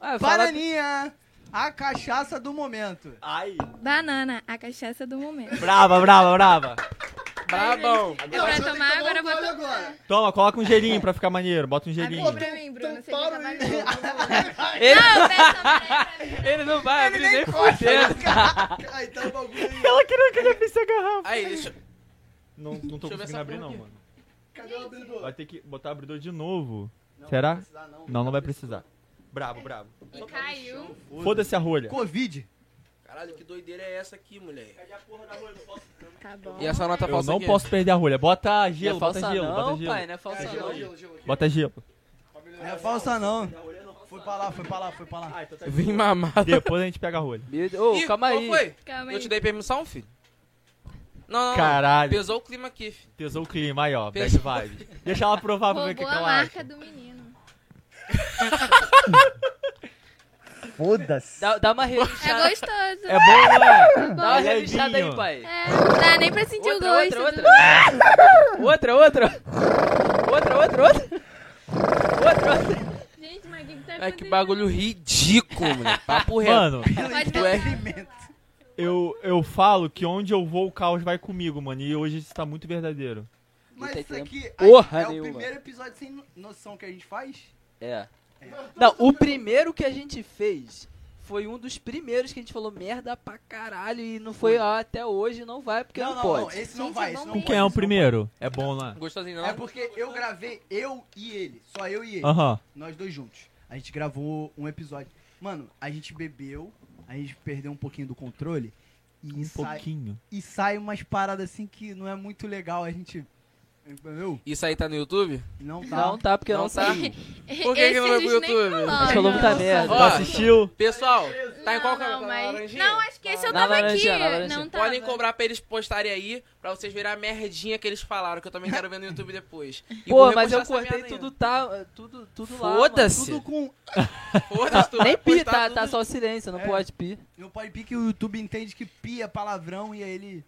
Speaker 3: Ah, fala-
Speaker 2: Bananinha, a cachaça do momento.
Speaker 4: Ai.
Speaker 9: Banana, a cachaça do momento.
Speaker 4: Brava, brava, brava.
Speaker 7: Brabão.
Speaker 9: É pra tomar,
Speaker 2: um
Speaker 9: agora eu vou tomar.
Speaker 4: Toma, coloca um gelinho pra ficar maneiro. Bota um
Speaker 2: Então,
Speaker 4: gelinho.
Speaker 9: Abre pra mim, Bruno. Você já tá
Speaker 3: Ele-
Speaker 9: Não, peça pra mim.
Speaker 3: Ele não vai abrir nem
Speaker 2: Corta,
Speaker 3: fudendo.
Speaker 2: Aí tá o bagulho aí.
Speaker 4: Ela queria que ele abrisse a garrafa.
Speaker 7: Aí, deixa
Speaker 4: Não, não tô
Speaker 7: Deixa eu ver
Speaker 4: conseguindo
Speaker 7: essa
Speaker 4: abrir,
Speaker 7: porra
Speaker 4: não,
Speaker 7: aqui.
Speaker 4: mano. Vai ter que botar o abridor de novo. Será? Não, não vai precisar. Bravo, bravo.
Speaker 9: E caiu.
Speaker 4: Foda-se a rolha.
Speaker 2: Covid.
Speaker 7: Caralho, que doideira é essa aqui, moleque?
Speaker 9: Tá bom.
Speaker 7: E essa nota
Speaker 4: Eu
Speaker 7: falsa
Speaker 4: não
Speaker 7: aqui?
Speaker 4: posso perder a rolha. Bota gelo,
Speaker 3: Não é
Speaker 4: bota
Speaker 3: falsa
Speaker 4: gelo, bota
Speaker 3: não,
Speaker 4: gelo.
Speaker 3: pai. Não é falsa não.
Speaker 4: Bota gelo.
Speaker 2: Não é falsa, não. Foi pra lá, foi pra lá, foi pra lá.
Speaker 7: Vim mamado.
Speaker 4: Depois a gente pega a rolha.
Speaker 3: Meu Deus. Ô,
Speaker 7: Ih,
Speaker 3: calma
Speaker 7: qual
Speaker 3: aí.
Speaker 7: foi?
Speaker 9: Calma aí.
Speaker 7: Eu te dei permissão, filho? Não, não, não.
Speaker 4: Caralho.
Speaker 7: Pesou o clima aqui, filho.
Speaker 4: Pesou o clima aí, ó. Bad
Speaker 7: Pesou.
Speaker 4: vibes. Deixa ela provar pra ver o que,
Speaker 9: Roubou
Speaker 4: que
Speaker 9: a
Speaker 4: ela acha.
Speaker 9: marca do menino.
Speaker 8: Foda-se.
Speaker 3: Dá, dá uma
Speaker 9: É
Speaker 3: relinchada.
Speaker 9: gostoso.
Speaker 4: É bom, né?
Speaker 3: dá uma
Speaker 4: é
Speaker 3: relinchada aí,
Speaker 4: levinho.
Speaker 3: pai.
Speaker 9: É, não dá nem pra sentir
Speaker 3: Outra,
Speaker 9: o gosto.
Speaker 3: outra, outra. Outra, outra. Outra, outra, outra. Outra, outra.
Speaker 9: do- Gente, mas o que que tá
Speaker 7: É que
Speaker 9: acontecendo?
Speaker 7: bagulho ridículo, moleque. Papo reto.
Speaker 4: Mano,
Speaker 9: Pode
Speaker 7: tu é-
Speaker 9: voltar.
Speaker 4: eu, eu falo que onde eu vou, o caos vai comigo, mano. E hoje isso tá muito verdadeiro.
Speaker 2: Mas
Speaker 3: Puta
Speaker 2: isso
Speaker 3: que
Speaker 2: aqui aí
Speaker 3: Porra
Speaker 2: é o
Speaker 3: nenhuma.
Speaker 2: primeiro episódio sem no- noção que a gente faz?
Speaker 3: É. Não, o primeiro que a gente fez foi um dos primeiros que a gente falou merda pra caralho e não foi ah, até hoje, não vai, porque não,
Speaker 2: não,
Speaker 3: pode.
Speaker 2: esse não
Speaker 9: Gente,
Speaker 2: vai,
Speaker 9: é
Speaker 2: esse
Speaker 9: bom
Speaker 2: não
Speaker 4: Com
Speaker 2: vai.
Speaker 9: mesmo.
Speaker 4: quem é o primeiro? É bom lá.
Speaker 7: Gostosinho, não?
Speaker 2: É porque eu gravei eu e ele, só eu e ele,
Speaker 4: Aham.
Speaker 2: nós dois juntos. A gente gravou um episódio. Mano, a gente bebeu, a gente perdeu um pouquinho do controle e,
Speaker 4: Um
Speaker 2: sai,
Speaker 4: pouquinho.
Speaker 2: e sai umas paradas assim que não é muito legal, a gente... Entendeu?
Speaker 7: Isso aí tá no YouTube?
Speaker 2: Não tá.
Speaker 3: Não tá, porque não,
Speaker 7: Não
Speaker 3: saiu.
Speaker 7: Por que que não vai pro
Speaker 9: Esses nem
Speaker 7: YouTube?
Speaker 9: colocam.
Speaker 3: A gente falou muita merda.
Speaker 7: Ó,
Speaker 4: Tu assistiu?
Speaker 7: Pessoal, tá em qual
Speaker 9: Não,
Speaker 7: câmera? Tá
Speaker 9: Não,
Speaker 7: na
Speaker 9: mas...
Speaker 7: laranjinha?
Speaker 9: não, acho que esse eu
Speaker 3: Na
Speaker 9: tava aqui.
Speaker 3: laranjinha, na laranjinha.
Speaker 9: Não tava.
Speaker 7: Podem cobrar pra eles postarem aí, pra vocês verem a merdinha que eles falaram, que eu também quero ver no YouTube depois. E
Speaker 3: Pô,
Speaker 7: vou
Speaker 3: mas eu
Speaker 7: repostar essa
Speaker 3: cortei
Speaker 7: merda
Speaker 3: tudo, tá, tudo, tudo lá. mano.
Speaker 7: Foda-se.
Speaker 2: Tudo com
Speaker 7: ainda. Foda-se, tu
Speaker 3: Nem
Speaker 7: vai
Speaker 3: pi,
Speaker 7: postar
Speaker 3: tá,
Speaker 7: tudo.
Speaker 3: tá só silêncio, não
Speaker 2: É.
Speaker 3: pode pi.
Speaker 2: Meu pai pique, o YouTube entende que pia palavrão e aí ele.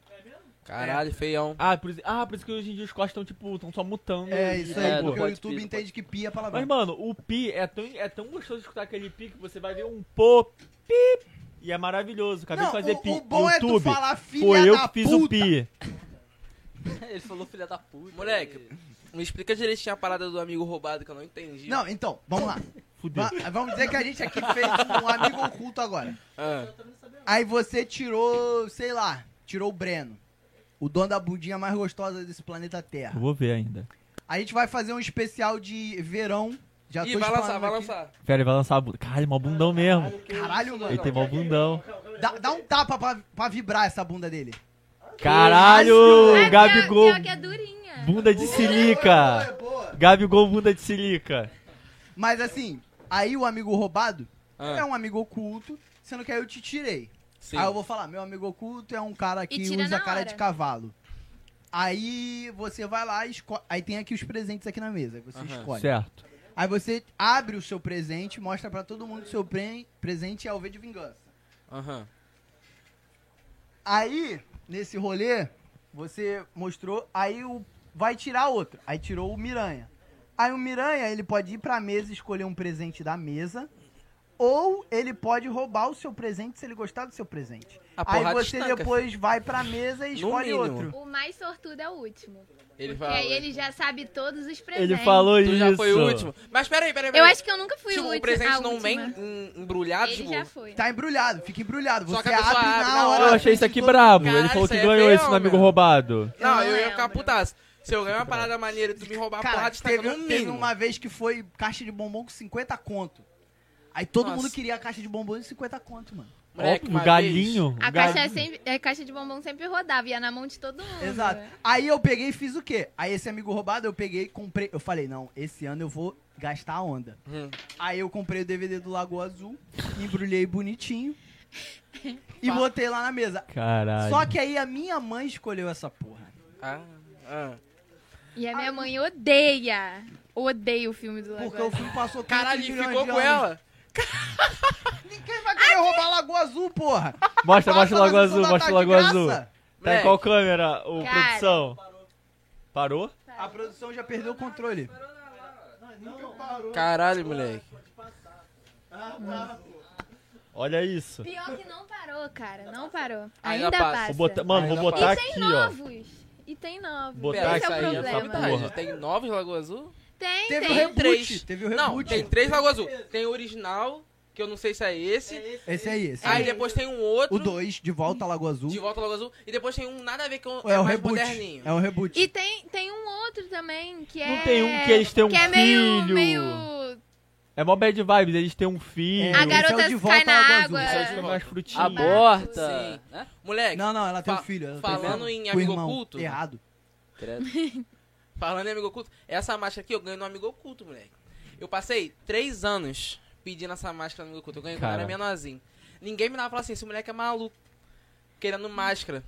Speaker 7: Caralho, feião.
Speaker 4: Ah por, isso, ah, por isso que hoje em dia os cortes estão, tipo, estão só mutando. Tipo,
Speaker 2: É isso aí,
Speaker 3: É, não
Speaker 2: porque o
Speaker 3: pode
Speaker 2: YouTube
Speaker 3: pi, não
Speaker 2: entende que pia é palavrão.
Speaker 4: Mas, mano, o pi é tão, é tão gostoso de escutar aquele pi que você vai ver um pô, pi, e é maravilhoso. Acabei
Speaker 2: não,
Speaker 4: de fazer
Speaker 2: o,
Speaker 4: pi.
Speaker 2: o bom é tu
Speaker 4: YouTube,
Speaker 2: falar filha
Speaker 4: foi eu
Speaker 2: da
Speaker 4: que fiz
Speaker 2: puta.
Speaker 4: o pi.
Speaker 3: Ele falou filha da puta.
Speaker 7: Moleque. Me explica direitinho a parada do amigo roubado que eu não entendi.
Speaker 2: Não, então, vamos lá.
Speaker 4: Fudeu.
Speaker 2: Va- vamos dizer que a gente aqui fez um amigo oculto agora.
Speaker 4: É.
Speaker 7: Ah,
Speaker 2: Aí você tirou, sei lá, tirou o Breno. O dono da budinha mais gostosa desse planeta
Speaker 4: Eu
Speaker 2: Terra.
Speaker 4: vou ver ainda.
Speaker 2: A gente vai fazer um especial de verão. Já
Speaker 7: Ih,
Speaker 2: tô
Speaker 7: vai lançar,
Speaker 2: explanando
Speaker 7: vai
Speaker 2: aqui.
Speaker 7: lançar.
Speaker 4: Pera, ele vai lançar a bunda. Caralho, mó bundão mesmo.
Speaker 2: Caralho,
Speaker 4: Ele
Speaker 2: mano.
Speaker 4: tem mó bundão.
Speaker 2: Dá, dá um tapa pra, pra vibrar essa bunda dele.
Speaker 4: Caralho,
Speaker 9: Ah,
Speaker 4: Gabigol,
Speaker 9: Pior, pior que é durinha.
Speaker 4: bunda de silica. Gabigol, bunda de silica.
Speaker 2: Mas assim, aí o amigo roubado
Speaker 7: Ah,
Speaker 2: é um amigo oculto, sendo que aí eu te tirei.
Speaker 7: sim.
Speaker 2: Aí eu vou falar, meu amigo oculto é um cara que
Speaker 9: tira
Speaker 2: usa
Speaker 9: na
Speaker 2: cara
Speaker 9: hora.
Speaker 2: de cavalo. Aí você vai lá e escolhe. Aí tem aqui os presentes aqui na mesa. Você escolhe.
Speaker 4: Certo.
Speaker 2: Aí você abre o seu presente, mostra pra todo mundo o seu pre- presente e é o V de vingança.
Speaker 7: Aham.
Speaker 2: Aí, nesse rolê, você mostrou, aí o vai tirar outro. Aí tirou o Miranha. Aí o Miranha, ele pode ir pra mesa e escolher um presente da mesa, ou ele pode roubar o seu presente se ele gostar do seu presente.
Speaker 7: A
Speaker 2: Aí
Speaker 7: porrada
Speaker 2: você
Speaker 7: estanca,
Speaker 2: depois vai pra mesa e
Speaker 7: No
Speaker 2: escolhe
Speaker 7: mínimo.
Speaker 2: outro.
Speaker 9: O mais sortudo é o último.
Speaker 7: filho. Ele
Speaker 9: Porque
Speaker 7: fala.
Speaker 9: aí ele já sabe todos os presentes.
Speaker 4: Ele falou
Speaker 7: Tu
Speaker 4: isso.
Speaker 7: já foi o último. Mas peraí, peraí, peraí.
Speaker 9: Eu acho que eu nunca fui
Speaker 7: tipo,
Speaker 9: o
Speaker 7: o
Speaker 9: último. a
Speaker 7: presente não vem
Speaker 9: última.
Speaker 7: em- embrulhado,
Speaker 9: Ele
Speaker 7: tipo.
Speaker 9: já foi.
Speaker 2: Tá embrulhado, fica embrulhado.
Speaker 7: Só
Speaker 2: Você
Speaker 7: que a pessoa
Speaker 2: abre,
Speaker 7: abre
Speaker 2: na
Speaker 7: na
Speaker 2: hora.
Speaker 4: Eu achei isso aqui brabo.
Speaker 7: Caralho,
Speaker 4: Ele falou
Speaker 7: isso
Speaker 4: que
Speaker 7: aí é
Speaker 4: ganhou
Speaker 7: feião,
Speaker 4: esse no amigo
Speaker 7: meu.
Speaker 4: roubado.
Speaker 7: Não,
Speaker 9: não
Speaker 7: eu ia
Speaker 9: lembro.
Speaker 7: ficar putaço. Se eu ganhar uma parada maneira e tu me roubar a
Speaker 2: Cara,
Speaker 7: porrada,
Speaker 2: teve, um
Speaker 7: destaca no
Speaker 2: teve
Speaker 7: mínimo.
Speaker 2: uma vez que foi caixa de bombom com 50 conto. Aí todo
Speaker 7: Nossa.
Speaker 2: mundo queria a caixa de bombom de 50 conto, mano.
Speaker 7: Moleque, uma
Speaker 4: o
Speaker 7: vez-
Speaker 4: Um galinho. o
Speaker 9: A
Speaker 4: galinho.
Speaker 9: caixa,
Speaker 7: assim.
Speaker 9: é sempre, a caixa de bombom sempre rodava, ia na mão de todo mundo.
Speaker 2: Exato. Aí eu peguei e fiz o quê? Aí esse amigo roubado, eu peguei e comprei. Eu falei, não, esse ano eu vou gastar a onda.
Speaker 7: Hum.
Speaker 2: Aí eu comprei o DVD do Lago Azul, embrulhei bonitinho e botei lá na mesa.
Speaker 4: Caralho.
Speaker 2: Só que aí a minha mãe escolheu essa porra.
Speaker 7: Ah, ah.
Speaker 9: E a minha mãe odeia. Odeia o filme do Lago
Speaker 2: Porque o
Speaker 9: Azul.
Speaker 2: filme passou 15
Speaker 7: Caralho, ele
Speaker 2: milhões
Speaker 7: ficou
Speaker 2: de
Speaker 7: com
Speaker 2: anos.
Speaker 7: ela.
Speaker 2: Ninguém vai querer roubar Lago Azul, porra.
Speaker 4: Mostra,
Speaker 2: Passa
Speaker 4: mostra o
Speaker 2: na
Speaker 4: Lago
Speaker 2: sessão
Speaker 4: Azul,
Speaker 2: da
Speaker 4: mostra o
Speaker 2: tarde
Speaker 4: Lago Azul.
Speaker 2: graça.
Speaker 4: Tá em
Speaker 7: Moleque.
Speaker 4: qual câmera, o
Speaker 9: Cara.
Speaker 4: produção? Parou?
Speaker 2: A produção já perdeu o controle.
Speaker 7: Caralho, moleque.
Speaker 4: Olha isso.
Speaker 9: Pior que não parou, cara. Não parou.
Speaker 7: Ainda
Speaker 9: Ainda
Speaker 7: passa.
Speaker 9: passa.
Speaker 4: Vou botar- mano,
Speaker 7: Ainda
Speaker 4: vou
Speaker 9: E
Speaker 4: botar
Speaker 9: tem
Speaker 4: aqui, ó.
Speaker 9: novos. E tem novos.
Speaker 4: Botar
Speaker 9: Esse é
Speaker 4: isso aí,
Speaker 9: o
Speaker 4: essa
Speaker 9: problema.
Speaker 4: porra.
Speaker 7: novidade. Tem novos Lagoa Azul?
Speaker 9: Tem,
Speaker 2: Teve o
Speaker 9: tem.
Speaker 2: reboot,
Speaker 7: três.
Speaker 2: teve o
Speaker 7: Não,
Speaker 2: reboot.
Speaker 7: tem três Lagoa Azul. Tem o original, que eu não sei se é esse.
Speaker 2: Esse aí, esse
Speaker 7: Aí
Speaker 2: aí.
Speaker 7: depois tem um outro.
Speaker 2: O 2, de volta a Lago Azul.
Speaker 7: De volta ao Lagoa Azul. E depois tem um nada a ver com
Speaker 2: Ou é o
Speaker 7: mais
Speaker 2: reboot?
Speaker 7: moderninho.
Speaker 2: É um reboot.
Speaker 9: E tem, tem um outro também, que é...
Speaker 4: Não tem um que eles têm um
Speaker 9: que é meio,
Speaker 4: filho.
Speaker 9: meio...
Speaker 4: É mó bad vibes, eles têm um
Speaker 2: É,
Speaker 4: filho.
Speaker 9: A
Speaker 2: esse é o
Speaker 9: garota
Speaker 2: de volta ao
Speaker 9: cai
Speaker 2: Lago
Speaker 9: na
Speaker 2: Azul.
Speaker 9: água.
Speaker 7: Esse é o de volta.
Speaker 4: mais frutinhas.
Speaker 3: Aborta. né?
Speaker 7: Moleque,
Speaker 2: Não, não, ela tem um
Speaker 7: Fa-
Speaker 2: filho. ela tem
Speaker 7: falando
Speaker 2: filho.
Speaker 7: em
Speaker 2: Com o
Speaker 7: amigo
Speaker 2: irmão.
Speaker 7: oculto?
Speaker 2: Errado.
Speaker 3: Credo.
Speaker 7: falando em amigo oculto, essa máscara aqui eu ganhei no amigo oculto, moleque. Eu passei três anos pedindo essa máscara no amigo oculto. Eu ganhei quando eu
Speaker 4: Cara.
Speaker 7: era menorzinho. Ninguém me dava pra falar assim, esse moleque é maluco. Querendo máscara.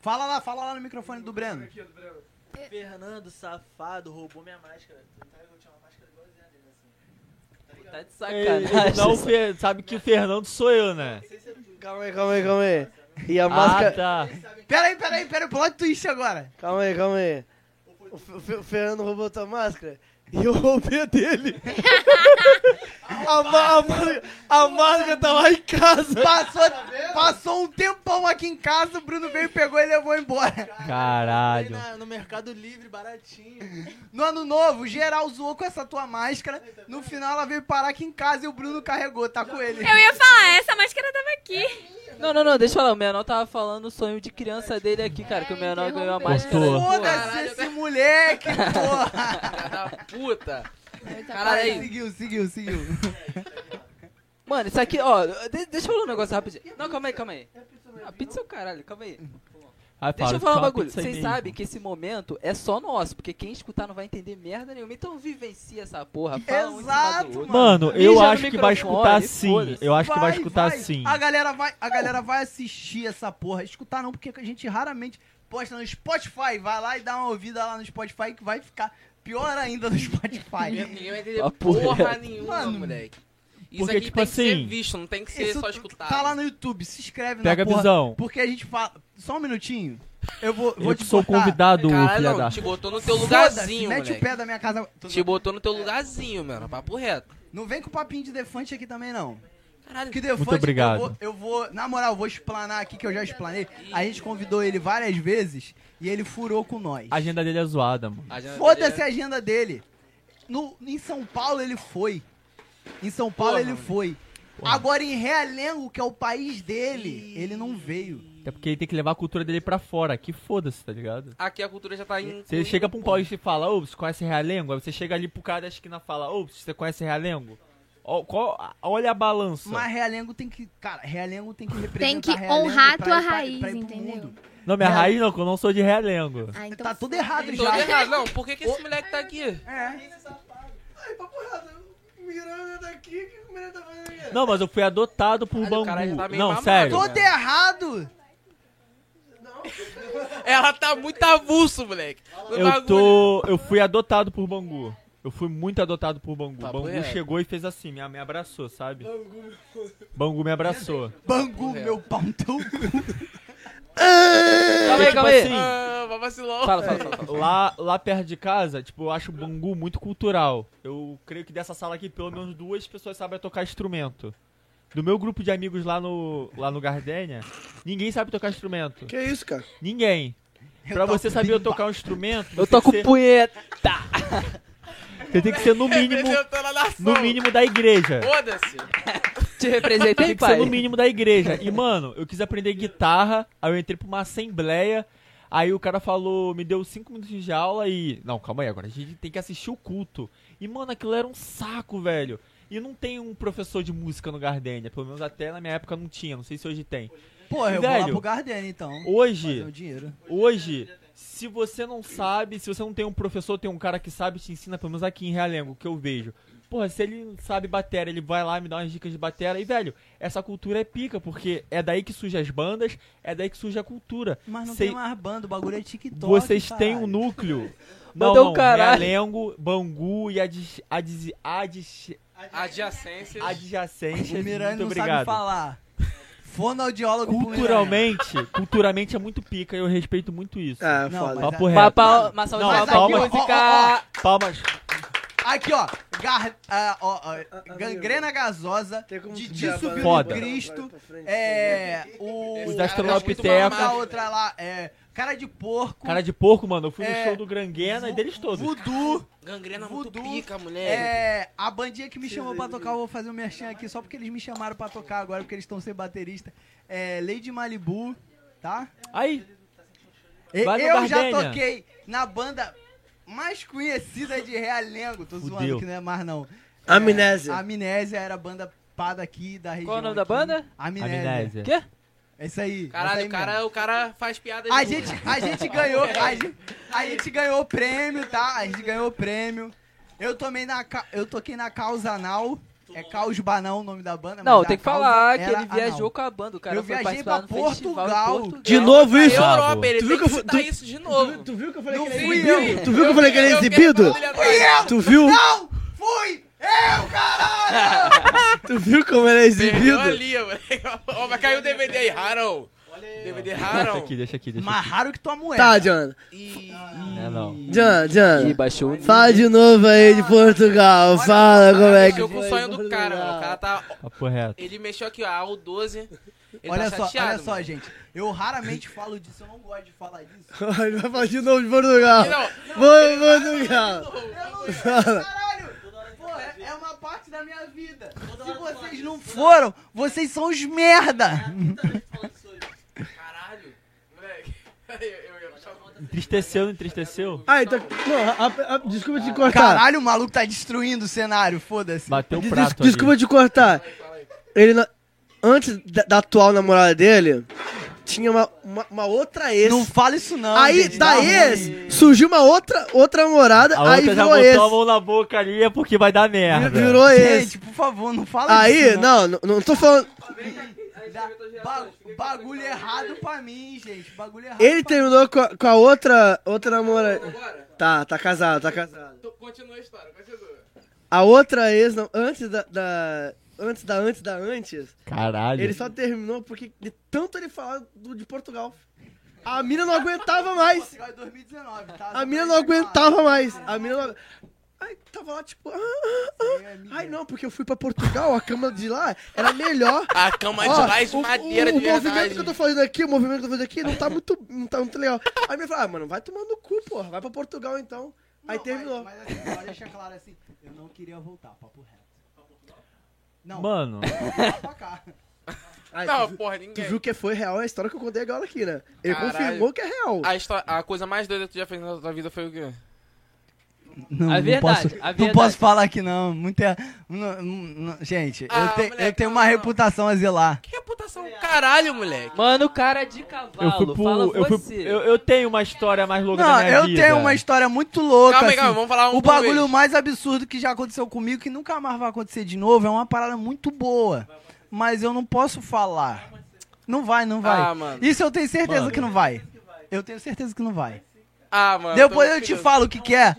Speaker 2: Fala lá, fala lá no microfone do Breno.
Speaker 10: Fernando, safado, roubou minha máscara. Tu sabe que eu tinha uma máscara igualzinha dele, assim.
Speaker 3: Tá de
Speaker 4: Ele
Speaker 3: sacanagem.
Speaker 4: dá o Fer- Sabe que o Fernando sou eu, né?
Speaker 10: Calma aí, calma aí, calma aí. E a
Speaker 4: Ah,
Speaker 10: máscara.
Speaker 4: tá.
Speaker 2: Pera aí, pera aí, pera aí. Plot twist agora.
Speaker 7: tá.
Speaker 10: Calma aí, calma aí. O, Fe- o Fe- o Fernando roubou tua máscara e eu roubei a dele. a, ma- a máscara, a máscara tá lá em casa.
Speaker 2: Passou, passou um tempão aqui em casa, o Bruno veio, pegou e levou embora.
Speaker 10: Aí
Speaker 4: Caralho.
Speaker 10: na- no Mercado Livre, baratinho.
Speaker 2: No ano novo, geral zoou com essa tua máscara. No final ela veio parar aqui em casa e o Bruno carregou, tá com ele.
Speaker 9: Eu ia falar, essa máscara tava aqui.
Speaker 3: Não, não, não, deixa eu falar. O Menor tava falando o sonho de criança dele aqui, cara. Que o
Speaker 9: É,
Speaker 3: Menor ganhou a
Speaker 9: interrompeu.
Speaker 3: máscara.
Speaker 4: Cortou.
Speaker 2: Foda-se
Speaker 7: Caralho,
Speaker 2: esse moleque, porra.
Speaker 7: Filha da puta.
Speaker 2: Cara,
Speaker 7: Caralho, aí.
Speaker 2: seguiu, seguiu, seguiu.
Speaker 3: Mano, isso aqui, ó. de- deixa eu falar um negócio rapidinho. Não, calma aí, calma aí. A pizza é o caralho, calma aí.
Speaker 4: Aí
Speaker 3: Deixa
Speaker 4: fala,
Speaker 3: eu falar um
Speaker 4: fala
Speaker 3: bagulho.
Speaker 4: isso aí
Speaker 3: Vocês
Speaker 4: mesmo.
Speaker 3: sabem que esse momento é só nosso, porque quem escutar não vai entender merda nenhuma. Então vivencia essa porra. Fala um em cima do
Speaker 2: Exato,
Speaker 3: outro.
Speaker 4: Mano,
Speaker 3: Mija
Speaker 4: eu
Speaker 3: no
Speaker 4: acho que
Speaker 3: microfone,
Speaker 4: vai escutar sim.
Speaker 3: foda-se.
Speaker 4: Eu acho que vai escutar sim.
Speaker 2: A galera vai, a galera vai assistir essa porra. Escutar não, porque a gente raramente posta no Spotify. Vai lá e dá uma ouvida lá no Spotify que vai ficar pior ainda no Spotify.
Speaker 7: Ninguém vai entender
Speaker 3: Ah, porra.
Speaker 7: é porra nenhuma,
Speaker 2: Mano.
Speaker 7: moleque. Isso
Speaker 4: Porque,
Speaker 7: aqui
Speaker 4: tipo
Speaker 7: tem que
Speaker 4: assim,
Speaker 7: ser visto, não tem que ser É, só escutado.
Speaker 2: tá lá no YouTube, se inscreve
Speaker 4: Pega a
Speaker 2: na porra.
Speaker 4: visão.
Speaker 2: Porque a gente fala... Só um minutinho. Eu vou, vou
Speaker 4: Eu
Speaker 2: te
Speaker 4: que sou
Speaker 2: cortar.
Speaker 4: convidado,
Speaker 7: Caralho,
Speaker 4: filha
Speaker 7: não,
Speaker 4: da...
Speaker 7: te botou no teu
Speaker 2: Foda-se,
Speaker 7: lugarzinho,
Speaker 2: Mete o
Speaker 7: moleque.
Speaker 2: pé da minha casa.
Speaker 7: Te botou no teu lugarzinho, mano. Papo reto.
Speaker 2: Não vem com papinho de defante aqui também, não.
Speaker 7: Caralho,
Speaker 2: Que defante,
Speaker 4: Muito obrigado.
Speaker 2: Eu vou, eu vou- na moral, eu vou explanar aqui que eu já explanei. A gente convidou ele várias vezes e ele furou com nós.
Speaker 4: A agenda dele é zoada, mano.
Speaker 7: A janela
Speaker 2: Foda-se a
Speaker 7: dele
Speaker 2: agenda dele. No, em São Paulo ele foi. Em São Paulo
Speaker 7: Porra,
Speaker 2: ele
Speaker 7: mano.
Speaker 2: foi. Agora em Realengo, que é o país dele, ele não veio.
Speaker 4: Até porque ele tem que levar a cultura dele pra fora. Que foda-se, tá ligado?
Speaker 7: é- Aqui a cultura já tá em.
Speaker 4: Você chega pra um paulista e fala, ô, você conhece Realengo? Aí você chega ali pro cara da esquina e fala, ô, você conhece Realengo? Ó, qual- Olha a balança.
Speaker 2: Mas Realengo tem que. Cara, Realengo tem que representar
Speaker 9: Tem que
Speaker 2: Realengo
Speaker 9: honrar a
Speaker 2: pra
Speaker 9: tua
Speaker 2: ir pra-
Speaker 9: raiz,
Speaker 2: pra ir pro
Speaker 9: entendeu?
Speaker 2: mundo.
Speaker 4: Não, minha
Speaker 2: Não.
Speaker 4: raiz não, que eu não sou de Realengo.
Speaker 9: Ah, então
Speaker 2: Tá tudo errado, ele
Speaker 7: Tô
Speaker 2: já.
Speaker 7: errado, não. Por que, que esse moleque tá aqui?
Speaker 2: É.
Speaker 10: Miranda daqui, o que o Miranda tá fazendo aqui?
Speaker 4: Não, mas eu fui adotado por
Speaker 7: Caralho, o
Speaker 4: Bangu.
Speaker 7: cara tá meio
Speaker 4: não,
Speaker 7: mamado,
Speaker 4: sério.
Speaker 2: Todo errado!
Speaker 7: Ela tá muito avulso, moleque. No
Speaker 4: Eu
Speaker 7: bagulho.
Speaker 4: tô. Eu fui adotado por Bangu. Eu fui muito adotado por Bangu. Bangu
Speaker 7: reto.
Speaker 4: chegou e fez assim, me, me abraçou, sabe? Bangu me abraçou.
Speaker 7: É.
Speaker 2: Bangu, meu pau no teu
Speaker 3: Calma aí, calma aí.
Speaker 4: assim, é.
Speaker 7: Ah, vai vacilou.
Speaker 3: Fala, fala, fala. fala.
Speaker 4: Lá, lá perto de casa, tipo, eu acho Bangu muito cultural. Eu creio que dessa sala aqui, pelo menos duas pessoas sabem tocar instrumento. Do meu grupo de amigos lá no, lá no Gardênia, ninguém sabe tocar instrumento.
Speaker 6: Que isso, cara?
Speaker 4: Ninguém. Pra você saber tocar um instrumento,
Speaker 3: Eu
Speaker 4: você
Speaker 3: toco
Speaker 4: tem que ser,
Speaker 3: punheta.
Speaker 4: você tem que ser no mínimo,
Speaker 7: Representou na nação.
Speaker 4: no mínimo da igreja.
Speaker 7: Foda-se.
Speaker 3: Te
Speaker 4: Tem
Speaker 3: representei,
Speaker 4: que ser
Speaker 3: pai.
Speaker 4: no mínimo da igreja. E, mano, eu quis aprender guitarra, aí eu entrei pra uma assembleia, aí o cara falou, me deu cinco minutos de aula e... Não, calma aí, agora a gente tem que assistir o culto. E, mano, aquilo era um saco, velho. E não tem um professor de música no Gardênia, pelo menos até na minha época não tinha, não sei se hoje tem.
Speaker 2: Porra, eu vou lá
Speaker 4: Velho.
Speaker 2: pro Gardenia, então. Fazer
Speaker 4: Hoje,
Speaker 2: o dinheiro.
Speaker 4: hoje, se você não sabe, se você não tem um professor, tem um cara que sabe, te ensina, pelo menos aqui em Realengo, que eu vejo. Porra, se ele não sabe batera, ele vai lá e me dá umas dicas de batera. E, velho, essa cultura é pica, porque é daí que surgem as bandas, é daí que surge a cultura.
Speaker 2: Mas não
Speaker 4: Cê-
Speaker 2: tem mais banda, o bagulho é TikTok.
Speaker 4: Vocês têm
Speaker 2: caralho.
Speaker 4: um núcleo. Não,
Speaker 3: Mandou um
Speaker 4: não,
Speaker 3: caralho.
Speaker 4: Realengo, Bangu e adis, adis, adis,
Speaker 7: Adjacências.
Speaker 4: adjacências.
Speaker 2: O Miranda
Speaker 4: Muito
Speaker 2: não sabe
Speaker 4: obrigado.
Speaker 2: falar. Fonoaudiólogo pro Miranda.
Speaker 4: Culturalmente, culturalmente é muito pica e eu respeito muito isso.
Speaker 8: É,
Speaker 6: Ah,
Speaker 2: Não,
Speaker 6: foda.
Speaker 2: É, mas-
Speaker 4: Papo reto.
Speaker 3: Papá, uma salva
Speaker 4: Não,
Speaker 3: de
Speaker 4: palmas.
Speaker 3: música.
Speaker 4: Palmas.
Speaker 2: Aqui, ó. Gar... ah, ó, ó, gangrena gasosa.
Speaker 11: Tem como
Speaker 2: Didi
Speaker 11: tirar a
Speaker 2: subiu no
Speaker 4: Foda.
Speaker 2: Cristo.
Speaker 11: É.
Speaker 2: É. O.
Speaker 4: Os
Speaker 7: Os
Speaker 4: astrolopitecos.
Speaker 2: A outra lá. É. Cara de porco.
Speaker 4: Cara de porco, mano. Eu fui
Speaker 2: É,
Speaker 4: no show do Granguena e deles todos.
Speaker 2: Vudu.
Speaker 7: Gangrena
Speaker 2: Voodoo.
Speaker 7: muito pica, moleque.
Speaker 2: É. A bandinha que me chamou pra tocar. Eu vou fazer um merchan aqui só porque eles me chamaram pra tocar agora, porque eles estão sem baterista. É. Lady Malibu. Tá?
Speaker 4: Aí,
Speaker 2: E-
Speaker 4: Vai no
Speaker 2: eu já
Speaker 4: Gardênia.
Speaker 2: toquei na banda mais conhecida de Realengo. Tô zoando
Speaker 4: Fudeu.
Speaker 2: que não é mais, não.
Speaker 6: Amnésia.
Speaker 2: A Amnésia era a banda pá daqui, da região.
Speaker 3: Qual é o nome da
Speaker 2: aqui.
Speaker 3: banda?
Speaker 2: Amnésia.
Speaker 4: amnésia.
Speaker 3: Que?
Speaker 2: É isso aí. essa aí
Speaker 7: Caralho, o
Speaker 2: mesmo.
Speaker 7: cara, o cara faz
Speaker 3: é
Speaker 7: piada
Speaker 2: A gente, a gente ganhou, a gente, a gente ganhou o prêmio, tá? A gente ganhou o prêmio. Eu tomei na ca- eu toquei na Causa Anal. É Caos Banal o nome da banda. mas
Speaker 3: Não,
Speaker 2: da
Speaker 3: tem que
Speaker 2: causa
Speaker 3: falar que
Speaker 2: era
Speaker 3: ele viajou
Speaker 2: anal.
Speaker 3: com a banda. O cara
Speaker 2: Eu
Speaker 3: foi
Speaker 2: viajei
Speaker 3: participar
Speaker 2: pra
Speaker 3: no festival em
Speaker 2: Portugal.
Speaker 3: Portugal.
Speaker 6: De novo
Speaker 7: Na
Speaker 6: isso?
Speaker 7: Europa,
Speaker 6: Tu
Speaker 7: ele tem
Speaker 6: viu
Speaker 7: que
Speaker 6: que eu fu-
Speaker 7: citar
Speaker 6: tu-
Speaker 7: isso de
Speaker 6: Tu viu-
Speaker 7: novo.
Speaker 6: Tu viu que eu falei
Speaker 2: Não
Speaker 6: que ele é
Speaker 2: fui
Speaker 6: exibido?
Speaker 2: eu.
Speaker 6: Tu viu que eu falei que ele é exibido? Tu viu?
Speaker 2: Não! Fui! Eu, caralho!
Speaker 6: Tu viu como ele é
Speaker 7: Perdeu
Speaker 6: exibido?
Speaker 7: ali, moleque. Ó, vai cair o DVD aí, Harold. DVD
Speaker 4: Deixa
Speaker 7: Harold.
Speaker 4: é aqui, deixa aqui, deixa aqui.
Speaker 2: Mas raro que tua moeda.
Speaker 6: Tá, John.
Speaker 7: E...
Speaker 4: Não é não.
Speaker 6: John,
Speaker 3: Ih,
Speaker 6: John.
Speaker 3: baixou o
Speaker 6: Fala de novo aí de Portugal. Fala como é que
Speaker 7: Mexeu com o
Speaker 6: foi
Speaker 7: sonho do cara, mano. O cara tá...
Speaker 4: Papo reto.
Speaker 7: Ele mexeu aqui, ó, a U12. Ele
Speaker 2: olha
Speaker 7: tá
Speaker 2: só,
Speaker 7: chateado,
Speaker 2: olha só,
Speaker 7: mano.
Speaker 2: gente. Eu raramente falo disso, eu não gosto de falar disso.
Speaker 6: Portugal. Ele vai falar de novo de Portugal.
Speaker 7: Não,
Speaker 6: Foi Portugal.
Speaker 2: Eu não caralho! Pô, é, é uma parte da minha vida. Se vocês não foram, vocês são os merda!
Speaker 7: Caralho, moleque. Eu, eu, eu,
Speaker 4: Entristeceu, não entristeceu?
Speaker 6: Ah, então. Não, a- a- desculpa te cortar.
Speaker 2: Caralho, o maluco tá destruindo o cenário, foda-se.
Speaker 4: Bateu o
Speaker 6: Des-
Speaker 4: prato ali.
Speaker 6: Desculpa te cortar. Ele. na- Antes da, da atual namorada dele, tinha uma, uma, uma outra ex.
Speaker 2: Não fala isso não.
Speaker 6: Aí,
Speaker 2: gente,
Speaker 6: da
Speaker 2: tá
Speaker 6: ex, surgiu uma outra, outra namorada,
Speaker 4: A
Speaker 6: aí
Speaker 4: outra já
Speaker 6: virou
Speaker 4: botou
Speaker 6: ex.
Speaker 4: a mão na boca ali, é porque vai dar merda.
Speaker 6: Virou
Speaker 2: ruim.
Speaker 6: ex.
Speaker 2: Gente, Tipo, por favor, não fala
Speaker 6: Aí,
Speaker 2: isso.
Speaker 6: não, não, não tô falando.
Speaker 2: Dá- ba- bagulho errado pra mim, gente. Bagulho errado.
Speaker 6: Ele
Speaker 2: pra
Speaker 6: terminou com a, com a outra, outra namorada. Tá, tá casado, tá casado.
Speaker 7: Então, continua a história, continua.
Speaker 6: A outra ex, não, antes da, da. Antes da antes da antes,
Speaker 4: Caralho.
Speaker 6: ele só terminou porque de tanto ele falava do, de Portugal. A mina não aguentava mais.
Speaker 2: Portugal em 2019, tá?
Speaker 6: A mina não aguentava mais. A mina não. Aí tava lá, tipo. ah, ah, ah. Ai não, porque eu fui pra Portugal, a cama de lá era melhor.
Speaker 7: A cama de
Speaker 6: Ó,
Speaker 7: lá é de
Speaker 6: o-
Speaker 7: madeira
Speaker 6: o, o
Speaker 7: de
Speaker 6: movimento
Speaker 7: verdade.
Speaker 6: que eu tô fazendo aqui, o movimento que eu tô fazendo aqui, não tá muito, não tá muito legal. Aí me fala, ah, mano, vai tomar no cu, porra, vai pra Portugal então. Aí terminou.
Speaker 2: Mas, mas assim, só deixar claro assim, eu não queria voltar, papo reto. Não,
Speaker 4: Mano,
Speaker 2: voltar pra cá.
Speaker 6: Aí, tu,
Speaker 7: Não,
Speaker 6: viu-
Speaker 7: porra,
Speaker 6: tu
Speaker 7: ninguém.
Speaker 6: viu que foi real a história que eu contei agora aqui, né? Ele
Speaker 7: Caralho.
Speaker 6: confirmou que é real.
Speaker 7: A, histó- a coisa mais doida que tu já fez na tua vida foi o quê?
Speaker 2: Não,
Speaker 3: A
Speaker 2: não
Speaker 3: verdade,
Speaker 2: posso,
Speaker 3: a
Speaker 2: não
Speaker 3: verdade.
Speaker 2: posso falar aqui não, muita, não- não- gente,
Speaker 7: Ah,
Speaker 2: eu, te-
Speaker 7: moleque,
Speaker 2: eu tenho uma
Speaker 7: não, não.
Speaker 2: reputação a zelar.
Speaker 7: Que reputação caralho, moleque.
Speaker 3: Mano, cara é de
Speaker 4: eu
Speaker 3: cavalo.
Speaker 4: fui pro.
Speaker 3: Fala
Speaker 4: eu, fui-
Speaker 3: você.
Speaker 4: eu- eu tenho uma história mais louca da
Speaker 2: Não,
Speaker 4: minha
Speaker 2: eu
Speaker 4: vida.
Speaker 2: tenho uma história muito louca.
Speaker 7: Calma aí,
Speaker 2: assim.
Speaker 7: calma, vamos falar um
Speaker 2: o
Speaker 7: por
Speaker 2: bagulho
Speaker 7: vez.
Speaker 2: mais absurdo que já aconteceu comigo, que nunca mais vai acontecer de novo, é uma parada muito boa. Mas eu não posso falar. Não vai, não vai.
Speaker 7: Ah, mano.
Speaker 2: Isso eu tenho certeza
Speaker 4: Mano.
Speaker 2: que não vai. Eu tenho certeza que não vai.
Speaker 7: Ah, mano.
Speaker 2: Depois eu te falo o que, que é.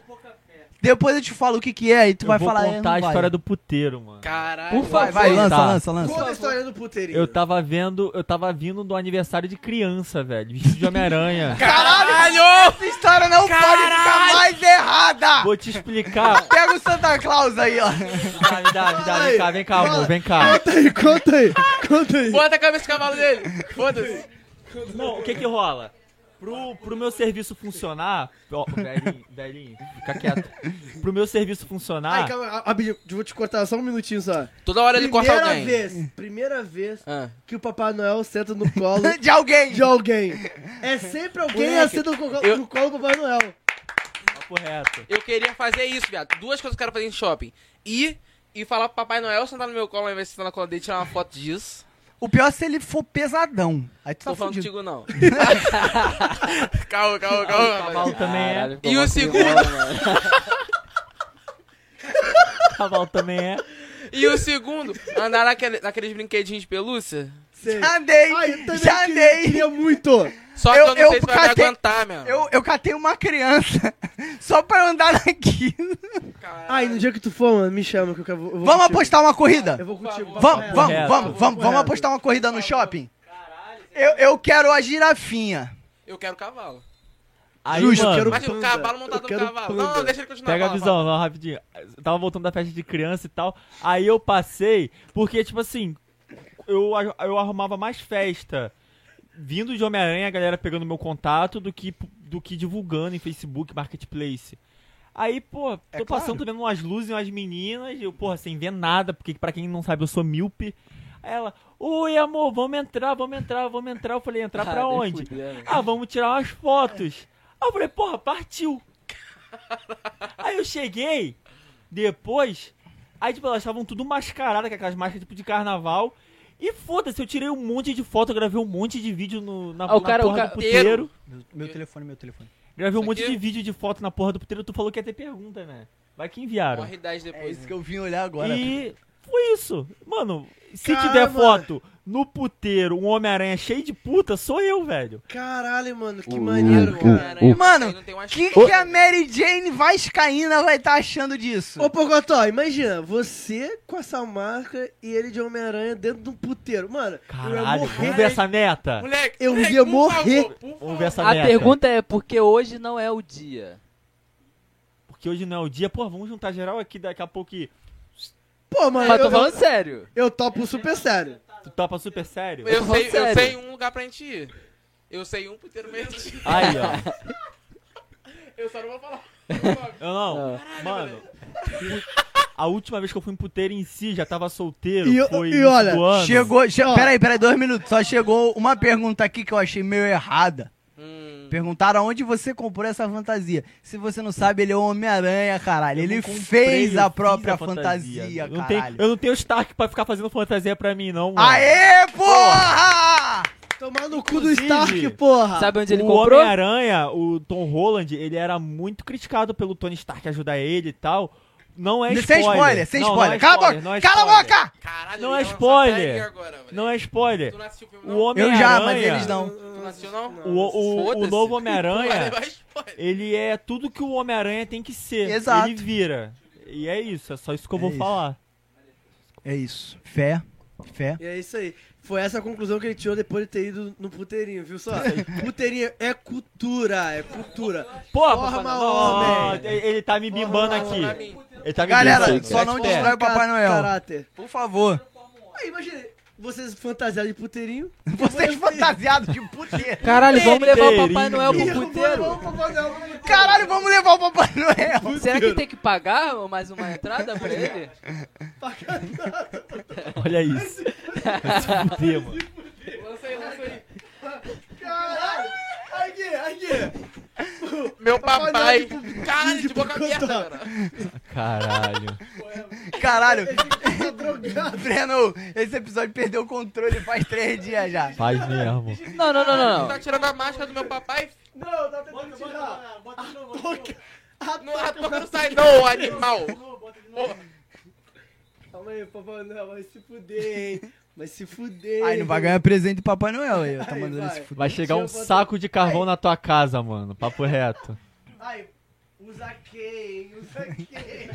Speaker 2: Depois eu te falo o que, que é e tu
Speaker 4: Eu
Speaker 2: vai
Speaker 4: vou
Speaker 2: falar. "É,
Speaker 4: contar
Speaker 2: não
Speaker 4: a
Speaker 2: vai."
Speaker 4: história do puteiro, mano. tá.
Speaker 7: Caralho.
Speaker 2: Por favor, vai, lança, lança, lança.
Speaker 6: Conta a história do puteirinho.
Speaker 4: Eu tava vendo, eu tava vindo do aniversário de criança, velho. Vestido de Homem-Aranha.
Speaker 7: Caralho!
Speaker 2: Essa história não pode ficar mais errada!
Speaker 4: Vou te explicar.
Speaker 2: Pega o Santa Claus aí, ó.
Speaker 4: Tá, me dá, me dá, vem cá, vem cá, amor, vem cá.
Speaker 6: Conta aí, conta aí, conta aí.
Speaker 7: Bota a cabeça de cavalo dele. Foda-se.
Speaker 4: Não, o que que rola? Pro, pro meu serviço funcionar. Ó, velhinho, velhinho, fica quieto. Pro meu serviço
Speaker 6: Ai,
Speaker 4: funcionar.
Speaker 6: calma, a- Abdi, eu vou te cortar só um minutinho só.
Speaker 7: Toda hora ele corta
Speaker 6: Primeira
Speaker 7: alguém.
Speaker 6: vez, primeira vez
Speaker 7: Ah.
Speaker 6: que o Papai Noel senta no colo
Speaker 2: De alguém!
Speaker 6: de alguém. É sempre alguém
Speaker 7: Moleque,
Speaker 6: assenta no colo,
Speaker 7: eu-
Speaker 6: no colo do Papai Noel.
Speaker 4: Papo reto.
Speaker 7: Eu queria fazer isso, viado. Duas coisas que eu quero fazer em shopping. Ir e falar pro Papai Noel sentar no meu colo ao invés de sentar na cola dele tirar uma foto disso.
Speaker 2: O pior é se ele for pesadão. Aí tu tá
Speaker 7: Não tô falando
Speaker 2: fudido.
Speaker 7: contigo, não. calma, calma, calma.
Speaker 4: Cabal
Speaker 7: rapaziada.
Speaker 4: também é.
Speaker 3: Caralho, ficou
Speaker 7: E
Speaker 3: mal
Speaker 7: o segundo,
Speaker 4: Cabal também é.
Speaker 7: e o segundo, andar naquele- naqueles brinquedinhos de pelúcia.
Speaker 6: Sei.
Speaker 2: Já andei!
Speaker 6: Ai, eu também
Speaker 2: já
Speaker 6: queria,
Speaker 2: andei!
Speaker 6: queria muito.
Speaker 7: Só que eu,
Speaker 2: Eu-
Speaker 7: não
Speaker 2: eu
Speaker 7: sei se vai me
Speaker 2: catei-
Speaker 7: aguentar, meu.
Speaker 2: Eu, eu catei uma criança só pra andar naquilo.
Speaker 6: Ai, no dia que tu for, mano, me chama que eu quero. eu vou
Speaker 2: Vamos
Speaker 6: contigo.
Speaker 2: apostar uma corrida?
Speaker 6: Eu vou É, contigo.
Speaker 2: Vamos, vamos,
Speaker 4: Correto.
Speaker 2: vamos, vamos, vamos
Speaker 6: Correto.
Speaker 2: apostar uma corrida no shopping? Eu, eu quero a girafinha.
Speaker 7: Eu quero cavalo.
Speaker 4: Aí,
Speaker 6: Justo,
Speaker 4: mano,
Speaker 6: quero-
Speaker 7: Mas o
Speaker 6: Panda.
Speaker 7: cavalo
Speaker 6: Eu
Speaker 7: montado no
Speaker 6: quero
Speaker 7: cavalo. Não, não,
Speaker 6: panda.
Speaker 7: deixa ele continuar.
Speaker 4: Pega a
Speaker 7: fala,
Speaker 4: visão,
Speaker 7: fala.
Speaker 4: não, rapidinho. Eu tava voltando da festa de criança e tal. Aí eu passei, porque, tipo assim, eu, ar- eu arrumava mais festa vindo de Homem-Aranha, a galera pegando meu contato, do que, do que divulgando em Facebook, Marketplace. Aí, pô, tô passando, tô vendo umas luzes, umas meninas, e eu, porra, sem ver nada, porque pra quem não sabe, eu sou míope. Aí ela, oi amor, vamos entrar, vamos entrar, vamos entrar. Eu falei, entrar pra
Speaker 3: Ah, nem
Speaker 4: onde?
Speaker 3: fudendo.
Speaker 4: Ah, vamos tirar umas fotos. Aí eu falei, porra, partiu. Aí eu cheguei, depois, aí tipo, elas estavam tudo mascarada, com aquelas máscaras tipo de carnaval. E foda-se, eu tirei um monte de foto, eu gravei um monte de vídeo no, na,
Speaker 3: Ah, o
Speaker 4: na
Speaker 3: cara-
Speaker 4: porra
Speaker 3: o
Speaker 4: do
Speaker 3: cara-
Speaker 4: puteiro.
Speaker 5: Meu, meu telefone, meu telefone.
Speaker 4: Gravei um
Speaker 7: Isso
Speaker 4: monte
Speaker 7: aqui?
Speaker 4: de vídeo de foto na porra do puteiro, tu falou que ia ter pergunta, né? Vai que enviaram.
Speaker 7: Morre 10
Speaker 2: É
Speaker 7: depois. né?
Speaker 2: isso que eu vim olhar agora.
Speaker 5: né?
Speaker 4: E foi isso. Mano, se
Speaker 6: Cara,
Speaker 4: tiver
Speaker 6: mano.
Speaker 4: foto no puteiro, um Homem-Aranha cheio de puta, sou eu, velho.
Speaker 6: Caralho, mano, que
Speaker 3: Uh,
Speaker 6: maneiro,
Speaker 3: uh,
Speaker 6: cara.
Speaker 3: uh.
Speaker 2: Mano,
Speaker 7: não tem mais
Speaker 2: O que, que é a Mary Jane Vascaína vai estar achando disso?
Speaker 6: Ô, Pocotó, imagina, você com essa máscara e ele de Homem-Aranha dentro de um puteiro. Mano, eu ia
Speaker 4: Caralho,
Speaker 6: morrer.
Speaker 4: vamos ver essa meta.
Speaker 7: Moleque,
Speaker 6: Eu
Speaker 7: moleque,
Speaker 6: ia
Speaker 7: por
Speaker 6: morrer.
Speaker 7: favor, por favor.
Speaker 4: Vamos ver essa
Speaker 3: A
Speaker 4: meta.
Speaker 3: pergunta é por que hoje não é o dia?
Speaker 4: Porque hoje não é o dia. Pô, vamos juntar geral aqui daqui a pouco. e-
Speaker 6: Pô, mano,
Speaker 3: Mas
Speaker 6: eu,
Speaker 3: tô falando
Speaker 6: eu,
Speaker 3: sério.
Speaker 6: eu topo super sério.
Speaker 4: Tu topa super sério?
Speaker 7: Eu
Speaker 3: Tô falando
Speaker 7: sei, eu
Speaker 3: sério.
Speaker 7: sei um lugar pra gente ir. Eu sei um puteiro meio dia.
Speaker 4: Aí, ó.
Speaker 7: Eu só não vou falar.
Speaker 4: Eu não. Mano. A última vez que eu fui em puteiro em si, já tava solteiro.
Speaker 6: E o-
Speaker 4: foi
Speaker 6: e
Speaker 4: início
Speaker 6: olha,
Speaker 4: do ano.
Speaker 2: Chegou. Che peraí, peraí, dois minutos. Só chegou uma pergunta aqui que eu achei meio errada.
Speaker 7: Hum,
Speaker 2: Perguntaram aonde você comprou essa fantasia. Se você não sabe, ele é o Homem-Aranha, caralho.
Speaker 4: Eu
Speaker 2: ele
Speaker 4: não comprei, eu
Speaker 2: fez
Speaker 4: fiz
Speaker 2: a própria fantasia,
Speaker 4: Eu não tenho-
Speaker 2: caralho.
Speaker 4: eu não tenho Stark pra ficar fazendo fantasia pra mim, não. Mano.
Speaker 2: Aê, porra!
Speaker 6: Tomar no cu do
Speaker 4: Inclusive,
Speaker 6: Stark, porra.
Speaker 3: Sabe onde ele
Speaker 4: o é
Speaker 3: comprou?
Speaker 4: Homem-Aranha, o Tom Holland, ele era muito criticado pelo Tony Stark ajudar ele e tal. Não é spoiler.
Speaker 2: sem spoiler, sem
Speaker 4: Não, não é
Speaker 2: spoiler. Cala a boca!
Speaker 4: spoiler, não é
Speaker 2: Cala a
Speaker 4: spoiler.
Speaker 2: boca!
Speaker 7: caralho,
Speaker 4: Não
Speaker 7: eu
Speaker 4: é
Speaker 7: ia lançar
Speaker 4: spoiler.
Speaker 7: até aí Agora, moleque.
Speaker 4: Não é spoiler.
Speaker 7: Tu não assistiu o filme,
Speaker 4: O
Speaker 7: não?
Speaker 2: Eu
Speaker 4: Homem-Aranha...
Speaker 2: já, mas eles não.
Speaker 7: Tu não assistiu, não?
Speaker 4: O, o, o
Speaker 7: Foda-se.
Speaker 4: novo
Speaker 7: Vai
Speaker 4: Homem-Aranha,
Speaker 7: levar spoiler.
Speaker 4: ele é tudo que o Homem-Aranha tem que ser.
Speaker 2: Exato.
Speaker 4: Ele vira. E é isso, é só isso que eu
Speaker 2: É
Speaker 4: vou
Speaker 2: isso.
Speaker 4: falar.
Speaker 2: É isso. Fé. Fé.
Speaker 6: E é isso aí. Foi essa a conclusão que ele tirou depois de ter ido no puteirinho, viu só? puteirinho é cultura, é cultura.
Speaker 4: Pô,
Speaker 6: Forma
Speaker 4: papai, não,
Speaker 6: homem.
Speaker 4: ele ele tá me bimbando aqui.
Speaker 7: Pra mim.
Speaker 4: Ele tá me
Speaker 2: Galera,
Speaker 4: bimbando.
Speaker 2: só não
Speaker 4: É.
Speaker 2: destrói o Papai Noel.
Speaker 6: Caráter.
Speaker 2: Por favor.
Speaker 6: Aí, imagina, vocês fantasiaram de puteirinho.
Speaker 2: Vocês fantasiados de puteiro.
Speaker 3: Caralho, vamos levar o
Speaker 4: Inteirinho.
Speaker 3: Papai Noel
Speaker 6: Ih,
Speaker 8: é
Speaker 3: pro
Speaker 6: eu vou-
Speaker 3: puteiro.
Speaker 6: eu vou fazer uma-
Speaker 2: Caralho, vamos levar o Papai Noel.
Speaker 3: Será que tem que pagar mais uma entrada pra ele?
Speaker 4: Olha isso. Vai se fuder, mano.
Speaker 6: Caralho! Aqui, aqui!
Speaker 7: Meu
Speaker 6: Papai
Speaker 7: papai.
Speaker 6: Noel de-
Speaker 7: Caralho, Tá de boca
Speaker 6: Pocotó.
Speaker 7: aberta, cara.
Speaker 4: Caralho.
Speaker 2: Caralho,
Speaker 6: Tá drogado!
Speaker 2: Breno, esse episódio perdeu o controle faz três dias já.
Speaker 4: Faz mesmo.
Speaker 3: Não, não, não, não.
Speaker 7: Tá
Speaker 3: não.
Speaker 7: tirando a máscara do meu papai.
Speaker 6: Não, tá tentando tirar!
Speaker 7: Não, Tá a boca não sai, não, ô animal.
Speaker 6: Calma aí, Papai Noel, vai se fuder, hein?
Speaker 8: Vai se fuder.
Speaker 12: Aí não vai ganhar presente do Papai Noel aí, ó. Tá
Speaker 8: Aí
Speaker 12: mandando
Speaker 8: vai.
Speaker 12: esse
Speaker 4: Vai chegar um saco de carvão na tua casa, mano. Papo reto.
Speaker 6: Ai, usa quem? Usa quem?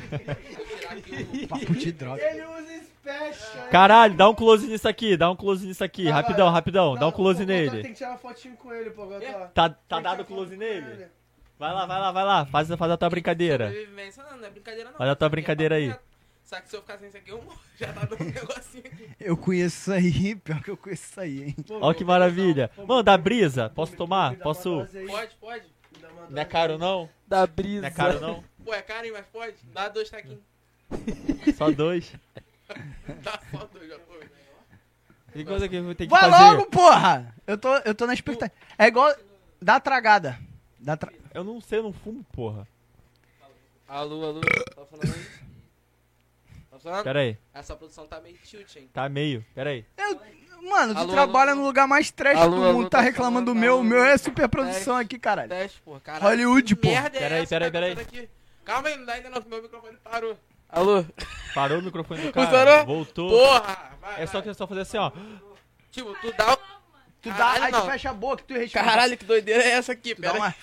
Speaker 4: Papo de droga.
Speaker 6: Ele usa special.
Speaker 4: Caralho, dá um close nisso aqui, dá um close nisso aqui. Rapidão, rapidão. Dá um close
Speaker 6: Tem
Speaker 4: nele.
Speaker 6: que tirar uma fotinho com ele, pô. Agora
Speaker 4: Tá, tá dado o close nele? Vai lá, vai lá, vai lá. Faz, faz a tua brincadeira.
Speaker 7: Sobrevivência não, não é brincadeira não.
Speaker 4: Faz a tua tá brincadeira aí.
Speaker 7: Só que se eu ficar sem isso aqui, eu morro. Já tá dando um negocinho aqui.
Speaker 12: Eu conheço isso aí, pior que eu conheço isso aí, hein?
Speaker 4: Ó que maravilha. Mano, dá brisa? Posso tomar? Posso?
Speaker 7: Pode, pode.
Speaker 4: Não é caro não?
Speaker 3: Dá brisa.
Speaker 4: Não é caro não?
Speaker 7: Pô, é caro, hein, mas pode. Dá dois taquinhos.
Speaker 4: Só dois.
Speaker 7: Dá só dois, já foi.
Speaker 4: Que coisa que eu vou ter que
Speaker 12: Vai
Speaker 4: fazer?
Speaker 12: logo, porra! Eu tô, eu tô na expectativa. É igual. Dá tragada. Dá tra...
Speaker 4: Eu não sei, eu não fumo, porra.
Speaker 7: Alô, alô. Tá falando aí? Tá funcionando?
Speaker 4: Pera aí.
Speaker 7: Essa produção tá meio tilt, hein.
Speaker 4: Tá meio. Pera aí.
Speaker 12: Mano, tu
Speaker 7: Alô,
Speaker 12: trabalha no lugar mais trash
Speaker 4: Alô,
Speaker 12: do
Speaker 4: alô,
Speaker 12: mundo,
Speaker 4: tá
Speaker 12: tá, reclamando do meu. O meu é super produção aqui, caralho.
Speaker 7: Teste, porra, caralho.
Speaker 12: Hollywood,
Speaker 7: Que
Speaker 12: pô.
Speaker 7: merda é
Speaker 4: Peraí,
Speaker 7: essa
Speaker 4: peraí,
Speaker 7: que tá
Speaker 4: peraí.
Speaker 7: acontecendo aqui? Calma aí, não dá ainda não, que meu microfone parou.
Speaker 4: Alô? Parou o microfone do cara.
Speaker 7: Funcionou?
Speaker 4: Voltou.
Speaker 7: Porra,
Speaker 4: é só que é só fazer assim, ó.
Speaker 7: Tipo, tu dá...
Speaker 12: Tu
Speaker 7: dá,
Speaker 12: aí tu
Speaker 7: fecha
Speaker 12: a boca, tu
Speaker 7: respira. Caralho, que doideira é essa aqui, pera aí.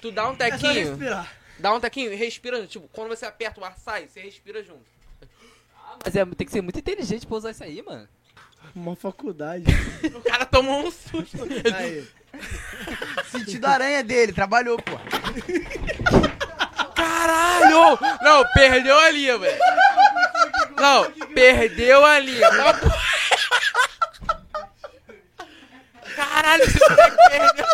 Speaker 7: Tu dá um
Speaker 6: É só
Speaker 7: tequinho.
Speaker 6: respirar.
Speaker 7: dá um tequinho e respira junto. Tipo, quando você aperta o ar, sai, você respira junto.
Speaker 3: Mas é, tem que ser muito inteligente pra usar isso aí, mano.
Speaker 8: Uma faculdade.
Speaker 7: O cara tomou um susto.
Speaker 12: Aí. Sentido aranha dele, trabalhou, pô.
Speaker 7: Caralho! Não, perdeu ali, velho. Não, perdeu ali. Caralho, esse moleque perdeu.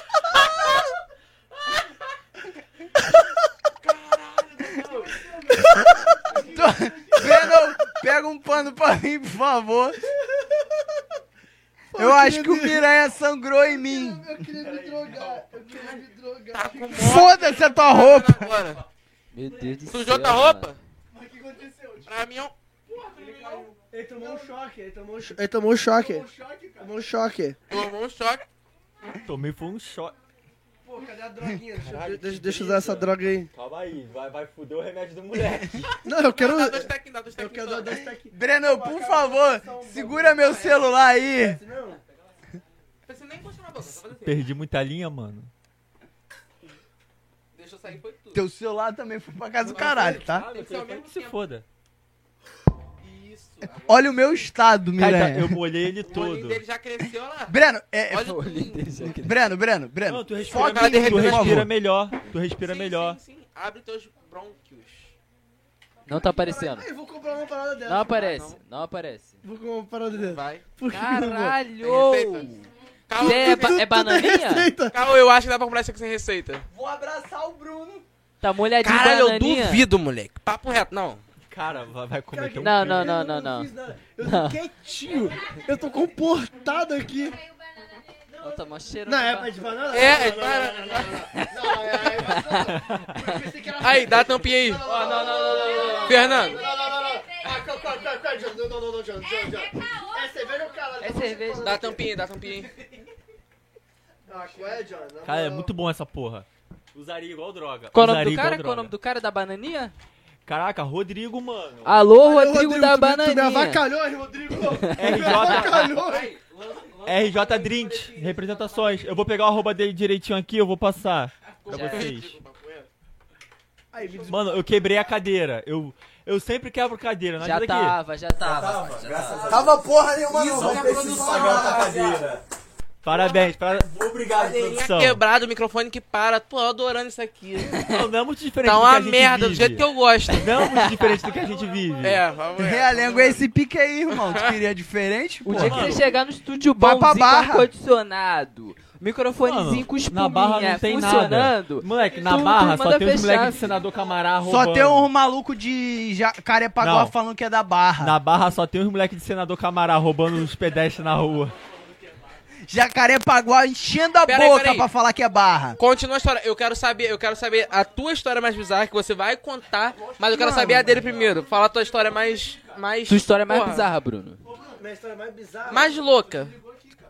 Speaker 12: Tu- Brandon, pega um pano pra mim, por favor. Eu acho que o piranha sangrou em mim.
Speaker 8: Eu queria me drogar. Eu queria me drogar.
Speaker 7: Tá
Speaker 12: Foda-se a tua roupa.
Speaker 7: Agora.
Speaker 3: Meu Deus do céu.
Speaker 7: Sujou tua roupa?
Speaker 8: Mas o que aconteceu?
Speaker 7: Pra mim é um...
Speaker 6: Ele tomou um choque, ele tomou um choque.
Speaker 8: Ele tomou choque.
Speaker 6: Tomou choque,
Speaker 8: Tomou
Speaker 6: cara.
Speaker 8: choque.
Speaker 7: Tomou um choque.
Speaker 4: Tomei foi um choque.
Speaker 6: Pô, cadê a droguinha? Deixa eu ver.
Speaker 8: Deixa, deixa eu usar essa droga aí.
Speaker 4: Calma aí, vai, vai fuder o remédio do moleque.
Speaker 8: Não, eu quero.
Speaker 7: Eu
Speaker 8: quero dar dois tequinhos.
Speaker 12: Breno, por favor, segura meu celular aí.
Speaker 7: Você nem encostou na boca, só fazer assim.
Speaker 4: Perdi muita linha, mano.
Speaker 7: Deixa eu sair, foi tudo.
Speaker 12: Teu celular também foi pra casa do caralho, tá?
Speaker 7: Tem que ser ao mesmo
Speaker 4: Se foda.
Speaker 12: Olha o meu estado,
Speaker 4: Cara,
Speaker 12: Miranha.
Speaker 4: É. eu molhei ele todo.
Speaker 7: Ele já cresceu lá.
Speaker 12: Breno, é.
Speaker 7: Olha
Speaker 3: é.
Speaker 12: Breno, Breno, Breno.
Speaker 4: Não, tu respira,
Speaker 12: foca em mim,
Speaker 4: tu
Speaker 12: por
Speaker 4: respira
Speaker 12: favor.
Speaker 4: melhor. Tu respira
Speaker 7: Sim,
Speaker 4: melhor.
Speaker 7: Sim, sim, abre teus brônquios.
Speaker 3: Não tá aparecendo.
Speaker 8: Eu vou comprar uma parada dessa.
Speaker 3: Não aparece, não aparece.
Speaker 8: Vou comprar uma parada dessa.
Speaker 7: Vai.
Speaker 8: Por que eu não vou?
Speaker 3: Caralho!
Speaker 7: Calma,
Speaker 3: É, ba- é bananinha?
Speaker 7: Calma, eu acho que dá pra comprar isso aqui sem receita.
Speaker 12: Vou abraçar o Bruno.
Speaker 3: Tá molhadinho
Speaker 7: Caralho, eu
Speaker 3: bananinha?
Speaker 7: duvido, moleque. Papo reto, não.
Speaker 4: Cara, vai, vai cometer um
Speaker 3: Não,
Speaker 4: crime.
Speaker 3: não, não, não, não.
Speaker 8: Eu tô quietinho. Eu tô comportado aqui.
Speaker 3: Ó, tá mó cheirando.
Speaker 6: Não, é
Speaker 3: pra-
Speaker 6: pra de banana?
Speaker 7: É, é de
Speaker 6: Não, não, não, não, não, não. Não, é, é maçã. Eu pensei que era-
Speaker 7: Aí, dá a tampinha aí.
Speaker 6: Não, não, não, não, não, não, não.
Speaker 7: Fernando.
Speaker 6: Não, não, não, não, não. Ah, calma, calma, calma, calma, João, não, não, não, não, João, João, João. É cerveja ou caralho?
Speaker 3: É
Speaker 6: Tá
Speaker 3: cerveja.
Speaker 7: Dá a tampinha aí, dá a tampinha aí.
Speaker 6: Ah, qual é, João? Na
Speaker 4: Cara, é
Speaker 6: moral.
Speaker 4: muito bom essa porra. Usaria igual droga.
Speaker 3: Qual o nome
Speaker 4: Usaria
Speaker 3: do
Speaker 4: igual
Speaker 3: cara? Qual o
Speaker 4: é droga.
Speaker 3: nome do cara é da bananinha?
Speaker 4: Caraca, Rodrigo, mano.
Speaker 3: Alô,
Speaker 8: Valeu,
Speaker 3: Rodrigo, da
Speaker 8: tu me- Tu me
Speaker 3: bananinha.
Speaker 8: avacalhou, hein, Rodrigo?
Speaker 4: RJ. RJ Drinks, representações. Eu vou pegar o arroba dele direitinho aqui, eu vou passar pra
Speaker 3: Já é.
Speaker 4: vocês.
Speaker 8: Aí, me des-
Speaker 4: Mano, eu quebrei a cadeira. Eu, eu sempre quebro cadeira, não
Speaker 3: Já tá.
Speaker 4: adianta aqui.
Speaker 3: tava, já tava. já tava.
Speaker 12: Tava porra nenhuma, não.
Speaker 7: Isso é produção, rapaziada.
Speaker 4: Parabéns, para... obrigado,
Speaker 7: Cadeirinha
Speaker 4: produção.
Speaker 7: quebrada, o microfone que para. Pô, eu adorando isso aqui.
Speaker 4: Não, não é muito diferente
Speaker 7: Tá
Speaker 4: do que a
Speaker 7: uma
Speaker 4: gente Hum.
Speaker 7: merda, do
Speaker 4: vive.
Speaker 7: jeito que eu gosto.
Speaker 4: Não é muito diferente do que a gente vive.
Speaker 7: É, vamos ver.
Speaker 12: Realengo é esse pique aí, irmão. Tu queria é diferente? pô?
Speaker 3: O dia que você chegar no estúdio
Speaker 12: Vai
Speaker 3: bom,
Speaker 12: pra
Speaker 3: com
Speaker 12: Barra.
Speaker 3: ar-condicionado, microfonezinho
Speaker 4: Mano,
Speaker 3: com espuminha
Speaker 4: na barra não tem nada.
Speaker 3: funcionando,
Speaker 4: Moleque, na
Speaker 3: Tu-
Speaker 4: barra
Speaker 3: tu
Speaker 4: só
Speaker 3: manda
Speaker 4: tem os
Speaker 3: fechar.
Speaker 4: moleques de senador Camará roubando.
Speaker 12: Só tem um maluco de Jacarepaguá
Speaker 4: Não.
Speaker 12: falando que é da Barra.
Speaker 4: Na barra só tem os moleques de senador Camará roubando os pedestres na rua.
Speaker 12: Jacarepaguá enchendo a
Speaker 7: Pera aí,
Speaker 12: boca
Speaker 7: pera aí.
Speaker 12: pra falar que é Barra.
Speaker 7: Continua a história. Eu quero saber, eu quero saber a tua história mais bizarra que você vai contar, mas eu quero saber a dele primeiro. Fala a tua história mais mais
Speaker 3: Tua história é mais
Speaker 7: porra,
Speaker 3: bizarra, Bruno.
Speaker 6: Minha história mais bizarra.
Speaker 7: Mais louca.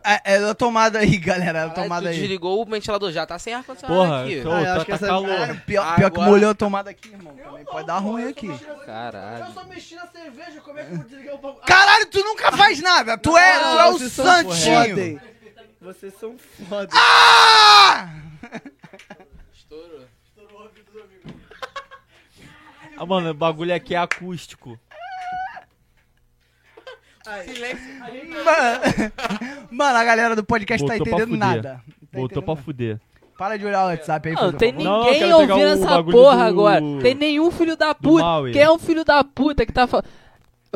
Speaker 2: É, é a tomada aí, galera. A
Speaker 7: Caralho,
Speaker 2: tomada
Speaker 7: tu
Speaker 2: aí.
Speaker 7: desligou o ventilador já, tá sem ar condicionado
Speaker 2: Porra,
Speaker 7: aqui.
Speaker 4: então-
Speaker 2: tô- Ah, eu tá- acho que tá essa- calor. Caralho, pior-
Speaker 7: Ah,
Speaker 2: pior que
Speaker 7: agora-
Speaker 2: molhou a tomada aqui, irmão. Também pode dar ruim aqui.
Speaker 7: Caralho.
Speaker 6: só mexi na cerveja, como é que eu vou desligar o bagulho?
Speaker 2: Caralho, tu nunca faz nada. Tu é, tu é o santinho.
Speaker 6: Vocês são foda.
Speaker 2: Ah!
Speaker 7: Estourou. Estourou o ouvido do amigo.
Speaker 4: Ah, mano, o bagulho aqui é acústico.
Speaker 7: Silêncio.
Speaker 2: Mano, mano, a galera do podcast tá
Speaker 4: Botou pra
Speaker 2: entendendo
Speaker 4: fuder.
Speaker 2: nada.
Speaker 4: Botou pra fuder.
Speaker 2: Para de olhar o WhatsApp aí,
Speaker 3: Não,
Speaker 2: por
Speaker 3: tem
Speaker 2: favor.
Speaker 3: ninguém ouvindo essa porra agora. Tem nenhum filho da puta.
Speaker 2: Maui.
Speaker 3: Quem é um filho da puta que tá falando?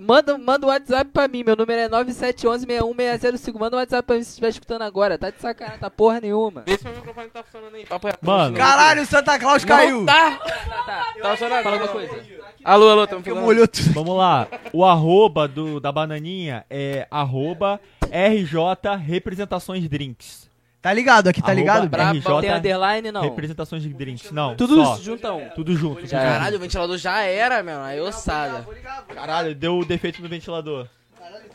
Speaker 3: Manda, manda um WhatsApp pra mim, meu número é 9711605. Manda um WhatsApp pra mim se estiver escutando agora. Tá de sacanagem, tá porra nenhuma.
Speaker 7: Vê se meu microfone tá funcionando aí. Papo reto.
Speaker 3: Mano.
Speaker 2: Caralho, o Santa Claus
Speaker 7: Não
Speaker 2: caiu.
Speaker 7: Tá. Tá funcionando. Fala uma coisa. Alô, alô, tamo falando.
Speaker 4: Vamos lá. O arroba do, da bananinha é arroba RJ Representações Drinks.
Speaker 2: Tá ligado aqui, tá ligado?
Speaker 4: RJ
Speaker 3: Tem underline, não.
Speaker 4: Representações de Drinks, não.
Speaker 3: Tudo
Speaker 4: só.
Speaker 3: isso junto a um.
Speaker 4: Tudo junto. tudo
Speaker 7: Caralho, o
Speaker 4: junto.
Speaker 7: ventilador já era, meu. Aí ossada.
Speaker 4: Caralho, deu o defeito no ventilador.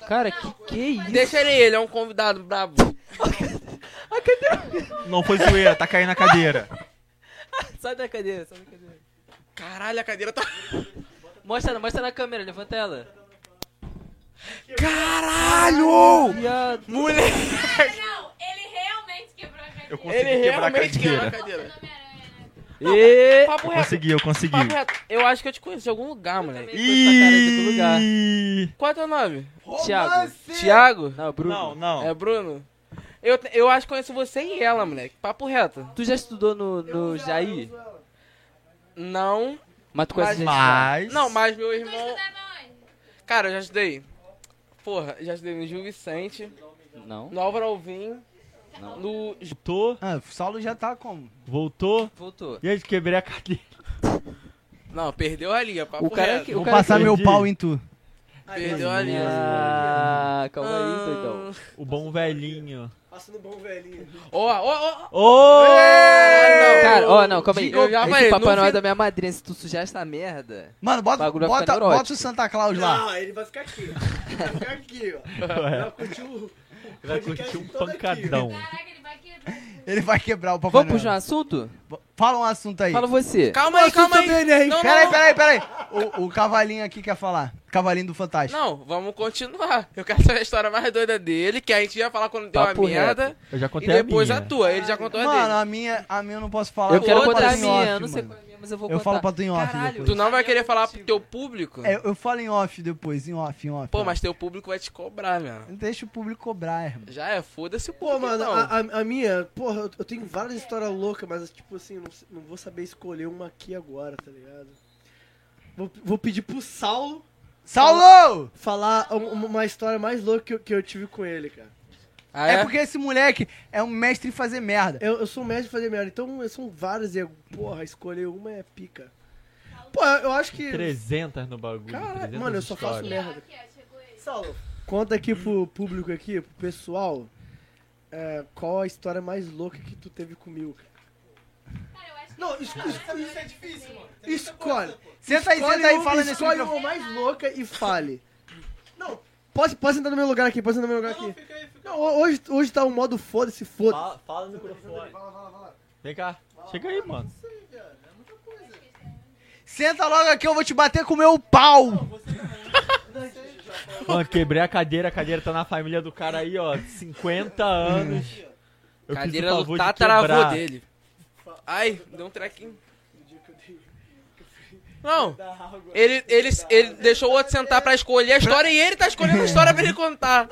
Speaker 3: Cara, que que isso?
Speaker 7: Deixa ele, ele é um convidado brabo.
Speaker 4: Não foi zoeira, tá caindo a cadeira.
Speaker 3: Sai da cadeira, sai da cadeira.
Speaker 7: Caralho, a cadeira tá.
Speaker 3: Mostra, mostra na câmera, levanta ela.
Speaker 2: Caralho!
Speaker 7: Moleque!
Speaker 9: Não, ele realmente quebrou a cadeira.
Speaker 7: Ele realmente quebrou a
Speaker 4: cadeira.
Speaker 7: cadeira.
Speaker 9: né?
Speaker 3: E...
Speaker 7: Papo
Speaker 4: Eu
Speaker 7: reto.
Speaker 4: consegui, eu consegui.
Speaker 7: Papo reto. Eu acho que eu te conheço de algum lugar, moleque.
Speaker 4: Ih!
Speaker 7: Qual é teu nome?
Speaker 3: Thiago.
Speaker 7: Thiago?
Speaker 3: Não, Bruno.
Speaker 7: Não, não. É Bruno? Eu, te- eu acho que conheço você e ela, moleque. Papo reto.
Speaker 3: Tu já estudou no, no Jair?
Speaker 7: Não.
Speaker 3: Mas tu conhece gente lá?
Speaker 7: Não, mas meu irmão.
Speaker 9: é.
Speaker 7: Cara, eu já estudei. Porra, já estudei no Gil Vicente.
Speaker 3: Não.
Speaker 7: No Álvaro Alvim. No.
Speaker 4: Voltou?
Speaker 2: Ah, o Saulo já tá como?
Speaker 4: Voltou?
Speaker 3: Voltou.
Speaker 4: E aí, quebrei a cadeira.
Speaker 7: Não, perdeu a linha, papo
Speaker 3: O cara
Speaker 7: reto.
Speaker 3: que- o
Speaker 2: Vou
Speaker 3: cara
Speaker 2: passar
Speaker 3: que-
Speaker 2: meu pau em tu.
Speaker 7: Perdeu a linha.
Speaker 3: Ah, calma aí, doidão.
Speaker 4: O bom velhinho.
Speaker 6: Passando bom, velhinho.
Speaker 7: Ó, ó, ó.
Speaker 4: Ô!
Speaker 7: Não,
Speaker 3: Cara, ó, não, calma aí.
Speaker 7: Eu já
Speaker 3: Esse
Speaker 7: falei,
Speaker 3: Papai
Speaker 7: não
Speaker 3: Noel
Speaker 7: vi-
Speaker 3: da minha madrinha, se tu sujar essa merda.
Speaker 2: Mano,
Speaker 3: o
Speaker 2: bota,
Speaker 3: bagulho vai ficar
Speaker 2: bota,
Speaker 3: neurótico.
Speaker 2: bota o Santa Claus lá.
Speaker 6: Não, ele vai ficar aqui. ó. Vai ficar aqui, ó.
Speaker 2: Ué.
Speaker 6: Vai curtir o.
Speaker 4: É. Vai curtir um pancadão.
Speaker 2: Ele vai quebrar o papai
Speaker 3: Vamos puxar um assunto?
Speaker 2: Fala um assunto aí.
Speaker 3: Fala você.
Speaker 7: Calma aí, calma aí.
Speaker 6: né,
Speaker 7: Não, não,
Speaker 2: Peraí,
Speaker 7: não.
Speaker 2: peraí, peraí. O, o cavalinho aqui quer falar. Cavalinho do Fantástico.
Speaker 7: Não, vamos continuar. Eu quero saber a história mais doida dele, que a gente ia falar quando deu
Speaker 2: Papo
Speaker 7: a merda.
Speaker 2: reto. Eu já contei
Speaker 7: E depois
Speaker 2: a
Speaker 7: a,
Speaker 2: minha.
Speaker 7: tua, ele já contou a
Speaker 2: Mano,
Speaker 7: dele.
Speaker 2: a minha, a minha eu não posso falar.
Speaker 3: Eu quero
Speaker 2: falo
Speaker 3: contar
Speaker 2: pra
Speaker 3: a
Speaker 2: tu em
Speaker 3: minha,
Speaker 2: off,
Speaker 3: eu não sei
Speaker 2: mano.
Speaker 3: qual é a minha, mas eu vou
Speaker 2: Eu
Speaker 3: contar.
Speaker 2: falo pra tu em off
Speaker 7: Tu
Speaker 2: depois.
Speaker 7: não vai querer falar pro teu público?
Speaker 2: É, eu falo em off depois, em off, em off.
Speaker 7: Pô, mas teu público vai te cobrar, meu.
Speaker 2: Deixa o público cobrar, irmão.
Speaker 7: Já é, foda-se o
Speaker 6: Pô,
Speaker 7: público.
Speaker 6: mano,
Speaker 7: então.
Speaker 6: a, a- a minha, porra, eu- eu tenho várias histórias loucas, mas tipo assim, eu não, sei- não vou saber escolher uma aqui agora, tá ligado? Vou, vou pedir pro Saulo.
Speaker 2: Saulo!
Speaker 6: Falar um- uma, história mais louca que eu, que eu tive com ele, cara.
Speaker 7: Ah,
Speaker 2: é? porque esse moleque é um mestre em fazer merda.
Speaker 6: Eu, eu sou um mestre em fazer merda, então são várias e, eu- porra, escolher uma é pica. Pô, eu acho que.
Speaker 4: 300 no bagulho.
Speaker 6: Caralho,
Speaker 4: 300
Speaker 6: mano, eu só faço
Speaker 4: histórias.
Speaker 6: merda. Saulo, conta aqui pro público aqui, pro pessoal, é, qual a história mais louca que tu teve comigo, cara. Não, isso, isso é difícil, mano. Escolhe.
Speaker 2: Senta aí,
Speaker 6: Escolhe
Speaker 2: senta aí,
Speaker 6: uma-
Speaker 2: fala nesse
Speaker 6: Escolhe
Speaker 2: microfone.
Speaker 6: uma mais louca e fale. Não, pode, pode sentar no meu lugar aqui, pode sentar no meu lugar aqui. Não, ho- hoje, hoje tá o modo foda-se, foda-se.
Speaker 4: Fala, fala no microfone. Vem cá. Chega aí, mano.
Speaker 2: Senta logo aqui, eu vou te bater com o meu pau.
Speaker 4: Mano, quebrei a cadeira. A cadeira tá na família do cara aí, ó. 50 anos. Eu fiz o
Speaker 7: Cadeira do
Speaker 4: favor de
Speaker 7: tataravô
Speaker 4: quebrar.
Speaker 7: dele. Ai, deu um trequinho. Não, ele, ele, ele deixou o outro sentar pra escolher a história e ele tá escolhendo a história pra ele contar.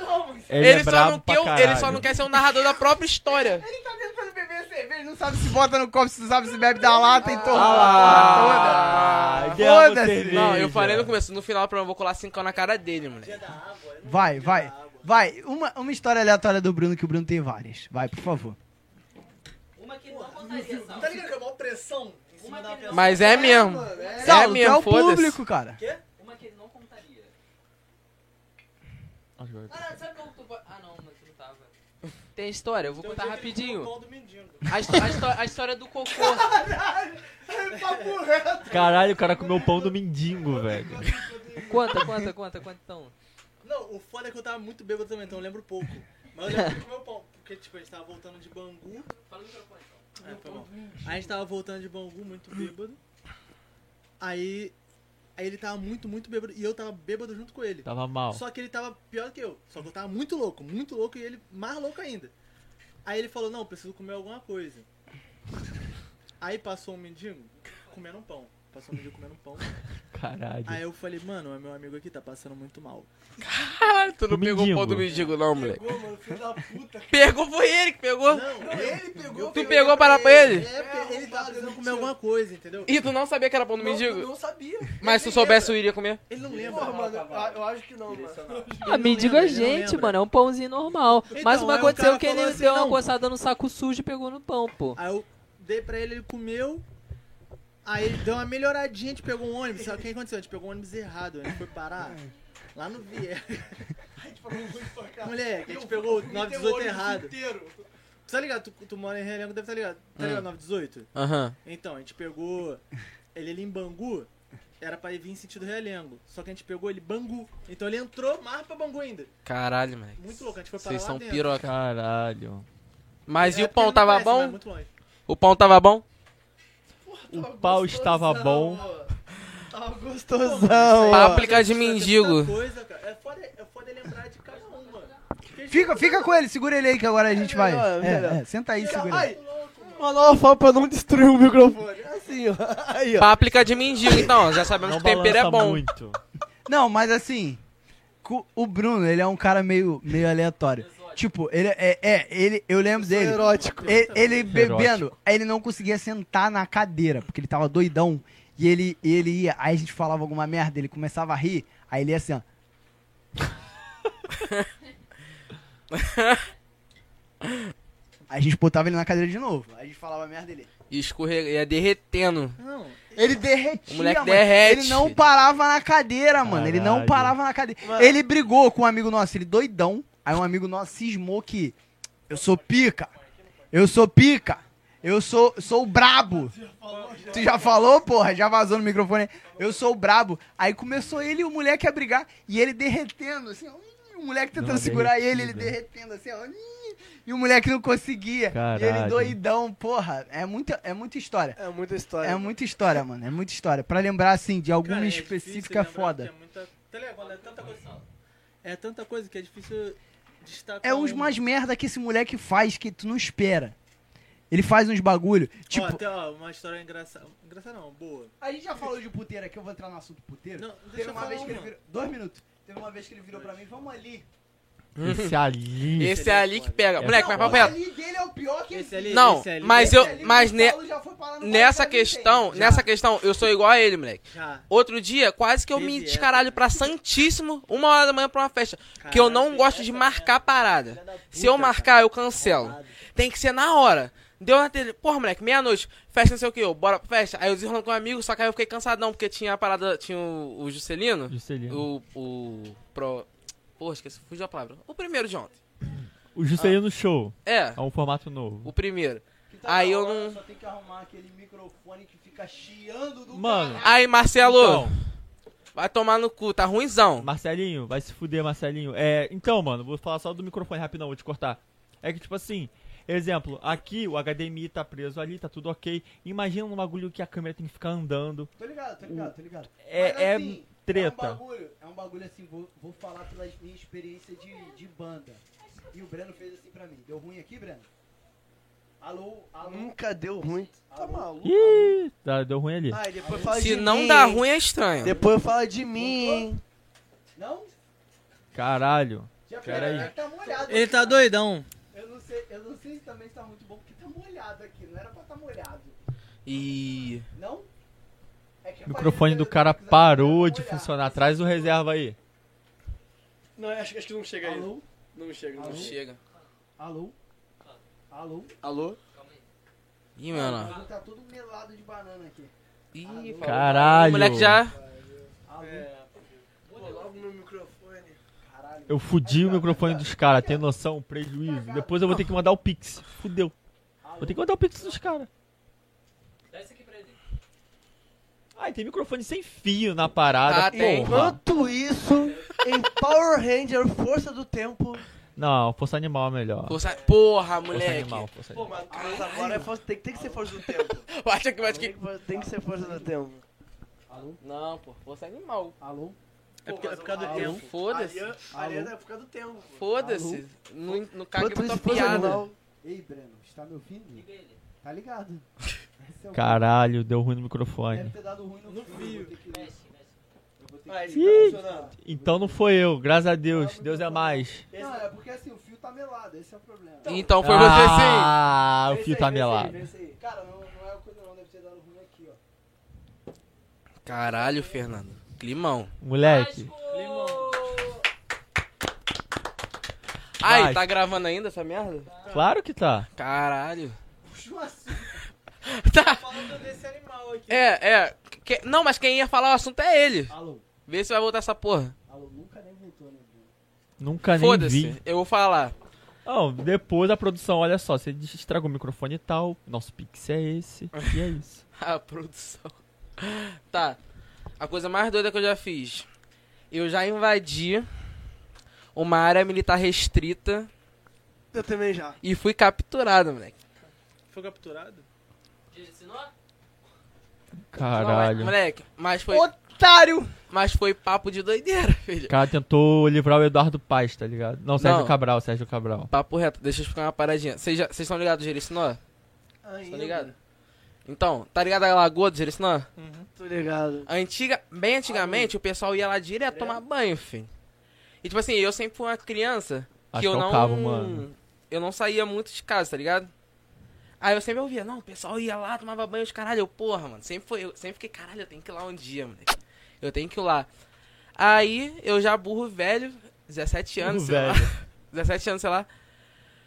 Speaker 2: Ele
Speaker 7: Ele,
Speaker 2: é
Speaker 7: só
Speaker 2: brabo
Speaker 7: não
Speaker 2: pra
Speaker 7: quer, o- ele só
Speaker 2: caralho.
Speaker 7: não quer ser o narrador da própria história.
Speaker 2: Tá Ele não sabe se bota no copo, se não sabe se bebe da lata e toma.
Speaker 4: Ah,
Speaker 2: toda.
Speaker 4: deu uma
Speaker 2: Foda-se.
Speaker 4: cerveja.
Speaker 7: Não, eu falei no começo, no final do programa eu vou colar 5 na cara dele, moleque.
Speaker 2: Vai, vai. Vai, uma, uma história aleatória do Bruno, que o Bruno tem várias. Vai, por favor.
Speaker 6: Tá ligado que é maior pressão em cima da pessoa?
Speaker 7: Mas é mesmo.
Speaker 2: Saulo,
Speaker 7: É
Speaker 2: tu
Speaker 7: mesmo,
Speaker 2: é o
Speaker 7: foda-se.
Speaker 2: público, cara.
Speaker 6: Quê?
Speaker 3: Uma que ele não contaria.
Speaker 4: Agora.
Speaker 3: Caralho, sabe como tu... Ah, não, mas tu não tava. Tem história,
Speaker 5: Então
Speaker 3: eu vou contar rapidinho.
Speaker 6: A,
Speaker 3: histó- a histó- a história do cocô.
Speaker 4: Caralho, o cara comeu pão do mendigo, velho.
Speaker 3: Conta, conta, conta, conta então.
Speaker 6: Não, o foda é que eu tava muito bêbado também, então eu lembro pouco.
Speaker 5: Mas eu lembro do meu pão, porque tipo, a gente tava voltando de Bangu. Fala no microfone, então. É, foi bom. A gente tava voltando de Bangu, muito bêbado. Aí. Aí ele tava muito, muito bêbado. E eu tava bêbado junto com ele.
Speaker 7: Tá.
Speaker 4: Tava mal.
Speaker 5: Só que ele tava pior que eu. Só que eu tava muito louco, muito louco e ele mais louco ainda. Aí ele falou, não, preciso comer alguma coisa. Aí passou um mendigo comendo um pão. Passou um mendigo comendo um pão.
Speaker 4: Caralho.
Speaker 5: Aí eu falei, mano, meu amigo aqui tá passando muito mal.
Speaker 7: Caralho, tu não pegou o pão do mendigo, não, moleque.
Speaker 5: Pegou, mano, filho da puta.
Speaker 7: Pegou, foi ele que pegou.
Speaker 5: Não, ele pegou.
Speaker 7: Tu pegou para pra ele?
Speaker 5: É, porque ele tava tentando comer alguma coisa, entendeu?
Speaker 7: E tu não sabia que era pão do mendigo?
Speaker 5: Eu não sabia.
Speaker 7: Mas se tu soubesse, tu iria comer?
Speaker 5: Ele não lembra.
Speaker 6: Porra, mano, eu, eu acho que não, mano.
Speaker 3: Ah, mendigo é gente, mano. É um pãozinho normal. Mas
Speaker 5: Então,
Speaker 3: uma
Speaker 5: aí o
Speaker 3: aconteceu
Speaker 5: cara
Speaker 3: que ele
Speaker 5: falou assim,
Speaker 3: deu uma
Speaker 5: não.
Speaker 3: coçada no saco sujo e pegou no pão, pô.
Speaker 5: Aí eu dei pra ele, ele comeu. Aí ele deu uma melhoradinha, a gente pegou um ônibus. Sabe o que aconteceu? A gente pegou um ônibus errado, a gente foi parar lá no Vier. Moleque, a gente pegou o 918 errado. Tu tá ligado? Tu, tu mora em Realengo, deve tá ligado. Tá
Speaker 7: Hum.
Speaker 5: ligado 918?
Speaker 7: Aham.
Speaker 5: Então, a gente pegou ele ali em Bangu, era pra ir vir em sentido Realengo. Só que a gente pegou ele Bangu. Então ele entrou mais pra Bangu ainda.
Speaker 7: Caralho, moleque.
Speaker 5: Muito louco, a gente foi parar
Speaker 7: Vocês
Speaker 5: lá
Speaker 7: são
Speaker 5: dentro.
Speaker 7: piroca.
Speaker 4: Caralho.
Speaker 7: Mas e
Speaker 5: É,
Speaker 7: o
Speaker 5: porque ele
Speaker 7: pão
Speaker 5: não
Speaker 7: tava
Speaker 5: conhece, mas é
Speaker 7: bom?
Speaker 5: muito longe.
Speaker 7: O pão tava bom?
Speaker 4: O pau estava bom.
Speaker 5: Tava
Speaker 2: Gostosão.
Speaker 7: Pra aplicar de mendigo.
Speaker 5: é Coisa, cara. É foda, é foda lembrar de cada um, mano. tipo,
Speaker 2: Fica, fica com ele, segura ele aí que agora a gente vai.
Speaker 6: melhor, é melhor.
Speaker 2: É, é, senta aí, segura ele.
Speaker 6: Mano, ó, fala pra não destruir o microfone. É Assim, ó. Aí, ó.
Speaker 7: Pra aplicar de mendigo, então. Já sabemos
Speaker 4: Não
Speaker 7: que o tempero é
Speaker 4: balança
Speaker 7: bom.
Speaker 4: muito.
Speaker 2: Não, mas assim, cu- o Bruno, ele é um cara meio, meio aleatório. Tipo, ele é, é ele, eu lembro dele.
Speaker 6: erótico.
Speaker 2: Ele, ele bebendo, ele não conseguia sentar na cadeira, porque ele tava doidão. E ele, ele ia, aí a gente falava alguma merda, ele começava a rir, aí ele ia assim, ó. Aí a gente botava ele na cadeira de novo. Aí a gente falava merda ele.
Speaker 7: E escorrega, ia derretendo.
Speaker 5: Não,
Speaker 2: Ele derretia,
Speaker 7: O moleque
Speaker 2: mano.
Speaker 7: derrete.
Speaker 2: Ele não parava na cadeira, mano. Ele não
Speaker 4: Caralho.
Speaker 2: parava na cadeira.
Speaker 6: Mano.
Speaker 2: Ele brigou com um amigo nosso, ele doidão. Aí um amigo nosso cismou que eu sou pica. Eu sou pica. Eu sou, sou o brabo. Tu já falou, porra? Já vazou no microfone. Eu sou o brabo. Aí começou ele e o moleque a brigar. E ele derretendo, assim, ó. O moleque tentando
Speaker 4: Não,
Speaker 2: segurar ele, ele
Speaker 4: derretido.
Speaker 2: derretendo, assim, ó. E o moleque não conseguia. E ele
Speaker 4: Caralho.
Speaker 2: doidão, porra. É muita, é muita história.
Speaker 6: É muita história.
Speaker 2: É muita história, mano. É muita história. Pra lembrar, assim, de alguma
Speaker 5: Cara, é difícil
Speaker 2: específica é
Speaker 5: lembrar
Speaker 2: foda.
Speaker 5: porque É, muita... tá ligado? Quando é tanta coisa. É tanta coisa que é difícil destacar.
Speaker 2: É uns
Speaker 5: um.
Speaker 2: mais merda que esse moleque faz que tu não espera. Ele faz uns bagulho. Tipo.
Speaker 5: Ó, até, ó, uma história engraçada. Engraçada não, boa.
Speaker 2: A gente já falou de puteiro aqui, eu vou entrar no assunto puteiro.
Speaker 5: Não, deixa eu falar uma.
Speaker 2: Dois minutos. Teve uma vez que ele virou pra mim, vamos ali.
Speaker 4: Esse ali.
Speaker 7: Esse é ali que pega. Moleque, mas
Speaker 4: Não,
Speaker 7: papo reto.
Speaker 2: ali dele é o pior que
Speaker 5: Esse ali,
Speaker 7: Não,
Speaker 5: esse ali.
Speaker 7: mas
Speaker 5: esse é
Speaker 7: eu.
Speaker 5: ali.
Speaker 7: Mas ne- nessa questão, nessa questão, eu sou igual a ele, moleque.
Speaker 5: Já.
Speaker 7: Outro dia, quase que eu me
Speaker 5: Vivieta,
Speaker 7: descaralho pra Santíssimo, uma hora da manhã pra uma festa. que eu não
Speaker 5: Caraca,
Speaker 7: gosto de
Speaker 5: essa
Speaker 7: marcar parada.
Speaker 5: é Filha da
Speaker 7: Se eu
Speaker 5: puta,
Speaker 7: marcar, eu cancelo. Tem que ser na hora. Deu na tele. Porra, moleque, meia-noite, festa não sei o que, eu, bora pra festa. Aí eu desenrolando com um amigo, só que aí eu fiquei cansadão, porque tinha a parada, tinha o, o Juscelino.
Speaker 4: Juscelino.
Speaker 7: O. O. Pro. Porra, esqueci, fugiu a palavra. O primeiro de ontem.
Speaker 4: O Juscelino Show.
Speaker 7: É,
Speaker 4: É um formato novo.
Speaker 7: o primeiro.
Speaker 2: Então,
Speaker 7: Aí eu não.
Speaker 6: Só tem que arrumar aquele microfone que fica chiando do
Speaker 4: Mano.
Speaker 7: Aí, Marcelo,
Speaker 4: Então,
Speaker 7: vai tomar no cu, tá ruimzão.
Speaker 4: Marcelinho, vai se fuder, Marcelinho. É, então, mano, vou falar só do microfone rapidão, vou te cortar. É que, tipo assim, exemplo, aqui o HDMI tá preso ali, tá tudo ok. Imagina um bagulho que a câmera tem que ficar andando.
Speaker 6: Tô ligado, tô ligado, tô ligado. Mas,
Speaker 4: É,
Speaker 6: assim,
Speaker 4: é
Speaker 6: É um
Speaker 4: treta.
Speaker 6: bagulho, é um bagulho assim, vou, vou falar pela minha experiência de, de banda. E o Breno fez assim pra mim. Deu ruim aqui, Breno? Alô, alô.
Speaker 13: Nunca deu ruim.
Speaker 6: Tá maluco?
Speaker 4: Ih, tá, deu ruim ali.
Speaker 6: Ai, depois fala de
Speaker 7: Se não
Speaker 6: mim.
Speaker 7: dá ruim, é estranho.
Speaker 6: Depois fala de mim.
Speaker 13: Não?
Speaker 4: Caralho.
Speaker 13: Já
Speaker 4: Pera aí.
Speaker 13: Tá molhado.
Speaker 5: Ele tá doidão.
Speaker 13: Eu não sei, eu não sei se também tá muito bom, porque tá molhado aqui. Não era pra tá molhado.
Speaker 7: E.
Speaker 13: Não? É que
Speaker 4: O microfone do cara parou de funcionar. Traz o reserva aí.
Speaker 6: Não, acho, acho que não chega
Speaker 13: Alô?
Speaker 6: Não chega,
Speaker 7: Não chega.
Speaker 13: Alô? Alô?
Speaker 6: Alô?
Speaker 7: Ih, mano.
Speaker 13: Alô? Tá todo melado de banana aqui.
Speaker 7: Ih, falou.
Speaker 4: Caralho.
Speaker 7: O moleque já.
Speaker 13: Alô?
Speaker 6: Pô, logo no microfone.
Speaker 13: Caralho.
Speaker 4: Eu fudi o microfone dos caras, tem noção? um Prejuízo. Depois eu vou ter que mandar o Pix. Fudeu. Vou ter que mandar o Pix dos caras.
Speaker 3: Dá isso aqui pra ele.
Speaker 4: Ai, tem microfone sem fio na
Speaker 6: Tá,
Speaker 4: parada,
Speaker 7: Ah, tem.
Speaker 4: porra.
Speaker 13: Enquanto isso, em Power Ranger Força do Tempo,
Speaker 4: Não, força animal é melhor.
Speaker 7: Força- Porra,
Speaker 4: Força
Speaker 7: moleque.
Speaker 4: animal, força animal.
Speaker 6: Pô, mas, mas agora é força, tem, tem que ser força do tempo.
Speaker 7: Eu acho que, eu acho que-
Speaker 6: Tem que, for- tem que ser força do tempo.
Speaker 7: Não, pô, força animal. Alô?
Speaker 5: É porque- é por causa do tempo.
Speaker 7: Foda-se.
Speaker 5: Alian- Alian é
Speaker 7: por causa do tempo. Foda-se.
Speaker 14: Alô?
Speaker 7: Não, não caga
Speaker 14: Enquanto
Speaker 7: pra tua
Speaker 14: isso, força
Speaker 7: piada.
Speaker 14: animal. Ei, Breno, está me ouvindo? Tá ligado? Esse é o-
Speaker 4: Caralho, deu ruim no microfone.
Speaker 14: Deve ter dado ruim no, fio. eu vou ter que- eu vou ter que-
Speaker 6: tá
Speaker 4: Ih, então não foi eu, graças a Deus. Deus é mais.
Speaker 14: Não, é porque assim, o fio tá melado, esse é o problema.
Speaker 7: Então
Speaker 4: foi você sim. Ah, o
Speaker 14: Vê
Speaker 4: fio
Speaker 14: esse
Speaker 4: tá
Speaker 14: aí, vê esse aí,
Speaker 4: melado.
Speaker 14: vê esse aí. Cara, não, não é coisa não, deve ter dado ruim aqui, ó.
Speaker 7: Caralho, Fernando. Climão.
Speaker 4: Moleque.
Speaker 7: Ai,
Speaker 4: Vai.
Speaker 7: tá gravando ainda essa merda?
Speaker 4: Claro que tá.
Speaker 7: Caralho.
Speaker 5: Puxa o assunto.
Speaker 7: Tá.
Speaker 5: Falando desse animal aqui.
Speaker 7: É, é. Que- não, mas quem ia falar o assunto é ele.
Speaker 14: Alô.
Speaker 7: Vê se vai voltar essa porra.
Speaker 14: Alô, nunca nem voltou, né, Bruno?
Speaker 4: Nunca nem vi.
Speaker 7: Foda-se, eu vou falar.
Speaker 4: Não, depois a produção, olha só, você estragou o microfone e tal. Nosso pix é esse. E é isso.
Speaker 7: A produção. Tá. A coisa mais doida que eu já fiz. Eu já invadi uma área militar restrita
Speaker 8: Eu também já.
Speaker 7: e fui capturado, moleque.
Speaker 5: Foi capturado?
Speaker 4: Caralho.
Speaker 7: Não, é, moleque, mas foi. Otário! Mas foi papo de doideira, filho.
Speaker 4: O cara tentou livrar o Eduardo Paz, tá ligado? Não, Sérgio
Speaker 7: Não.
Speaker 4: Cabral, Sérgio Cabral.
Speaker 7: Papo reto, deixa eu explicar uma paradinha. Vocês já- vocês estão ligados do Jericinó? Tá ligado? Então, tá ligado a lagoa do Jericinó?
Speaker 8: Tô ligado.
Speaker 7: Antiga, bem antigamente, o pessoal ia lá direto tomar banho, filho. E tipo assim, eu sempre fui uma criança que
Speaker 4: Acho
Speaker 7: eu
Speaker 4: que é o
Speaker 7: não.
Speaker 4: cabo, mano.
Speaker 7: Eu não saía muito de casa, tá ligado? Aí eu sempre ouvia, não, o pessoal ia lá, tomava banho, os caralho, eu, porra, mano, sempre foi, eu sempre fiquei, caralho, eu tenho que ir lá um dia, moleque. Eu tenho que ir lá. Aí eu já burro velho, 17 anos,
Speaker 4: Burro
Speaker 7: sei lá.
Speaker 4: velho.
Speaker 7: 17 anos, sei lá.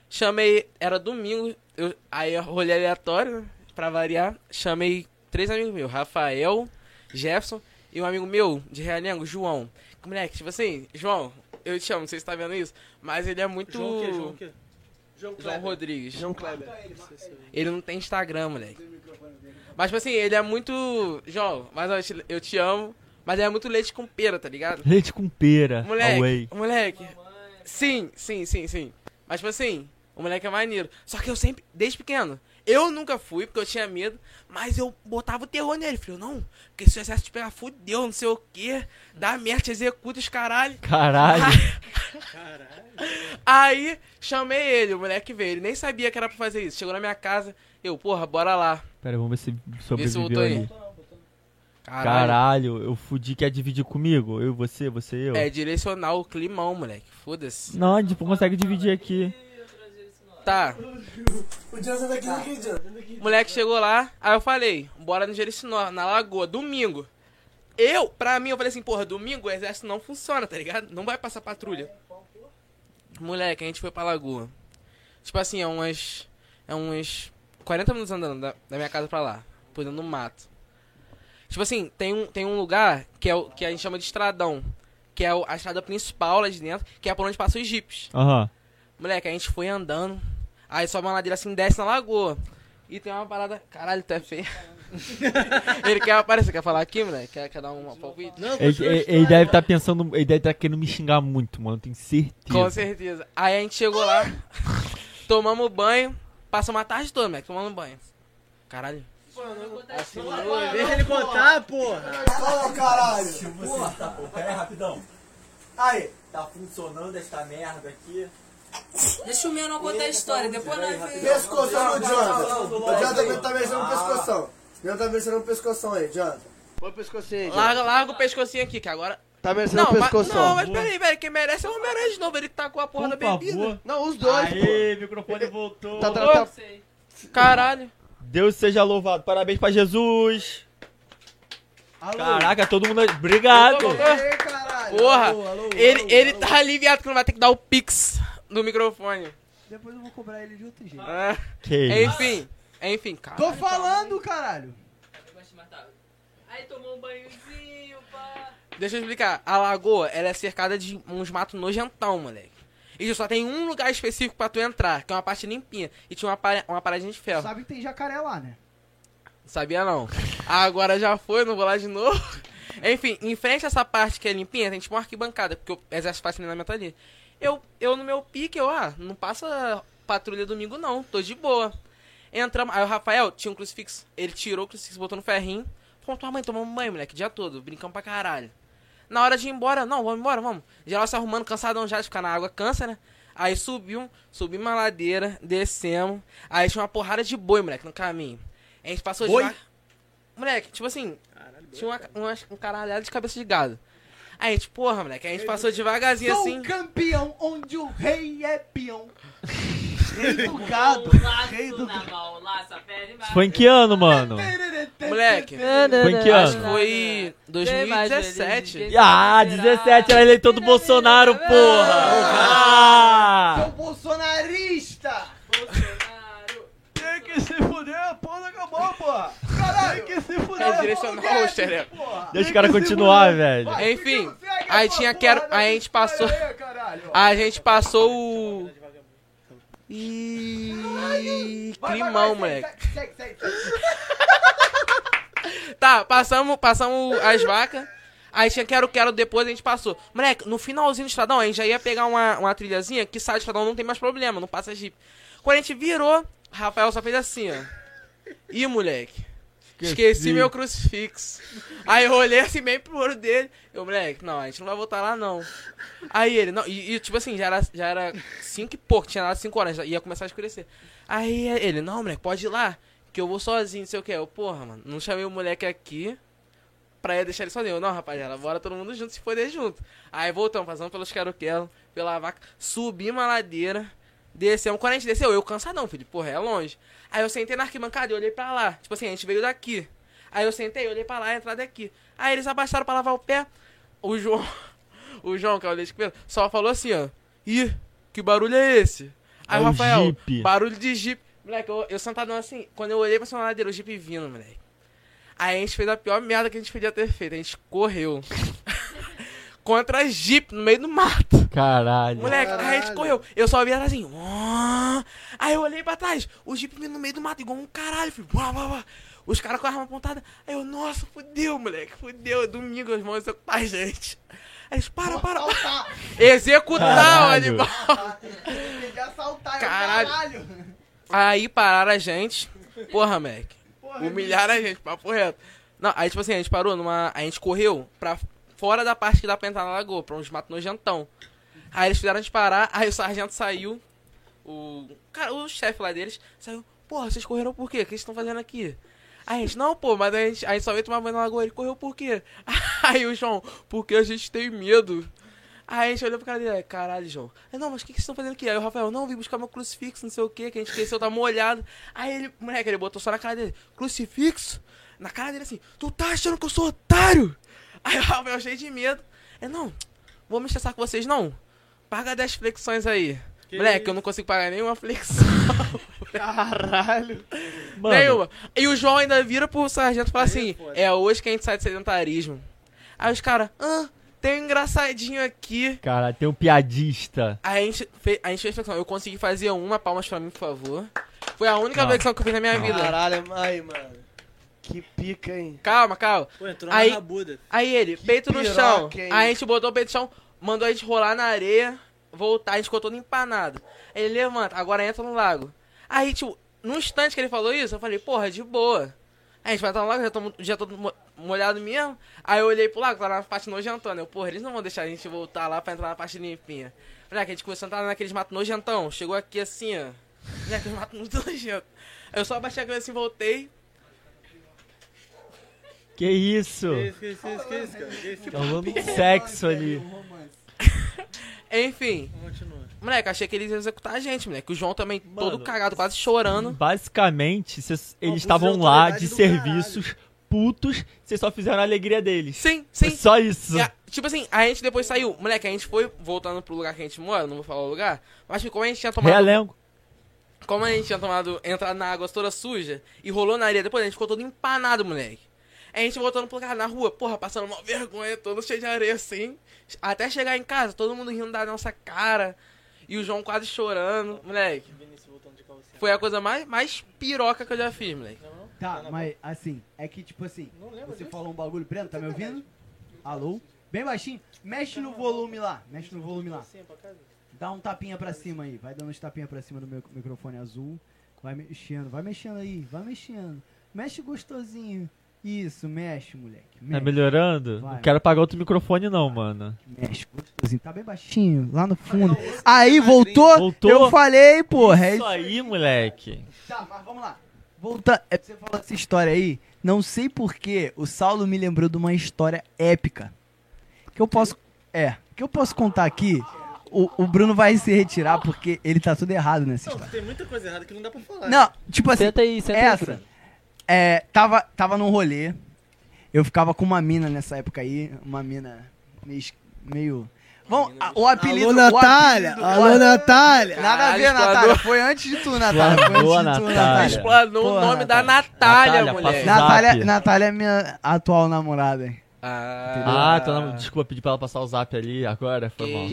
Speaker 7: Chamei, era domingo, eu, aí eu rolei aleatório, né, pra variar. Chamei três amigos meus, Rafael, Jefferson e um amigo meu de Realengo, João. Moleque, tipo assim, João, eu te chamo, não sei se tá vendo isso, mas ele é muito...
Speaker 5: João o quê? João o quê? João Kleber.
Speaker 7: Rodrigues.
Speaker 5: João Kleber.
Speaker 7: Ele não tem Instagram, moleque. Mas, tipo assim, ele é muito... João, mas eu te, eu te amo, mas ele é muito leite com pera, tá ligado?
Speaker 4: Leite com pera.
Speaker 7: Moleque,
Speaker 4: Away.
Speaker 7: moleque. Sim, sim, sim, sim. Mas, tipo assim, o moleque é maneiro. Só que eu sempre, desde pequeno, eu nunca fui, porque eu tinha medo, mas eu botava o terror nele. Falei, não, porque se o exército te pegar, fudeu, não sei o quê, dá merda, te executa os caralho.
Speaker 4: Caralho.
Speaker 7: Aí, chamei ele, o moleque veio. Ele nem sabia que era pra fazer isso. Chegou na minha casa, eu, porra, bora lá.
Speaker 4: Pera, vamos ver se
Speaker 7: Vê se
Speaker 4: sobreviveu
Speaker 7: voltou aí.
Speaker 4: ali. Caralho, eu fudi quer dividir comigo? Eu, você, você e eu?
Speaker 7: É direcional o climão, moleque. Foda-se.
Speaker 4: Não, tipo, consegue dividir aqui.
Speaker 7: Tá.
Speaker 8: O John tá daqui, daqui, John. Senta aqui.
Speaker 7: O moleque chegou lá, aí eu falei, bora no Jericinó, na lagoa, domingo. Eu, pra mim, eu falei assim, porra, domingo o exército não funciona, tá ligado? Não vai passar patrulha. Moleque, a gente foi pra lagoa. Tipo assim, é umas. É uns 40 minutos andando da, da minha casa pra lá. Por dentro do mato. Tipo assim, tem um, tem um lugar que, é o, que a gente chama de estradão. Que é o- a estrada principal lá de dentro, que é por onde passam os jipes.
Speaker 4: Aham.
Speaker 7: Moleque, a gente foi andando. Aí sobe uma ladeira assim, desce na lagoa. E tem uma parada. Caralho, tu é feio. ele quer aparecer, quer falar aqui, moleque? Quer, quer dar um palpite? Não,
Speaker 4: Ele, ele- ele deve estar pensando, ele deve estar querendo me xingar muito, mano, tenho certeza.
Speaker 7: Com certeza. Aí a gente chegou lá, tomamos banho, passamos a tarde toda, moleque, tomando banho. Caralho. Assim,
Speaker 5: Deixa ele contar, porra.
Speaker 14: Fala, caralho.
Speaker 15: Se você tá. Pera aí, rapidão.
Speaker 14: Aí.
Speaker 15: Tá funcionando esta merda aqui. tá
Speaker 16: Deixa o meu não contar a história, depois nós vemos.
Speaker 14: Pescoção do Jonathan. O Jonathan tá mexendo no pescoção. O Jonathan tá mexendo no pescoção aí, Jonathan.
Speaker 8: Põe o pescocinho aí, John.
Speaker 7: Larga, larga o pescocinho aqui, que agora.
Speaker 8: Tá merecendo
Speaker 7: Não,
Speaker 8: o
Speaker 7: mas,
Speaker 8: pescoção.
Speaker 7: não, mas peraí, velho, quem merece é o Homem-Aranha de novo, ele que tá com a porra da bebida.
Speaker 8: Não, os dois,
Speaker 4: Aê, microfone voltou.
Speaker 8: Tá, tá,
Speaker 7: Ô,
Speaker 8: tá.
Speaker 7: Caralho.
Speaker 4: Deus seja louvado. Parabéns pra Jesus. Caraca, todo mundo. Obrigado.
Speaker 7: Voltou, voltou.
Speaker 16: É.
Speaker 7: Porra, ele, ele tá aliviado que não vai ter que dar o pix no microfone.
Speaker 14: Depois eu vou cobrar ele de outro jeito.
Speaker 7: Ah.
Speaker 4: Que
Speaker 7: Enfim, enfim, cara.
Speaker 14: Tô falando, caralho.
Speaker 3: Aí tomou um banhozinho, pá.
Speaker 7: Deixa eu explicar. A lagoa, ela é cercada de uns matos nojentão, moleque. E só tem um lugar específico pra tu entrar, que é uma parte limpinha. E tinha uma, para- uma paradinha de ferro.
Speaker 14: Sabe que tem jacaré lá, né?
Speaker 7: Sabia não. Agora já foi, não vou lá de novo. Enfim, em frente a essa parte que é limpinha, tem tipo uma arquibancada, porque o exército faz treinamento ali. Eu, eu no meu pique, eu, ah, não passa patrulha domingo não, tô de boa. Entramos, aí o Rafael tinha um crucifixo, ele tirou o crucifixo, botou no ferrinho. Fomos tomar banho, tomamos banho, moleque, o dia todo, brincamos pra caralho. Na hora de ir embora, não, vamos embora, vamos. Geral se arrumando, cansadão já de ficar na água, cansa, né? Aí subiu, subimos a ladeira, descemos. Aí tinha uma porrada de boi, moleque, no caminho. A gente passou
Speaker 10: Boi?
Speaker 7: de vaca. Moleque, tipo assim, tinha uma, umas- um caralhado de cabeça de gado. Aí a gente, porra, moleque, aí a gente passou devagarzinho
Speaker 2: Sou
Speaker 7: assim.
Speaker 2: campeão onde o rei é peão. rei do gado.
Speaker 3: Um
Speaker 2: rei do gado.
Speaker 4: Foi em que ano, mano?
Speaker 7: Moleque,
Speaker 4: Foi em que
Speaker 7: acho que
Speaker 4: ano?
Speaker 7: foi 2017.
Speaker 4: Ah, 17 era eleitor do Bolsonaro, porra! Ah!
Speaker 2: bolsonarista!
Speaker 10: Tem que se fuder, a porra acabou, porra. Caralho, tem que se fuder.
Speaker 7: É direcionar o estereótipo.
Speaker 4: Deixa o cara continuar, velho.
Speaker 7: Enfim, aí tinha quero.
Speaker 10: né?
Speaker 7: Aí a gente passou. A gente passou o. Ih, climão, moleque. Tá, passamos, passamos as vacas. Aí tinha quero, quero, depois a gente passou. Moleque, no finalzinho do Estadão, a gente já ia pegar uma, uma trilhazinha que sai do Estadão, não tem mais problema, não passa Jeep. Quando a gente virou, Rafael só fez assim, ó. Ih, moleque. Esqueci,
Speaker 10: Esqueci.
Speaker 7: meu crucifixo. Aí eu olhei assim bem pro olho dele. Eu, moleque, não, a gente não vai voltar lá, não. Aí ele, não, e, e, tipo assim, já era, já era cinco e pouco, tinha dado cinco horas, já ia começar a escurecer. Aí ele, não, moleque, pode ir lá, que eu vou sozinho, não sei o que. Eu, porra, mano, não chamei o moleque aqui pra deixar ele sozinho. Eu, não, rapaziada, bora todo mundo junto, se foder junto. Aí voltamos, passamos pelos caroquelos, pela vaca, subimos a ladeira, descemos. Quando a gente desceu, eu cansadão, filho, porra, é longe. Aí eu sentei na arquibancada e olhei pra lá. Tipo assim, a gente veio daqui. Aí eu sentei, olhei pra lá, a entrada é aqui. Aí eles abaixaram pra lavar o pé. O João, o João, que é o leite que pesa, só falou assim, ó. Ih, que barulho é esse? Aí
Speaker 10: É
Speaker 7: o
Speaker 10: um
Speaker 7: Rafael,
Speaker 10: Jeep.
Speaker 7: barulho de Jeep. Moleque, eu, eu sentadão assim, quando eu olhei pra cima da ladeira, o Jeep vindo, moleque. Aí a gente fez a pior merda que a gente podia ter feito. A gente correu. Contra a Jeep no meio do mato.
Speaker 4: Caralho.
Speaker 7: Moleque, aí a gente correu. Eu só vi ela assim. "Uá". Aí eu olhei pra trás. O Jeep vindo no meio do mato, igual um caralho, filho. Uá, uá, uá. Os caras com a arma apontada. Aí eu, nossa, fudeu, moleque. Fudeu. Domingo, os irmãos executar a gente. Aí eles, para, para, para. Executar o
Speaker 10: Caralho.
Speaker 7: animal. é um Caralho. Aí pararam a gente. Porra, Mac. Humilharam a gente, papo reto. Não, aí tipo assim, a gente parou numa. A gente correu pra fora da parte que dá pra entrar na lagoa, pra uns matos nojentão. Aí eles fizeram a gente parar, aí o sargento saiu. O. Cara, o chefe lá deles saiu. Porra, vocês correram por quê? O que vocês estão fazendo aqui? Aí a gente, não, pô, mas a gente, a gente só veio tomar banho na lagoa. Ele correu por quê? Aí o João, porque a gente tem medo. Aí a gente olhou pra cara dele, caralho, João. Aí, não, mas o que, que vocês estão fazendo aqui? Aí o Rafael, não, vim buscar meu crucifixo, não sei o que, que a gente esqueceu, tá molhado. Aí ele, moleque, ele botou só na cara dele, crucifixo? Na cara dele assim, tu tá achando que eu sou otário? Aí o Rafael, cheio de medo. Ele, não, vou me estressar com vocês, não. Paga 10 flexões aí.
Speaker 10: Que
Speaker 7: moleque,
Speaker 10: isso?
Speaker 7: eu não consigo pagar nenhuma flexão.
Speaker 10: Caralho.
Speaker 7: Mano. Nenhuma. E o João ainda vira pro sargento e fala assim: É hoje que a gente sai do sedentarismo. Aí os caras, ah, tem um engraçadinho aqui.
Speaker 4: Cara, tem um piadista.
Speaker 7: Aí a gente fez, a gente fez flexão. Eu consegui fazer uma, palmas pra mim, por favor. Foi a única
Speaker 4: Não.
Speaker 7: flexão que eu fiz na minha vida.
Speaker 10: Caralho, aí, mano. Que pica, hein?
Speaker 7: Calma, calma.
Speaker 10: Pô, entrou na
Speaker 7: aí,
Speaker 10: rabuda.
Speaker 7: aí ele, peito no
Speaker 10: piroca,
Speaker 7: chão.
Speaker 10: hein?
Speaker 7: Aí a gente botou o peito no chão, mandou a gente rolar na areia, voltar, a gente ficou todo empanado. Ele levanta, agora entra no lago. Aí, tipo, num instante que ele falou isso, eu falei, porra, de boa. Aí a gente vai entrar no lago, já tô, mu- já tô mo- molhado mesmo. Aí eu olhei pro lago, tava na parte nojentona. Eu, porra, eles não vão deixar a gente voltar lá pra entrar na parte limpinha. Moleque, a gente começou a entrar naqueles matos nojentão. Chegou aqui assim, ó. Moleque, mato muito nojento. Eu só abaixei a cabeça assim, voltei.
Speaker 4: Que isso?
Speaker 5: Que isso, que isso, que isso, cara? Que isso?
Speaker 4: Tá rolando um sexo ali.
Speaker 7: Enfim. Moleque, achei que eles iam executar a gente, moleque. O João também todo cagado, quase chorando.
Speaker 4: Basicamente, cês- eles estavam lá de serviços, putos, vocês só fizeram a alegria deles.
Speaker 7: Sim, sim.
Speaker 4: Só isso.
Speaker 7: E a- tipo assim, a gente depois saiu. Moleque, a gente foi voltando pro lugar que a gente mora, não vou falar o lugar. Mas como a gente tinha tomado.
Speaker 4: Realengo.
Speaker 7: Como a gente tinha tomado, entrado na água toda suja e rolou na areia depois, a gente ficou todo empanado, moleque. A gente voltando pro carro na rua, porra, passando uma vergonha, todo cheio de areia assim. Até chegar em casa, todo mundo rindo da nossa cara. E o João quase chorando, moleque. Foi a coisa mais, mais piroca que eu já fiz, moleque.
Speaker 17: Tá, mas assim, é que tipo assim, você falou um bagulho, Breno, tá me ouvindo? Alô? Bem baixinho, mexe no volume lá, mexe no volume lá.
Speaker 1: Dá um tapinha pra cima aí. Vai dando uns tapinha pra cima do meu microfone azul. Vai mexendo, vai mexendo aí, vai mexendo. Mexe gostosinho. Isso, mexe, moleque.
Speaker 4: Tá melhorando?
Speaker 1: Vai.
Speaker 4: Não quero pagar outro microfone, não, mano.
Speaker 1: Mexe gostosinho. Tá bem baixinho, lá no fundo.
Speaker 2: Aí, voltou?
Speaker 4: Voltou?
Speaker 2: Eu falei,
Speaker 1: é
Speaker 2: porra.
Speaker 4: Isso aí, moleque.
Speaker 1: Tá, mas vamos lá.
Speaker 2: Volta, é, você falou essa história aí, não sei porquê, o Saulo me lembrou de uma história épica. Que eu posso. É, que eu posso contar aqui. O, o Bruno vai se retirar porque ele tá tudo errado nessa história.
Speaker 5: Não, tem muita coisa errada que não dá pra falar.
Speaker 2: Não, tipo assim.
Speaker 5: Senta aí, senta aí,
Speaker 2: essa.
Speaker 5: Bruno.
Speaker 2: é, tava, tava num rolê. Eu ficava com uma mina nessa época aí. Uma mina meio. es- meio Bom, a- o apelido. o
Speaker 6: Alô,
Speaker 2: apelido-
Speaker 6: Natália!
Speaker 2: o
Speaker 6: Alô,
Speaker 2: a-
Speaker 6: Natália!
Speaker 2: Nada a ver,
Speaker 6: Caralho,
Speaker 2: Natália.
Speaker 6: explanador.
Speaker 2: Foi antes de tu, Natália. Foi antes de tu,
Speaker 4: Natália.
Speaker 2: Tá Natália. Tá
Speaker 7: Explanou o nome da Natália,
Speaker 4: Natália,
Speaker 7: moleque.
Speaker 4: passa o É, zap.
Speaker 2: Natália, Natália é minha atual namorada. hein?
Speaker 4: Ah, então não, desculpa, pedi pra ela passar o zap ali agora, foi mal.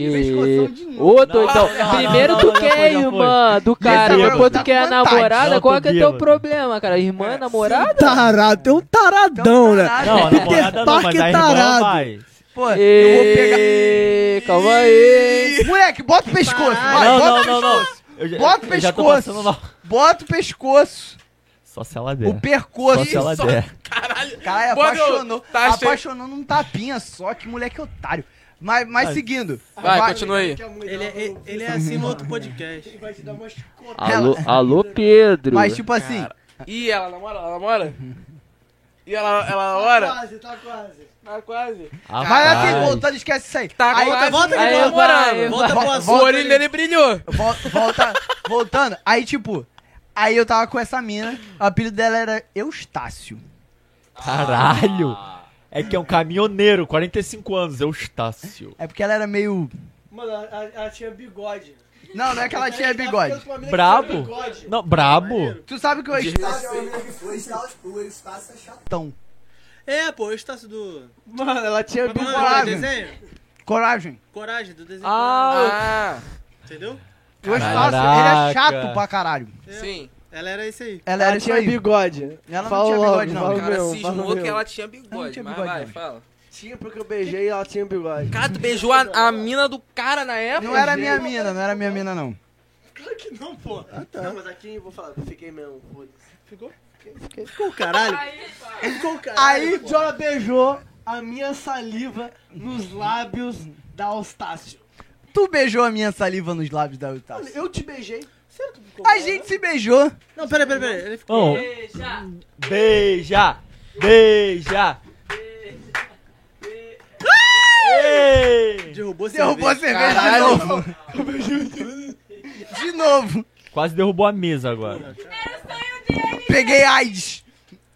Speaker 3: Ô, doidão, primeiro tu quer
Speaker 4: já foi.
Speaker 3: irmã do cara,
Speaker 4: Bêbado.
Speaker 3: depois tu quer a
Speaker 4: Vontade.
Speaker 3: namorada,
Speaker 4: Não,
Speaker 3: qual
Speaker 4: tô
Speaker 3: que é teu
Speaker 4: bêbado.
Speaker 3: problema, cara? Irmã, namorada?
Speaker 6: Tarado, tem um
Speaker 2: Então,
Speaker 6: taradão, né?
Speaker 4: Não, a namorada não, mas a irmã vai.
Speaker 2: Pô,
Speaker 3: eu vou pegar... Calma aí.
Speaker 2: Moleque, bota o pescoço. Vai,
Speaker 4: Não,
Speaker 2: bota
Speaker 4: não,
Speaker 2: o
Speaker 4: não,
Speaker 2: pescoço.
Speaker 4: não. Eu já-
Speaker 2: Bota o
Speaker 4: eu já tô
Speaker 2: pescoço.
Speaker 4: passando mal.
Speaker 2: Bota o pescoço.
Speaker 4: Só se ela der.
Speaker 2: O percoço.
Speaker 4: Só se É. ela
Speaker 2: Isso.
Speaker 4: der.
Speaker 2: Caralho. Cara,
Speaker 7: Bota-
Speaker 2: apaixonou.
Speaker 7: tá cheio.
Speaker 2: apaixonou num tapinha só. Que moleque otário. Mas, mas
Speaker 7: Vai.
Speaker 2: seguindo.
Speaker 7: Vai, continua aí.
Speaker 5: Ele é, ele- ele é assim no outro podcast. Ele vai te dar uma
Speaker 3: Alô, alô, Pedro.
Speaker 2: Mas tipo assim...
Speaker 7: E ela namora? Ela namora? E ela, ela namora?
Speaker 5: quase, tá quase.
Speaker 7: Tá quase.
Speaker 4: Ah,
Speaker 2: Mas
Speaker 4: vai.
Speaker 2: assim, voltando, esquece isso aí.
Speaker 7: Tá
Speaker 2: aí,
Speaker 7: quase.
Speaker 2: volta
Speaker 7: Aí,
Speaker 2: volta,
Speaker 7: vai,
Speaker 2: volta,
Speaker 7: vai.
Speaker 2: volta,
Speaker 7: O olho dele brilhou.
Speaker 2: Volta, volta- voltando. Aí, tipo, aí eu tava com essa mina, o apelido dela era Eustácio.
Speaker 4: Caralho. É que é um caminhoneiro, 45 anos, Eustácio.
Speaker 2: É porque ela era meio.
Speaker 5: Mano, ela, ela tinha bigode.
Speaker 2: Não, não é que ela tinha bigode.
Speaker 4: Brabo? Não, brabo?
Speaker 2: Tu sabe que o Eustácio
Speaker 18: Estácio é o amigo que foi, Estácio, o Estácio é chato.
Speaker 2: Então,
Speaker 5: É, pô, o Estácio do.
Speaker 2: Mano, ela tinha
Speaker 5: Como é o nome do
Speaker 2: coragem.
Speaker 5: desenho?
Speaker 2: Coragem.
Speaker 5: Coragem, do desenho.
Speaker 7: Ah,
Speaker 5: Coragem. Entendeu?
Speaker 2: O Eustácio, ele é chato pra caralho.
Speaker 7: Sim.
Speaker 5: Ela era esse aí.
Speaker 2: Ela era isso
Speaker 6: tinha
Speaker 2: aí.
Speaker 6: bigode.
Speaker 2: Ela não
Speaker 6: Fala
Speaker 2: tinha
Speaker 6: logo,
Speaker 2: bigode, não.
Speaker 6: fala
Speaker 7: O cara
Speaker 6: meu, fala
Speaker 7: cismou que
Speaker 6: meu.
Speaker 7: ela tinha bigode. Mas vai, fala.
Speaker 6: Tinha porque eu beijei e ela tinha bigode.
Speaker 7: Cara, tu beijou a, a mina do cara na época?
Speaker 2: Não era minha mina, não era minha mina, não.
Speaker 5: Claro que não, pô.
Speaker 6: Não, mas aqui eu vou falar, fiquei mesmo, foda-se. Ficou? Fiquei- Fiquei, ficou o caralho. Ficou o caralho.
Speaker 5: Aí,
Speaker 6: Aí, Jora beijou a minha saliva nos lábios da Eustácio.
Speaker 2: Tu beijou a minha saliva nos lábios da Eustácio.
Speaker 6: Eu te beijei. Sério que ficou
Speaker 2: A gente se beijou.
Speaker 5: Não, pera, pera, pera. Ele ficou.
Speaker 4: Bom, beija, beija. Ei!
Speaker 5: Derrubou
Speaker 2: Derrubou a cerveja de novo. De novo.
Speaker 4: Quase derrubou a mesa agora.
Speaker 2: Peguei AIDS.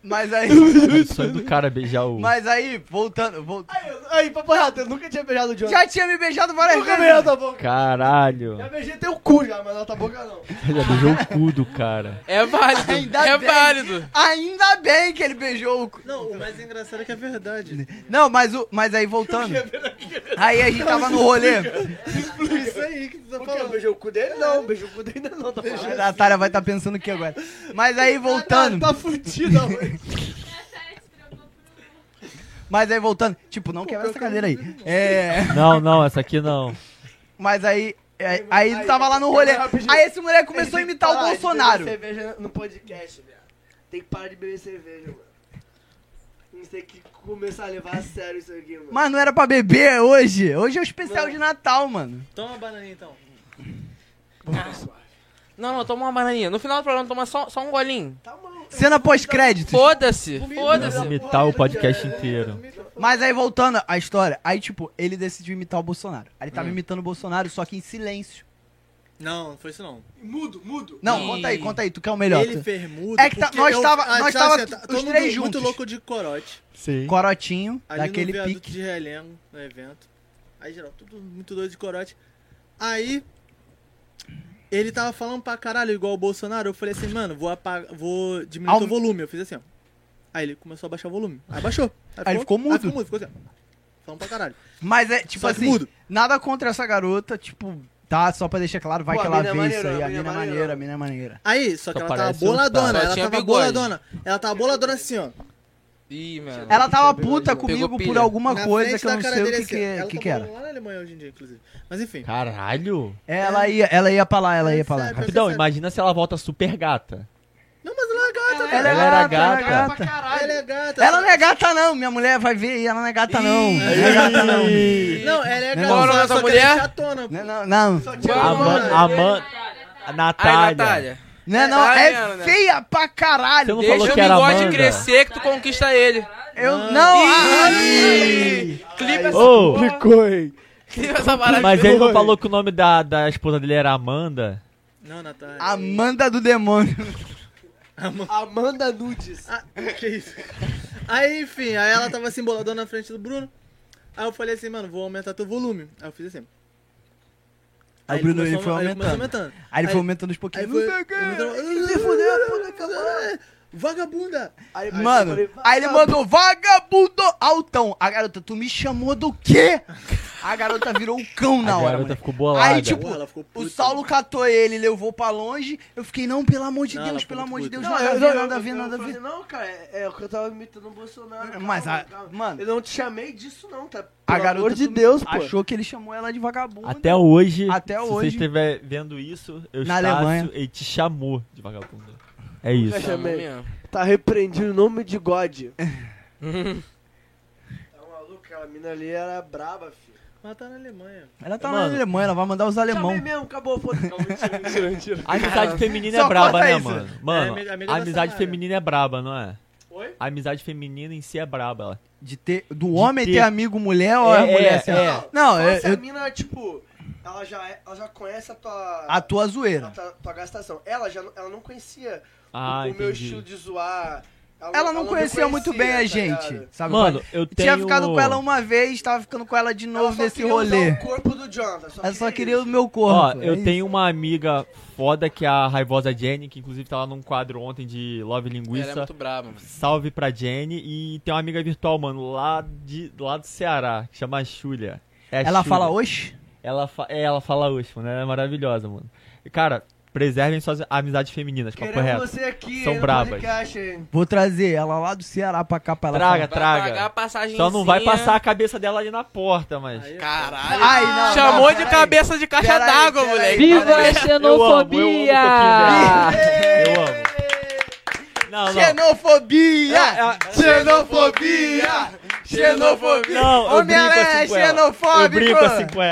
Speaker 2: Mas aí.
Speaker 4: O sonho do cara beijar o...
Speaker 2: Mas aí, voltando. voltando.
Speaker 6: Aí, papo reto, eu nunca tinha beijado o Jora.
Speaker 2: Já tinha me beijado várias
Speaker 6: Nunca
Speaker 2: vezes.
Speaker 6: beijou tua boca.
Speaker 4: Caralho.
Speaker 6: Já beijei teu cu já, mas na tua boca não.
Speaker 4: Já beijou o cu do cara.
Speaker 7: É válido.
Speaker 2: Ainda
Speaker 7: é
Speaker 2: bem.
Speaker 7: válido.
Speaker 2: Ainda bem que ele beijou o. cu.
Speaker 5: Não, o mais engraçado é que é verdade.
Speaker 2: Não, mas, o, mas aí voltando. Aí a gente tava no rolê.
Speaker 6: Isso aí que tu tá falando. Beijou o cu dele? É. Não, beijou o cu dele ainda não. Tá
Speaker 2: A Natália vai estar pensando o que agora? Mas aí voltando.
Speaker 6: Tá fudido, mãe.
Speaker 2: Mas aí voltando. Tipo, não quebra essa cadeira aí. É.
Speaker 4: Não, não, essa aqui não.
Speaker 2: Mas aí. é, Aí ele tava lá no rolê. Aí esse moleque começou a imitar o
Speaker 6: Parar de beber
Speaker 2: Bolsonaro.
Speaker 6: cerveja no podcast, viado. Tem que parar de beber cerveja, mano. Não tem que começar a levar a sério isso aqui, mano.
Speaker 2: Mas não era pra beber hoje. Hoje é o especial de Natal, mano.
Speaker 5: Toma uma bananinha então.
Speaker 7: Não, não, toma uma bananinha. No final do programa, toma só, só um golinho.
Speaker 2: Cena pós-crédito.
Speaker 7: Foda-se.
Speaker 4: Vou
Speaker 7: Foda-se.
Speaker 4: Imitar o podcast inteiro.
Speaker 2: Mas aí voltando à história, aí tipo, ele decidiu imitar o Bolsonaro. Aí ele tava imitando o Bolsonaro, só que em silêncio.
Speaker 5: Não, não foi isso não.
Speaker 6: Mudo, mudo.
Speaker 2: Não, conta aí, conta aí, tu quer o melhor.
Speaker 5: Ele
Speaker 2: Tu-
Speaker 5: fez mudo.
Speaker 2: É que tá-
Speaker 5: porque
Speaker 2: nós
Speaker 5: eu-
Speaker 2: tava- nós
Speaker 5: sabe,
Speaker 2: tava
Speaker 5: você
Speaker 2: os
Speaker 5: todo
Speaker 2: três
Speaker 5: mundo
Speaker 2: juntos.
Speaker 5: Muito louco de corote.
Speaker 4: Sim.
Speaker 2: Corotinho,
Speaker 5: Ali
Speaker 2: daquele
Speaker 5: no viaduto
Speaker 2: pique.
Speaker 5: de Realengo, no evento. Aí, geral, tudo muito doido de corote. Aí, ele tava falando pra caralho igual o Bolsonaro. Eu falei assim, mano, vou apagar, vou diminuir
Speaker 2: Aum-
Speaker 5: o volume. Eu fiz assim, ó. Aí ele começou a baixar o volume. Aí baixou.
Speaker 2: Aí ele ficou mudo.
Speaker 5: ficou mudo, ficou assim, ó. Falando pra caralho.
Speaker 2: Mas é, tipo
Speaker 5: Só que
Speaker 2: assim,
Speaker 5: mudo.
Speaker 2: nada contra essa garota, tipo, tá? Só pra deixar claro, vai
Speaker 6: Pô,
Speaker 2: que
Speaker 6: a
Speaker 2: ela
Speaker 6: mina é
Speaker 2: vê isso
Speaker 6: maneira,
Speaker 2: aí.
Speaker 6: a
Speaker 2: A
Speaker 6: mina
Speaker 2: mina
Speaker 6: é
Speaker 2: é maneira, a mina é maneira.
Speaker 5: Aí, só que
Speaker 4: Só
Speaker 5: ela tava
Speaker 4: parece um
Speaker 5: boladona,
Speaker 7: só
Speaker 5: ela
Speaker 7: tinha
Speaker 5: tava
Speaker 7: bigode.
Speaker 5: boladona. Ela tava boladona assim, ó.
Speaker 7: Ih, mano.
Speaker 2: Ela tava puta comigo
Speaker 7: Pegou
Speaker 2: por
Speaker 7: pilha.
Speaker 2: alguma
Speaker 5: Na
Speaker 2: coisa
Speaker 5: frente
Speaker 2: que eu
Speaker 5: da
Speaker 2: não
Speaker 5: cara
Speaker 2: sei o
Speaker 5: dele,
Speaker 2: que,
Speaker 5: assim,
Speaker 2: que,
Speaker 5: ela
Speaker 2: que
Speaker 5: tá
Speaker 2: que era.
Speaker 5: morando lá na Alemanha hoje em dia, inclusive. Mas enfim.
Speaker 4: Caralho!
Speaker 2: Ela ia, ela ia pra lá, ela ia pra lá.
Speaker 4: Rapidão, imagina se ela volta super gata.
Speaker 5: Não, mas ela é gata,
Speaker 2: Ela é
Speaker 4: Ela era
Speaker 2: gata, ela é
Speaker 4: gata.
Speaker 2: gata.
Speaker 5: Ela é gata.
Speaker 2: Ela não é gata, não. Minha mulher vai ver aí, ela não é gata, não. Não é gata, não.
Speaker 5: Não, ela é
Speaker 2: Não,
Speaker 5: gata.
Speaker 2: não,
Speaker 5: só-
Speaker 2: não,
Speaker 5: só
Speaker 2: tua
Speaker 5: que ela é
Speaker 2: mulher?
Speaker 5: chatona, pô.
Speaker 2: Não, não.
Speaker 5: Qual o nome?
Speaker 4: A man... A Natália.
Speaker 7: Ai, Natália.
Speaker 2: Não, não,
Speaker 7: Tá
Speaker 2: é
Speaker 7: vendo, né?
Speaker 2: feia pra caralho.
Speaker 4: Você não
Speaker 7: Deixa
Speaker 4: falou
Speaker 7: o
Speaker 4: que era
Speaker 7: bigode
Speaker 4: Amanda?
Speaker 7: crescer que tu conquista ele.
Speaker 2: Eu não. ah,
Speaker 7: Ih! Clipa essa
Speaker 4: Ô.
Speaker 7: porra. Clipa essa parada.
Speaker 4: Mas ele não falou que o nome da, da esposa dele era Amanda.
Speaker 5: Não, Natália.
Speaker 2: Amanda do demônio.
Speaker 5: Amanda Nudes. que isso? Aí, enfim, aí ela tava assim, boladona na frente do Bruno. Aí eu falei assim, mano, vou aumentar teu volume. Aí eu fiz assim.
Speaker 2: Aí o
Speaker 5: ele
Speaker 2: Bruno ele
Speaker 5: começou-
Speaker 2: foi
Speaker 5: aí ele começou
Speaker 2: aumentando. Aí ele foi aumentando uns pouquinhos.
Speaker 5: Aí foi,
Speaker 2: Não sei o quê.
Speaker 5: ele se fudeu, foda, caralho. é, Vagabunda! Aí,
Speaker 2: Mano, aí ele mandou vagabundo altão. A garota, tu me chamou do quê? A garota virou o cão na
Speaker 4: a
Speaker 2: hora.
Speaker 4: garota
Speaker 2: moleque.
Speaker 4: ficou bolada.
Speaker 2: Aí, tipo, o Saulo catou ele, levou pra longe. Eu fiquei, não, pelo amor de Deus, pelo amor de Deus,
Speaker 6: Não,
Speaker 2: nada a
Speaker 6: eu-
Speaker 2: ver,
Speaker 6: eu-
Speaker 2: nada a
Speaker 6: eu-
Speaker 2: ver,
Speaker 6: eu
Speaker 2: nada a
Speaker 6: falei,
Speaker 2: ver.
Speaker 6: Não, cara, é, é o que eu tava imitando o Bolsonaro.
Speaker 2: Mas a- mano,
Speaker 6: eu não te chamei disso, não, tá?
Speaker 2: A
Speaker 6: Pelo
Speaker 2: garota
Speaker 6: amor de
Speaker 2: tu
Speaker 6: Deus, pô.
Speaker 2: achou que ele chamou ela de vagabundo.
Speaker 4: Até hoje,
Speaker 2: Até
Speaker 4: se
Speaker 2: hoje.
Speaker 4: você estiver vendo isso, eu
Speaker 2: Na
Speaker 4: Estácio,
Speaker 2: Alemanha.
Speaker 4: ele te chamou de vagabundo. É
Speaker 6: Nunca
Speaker 4: isso.
Speaker 6: chamei.
Speaker 7: mesmo.
Speaker 6: Tá repreendido em nome de God.
Speaker 7: é
Speaker 6: É um
Speaker 5: Tá maluco, aquela mina ali era braba, filho. Mas tá na Alemanha.
Speaker 2: Ela tá
Speaker 4: Mano.
Speaker 2: na Alemanha, ela vai mandar os alemão.
Speaker 6: Chamei mesmo, acabou, foda-se. Não, mentira, mentira, mentira.
Speaker 4: A amizade feminina
Speaker 2: Só
Speaker 4: é braba,
Speaker 2: corta
Speaker 4: né,
Speaker 2: isso.
Speaker 4: mano? Mano,
Speaker 2: É, amiga- amiga
Speaker 4: a
Speaker 2: da
Speaker 4: amizade
Speaker 2: Samara.
Speaker 4: feminina é braba, não é?
Speaker 5: Oi?
Speaker 4: A amizade feminina em si é braba. ela.
Speaker 2: De ter, do homem ter, amigo mulher ou
Speaker 4: É,
Speaker 2: é, mulher
Speaker 4: é,
Speaker 2: assim?
Speaker 4: é.
Speaker 2: ó. Não,
Speaker 6: Só
Speaker 2: eu,
Speaker 6: se a
Speaker 2: eu-
Speaker 6: mina, tipo, ela já, é- ela já conhece a tua...
Speaker 2: A tua zoeira.
Speaker 6: A tua, tua gastação. Ela já não- ela não conhecia o-
Speaker 4: Ah,
Speaker 6: o, meu
Speaker 4: entendi.
Speaker 6: estilo de zoar.
Speaker 2: ela não conhecia muito bem a
Speaker 6: tá
Speaker 2: gente,
Speaker 6: ligado?
Speaker 2: sabe?
Speaker 4: Mano,
Speaker 2: qual é?
Speaker 4: eu
Speaker 2: Tinha
Speaker 4: tenho-
Speaker 2: ficado com ela um uma vez, tava ficando com ela de novo nesse
Speaker 6: queria usar
Speaker 4: rolê.
Speaker 6: o corpo do Jonathan. Só
Speaker 2: Eu só
Speaker 6: queria
Speaker 2: queria
Speaker 6: isso.
Speaker 2: o meu
Speaker 4: Ó,
Speaker 2: corpo. é
Speaker 4: eu
Speaker 2: isso.
Speaker 4: tenho uma amiga foda que é a raivosa Jenny, que inclusive tá lá num quadro ontem de Love Linguiça.
Speaker 7: Ela é muito braba, mano.
Speaker 4: Salve pra Jenny. E tem uma amiga virtual, mano, lá, de, lá do Ceará, que chama Xulia. É a
Speaker 2: Ela
Speaker 4: Xulia.
Speaker 2: fala oxe?
Speaker 4: Ela, fa- é, ela fala hoje, mano. Ela é maravilhosa, mano. E, Cara, preservem suas amizades femininas, papo
Speaker 6: Queremos
Speaker 4: reto.
Speaker 6: você aqui,
Speaker 4: São
Speaker 6: no
Speaker 4: brabas.
Speaker 6: podcast, hein?
Speaker 2: Vou trazer ela lá do Ceará pra cá, pra ela
Speaker 4: Traga,
Speaker 2: falar.
Speaker 7: pagar a
Speaker 4: traga.
Speaker 7: passagenzinha.
Speaker 4: Só não vai passar a cabeça dela ali na porta, mas.
Speaker 7: Caralho.
Speaker 2: Ai, não,
Speaker 7: Chamou
Speaker 2: não,
Speaker 7: de
Speaker 2: peraí.
Speaker 7: cabeça de caixa
Speaker 2: Peraí,
Speaker 7: d'água,
Speaker 2: peraí,
Speaker 7: moleque.
Speaker 2: Viva
Speaker 7: Fala
Speaker 4: um
Speaker 7: aí.
Speaker 2: a
Speaker 4: xenofobia! Ah, Eu amo. Não, não.
Speaker 2: Xenofobia!
Speaker 6: né?
Speaker 4: É, é-
Speaker 2: Xenofobia! Xenofobia!
Speaker 4: Não, eu brinco
Speaker 2: Homem-Aranha
Speaker 4: assim
Speaker 2: é
Speaker 4: com ela. Eu
Speaker 2: xenofóbico!
Speaker 4: brinco assim com ela.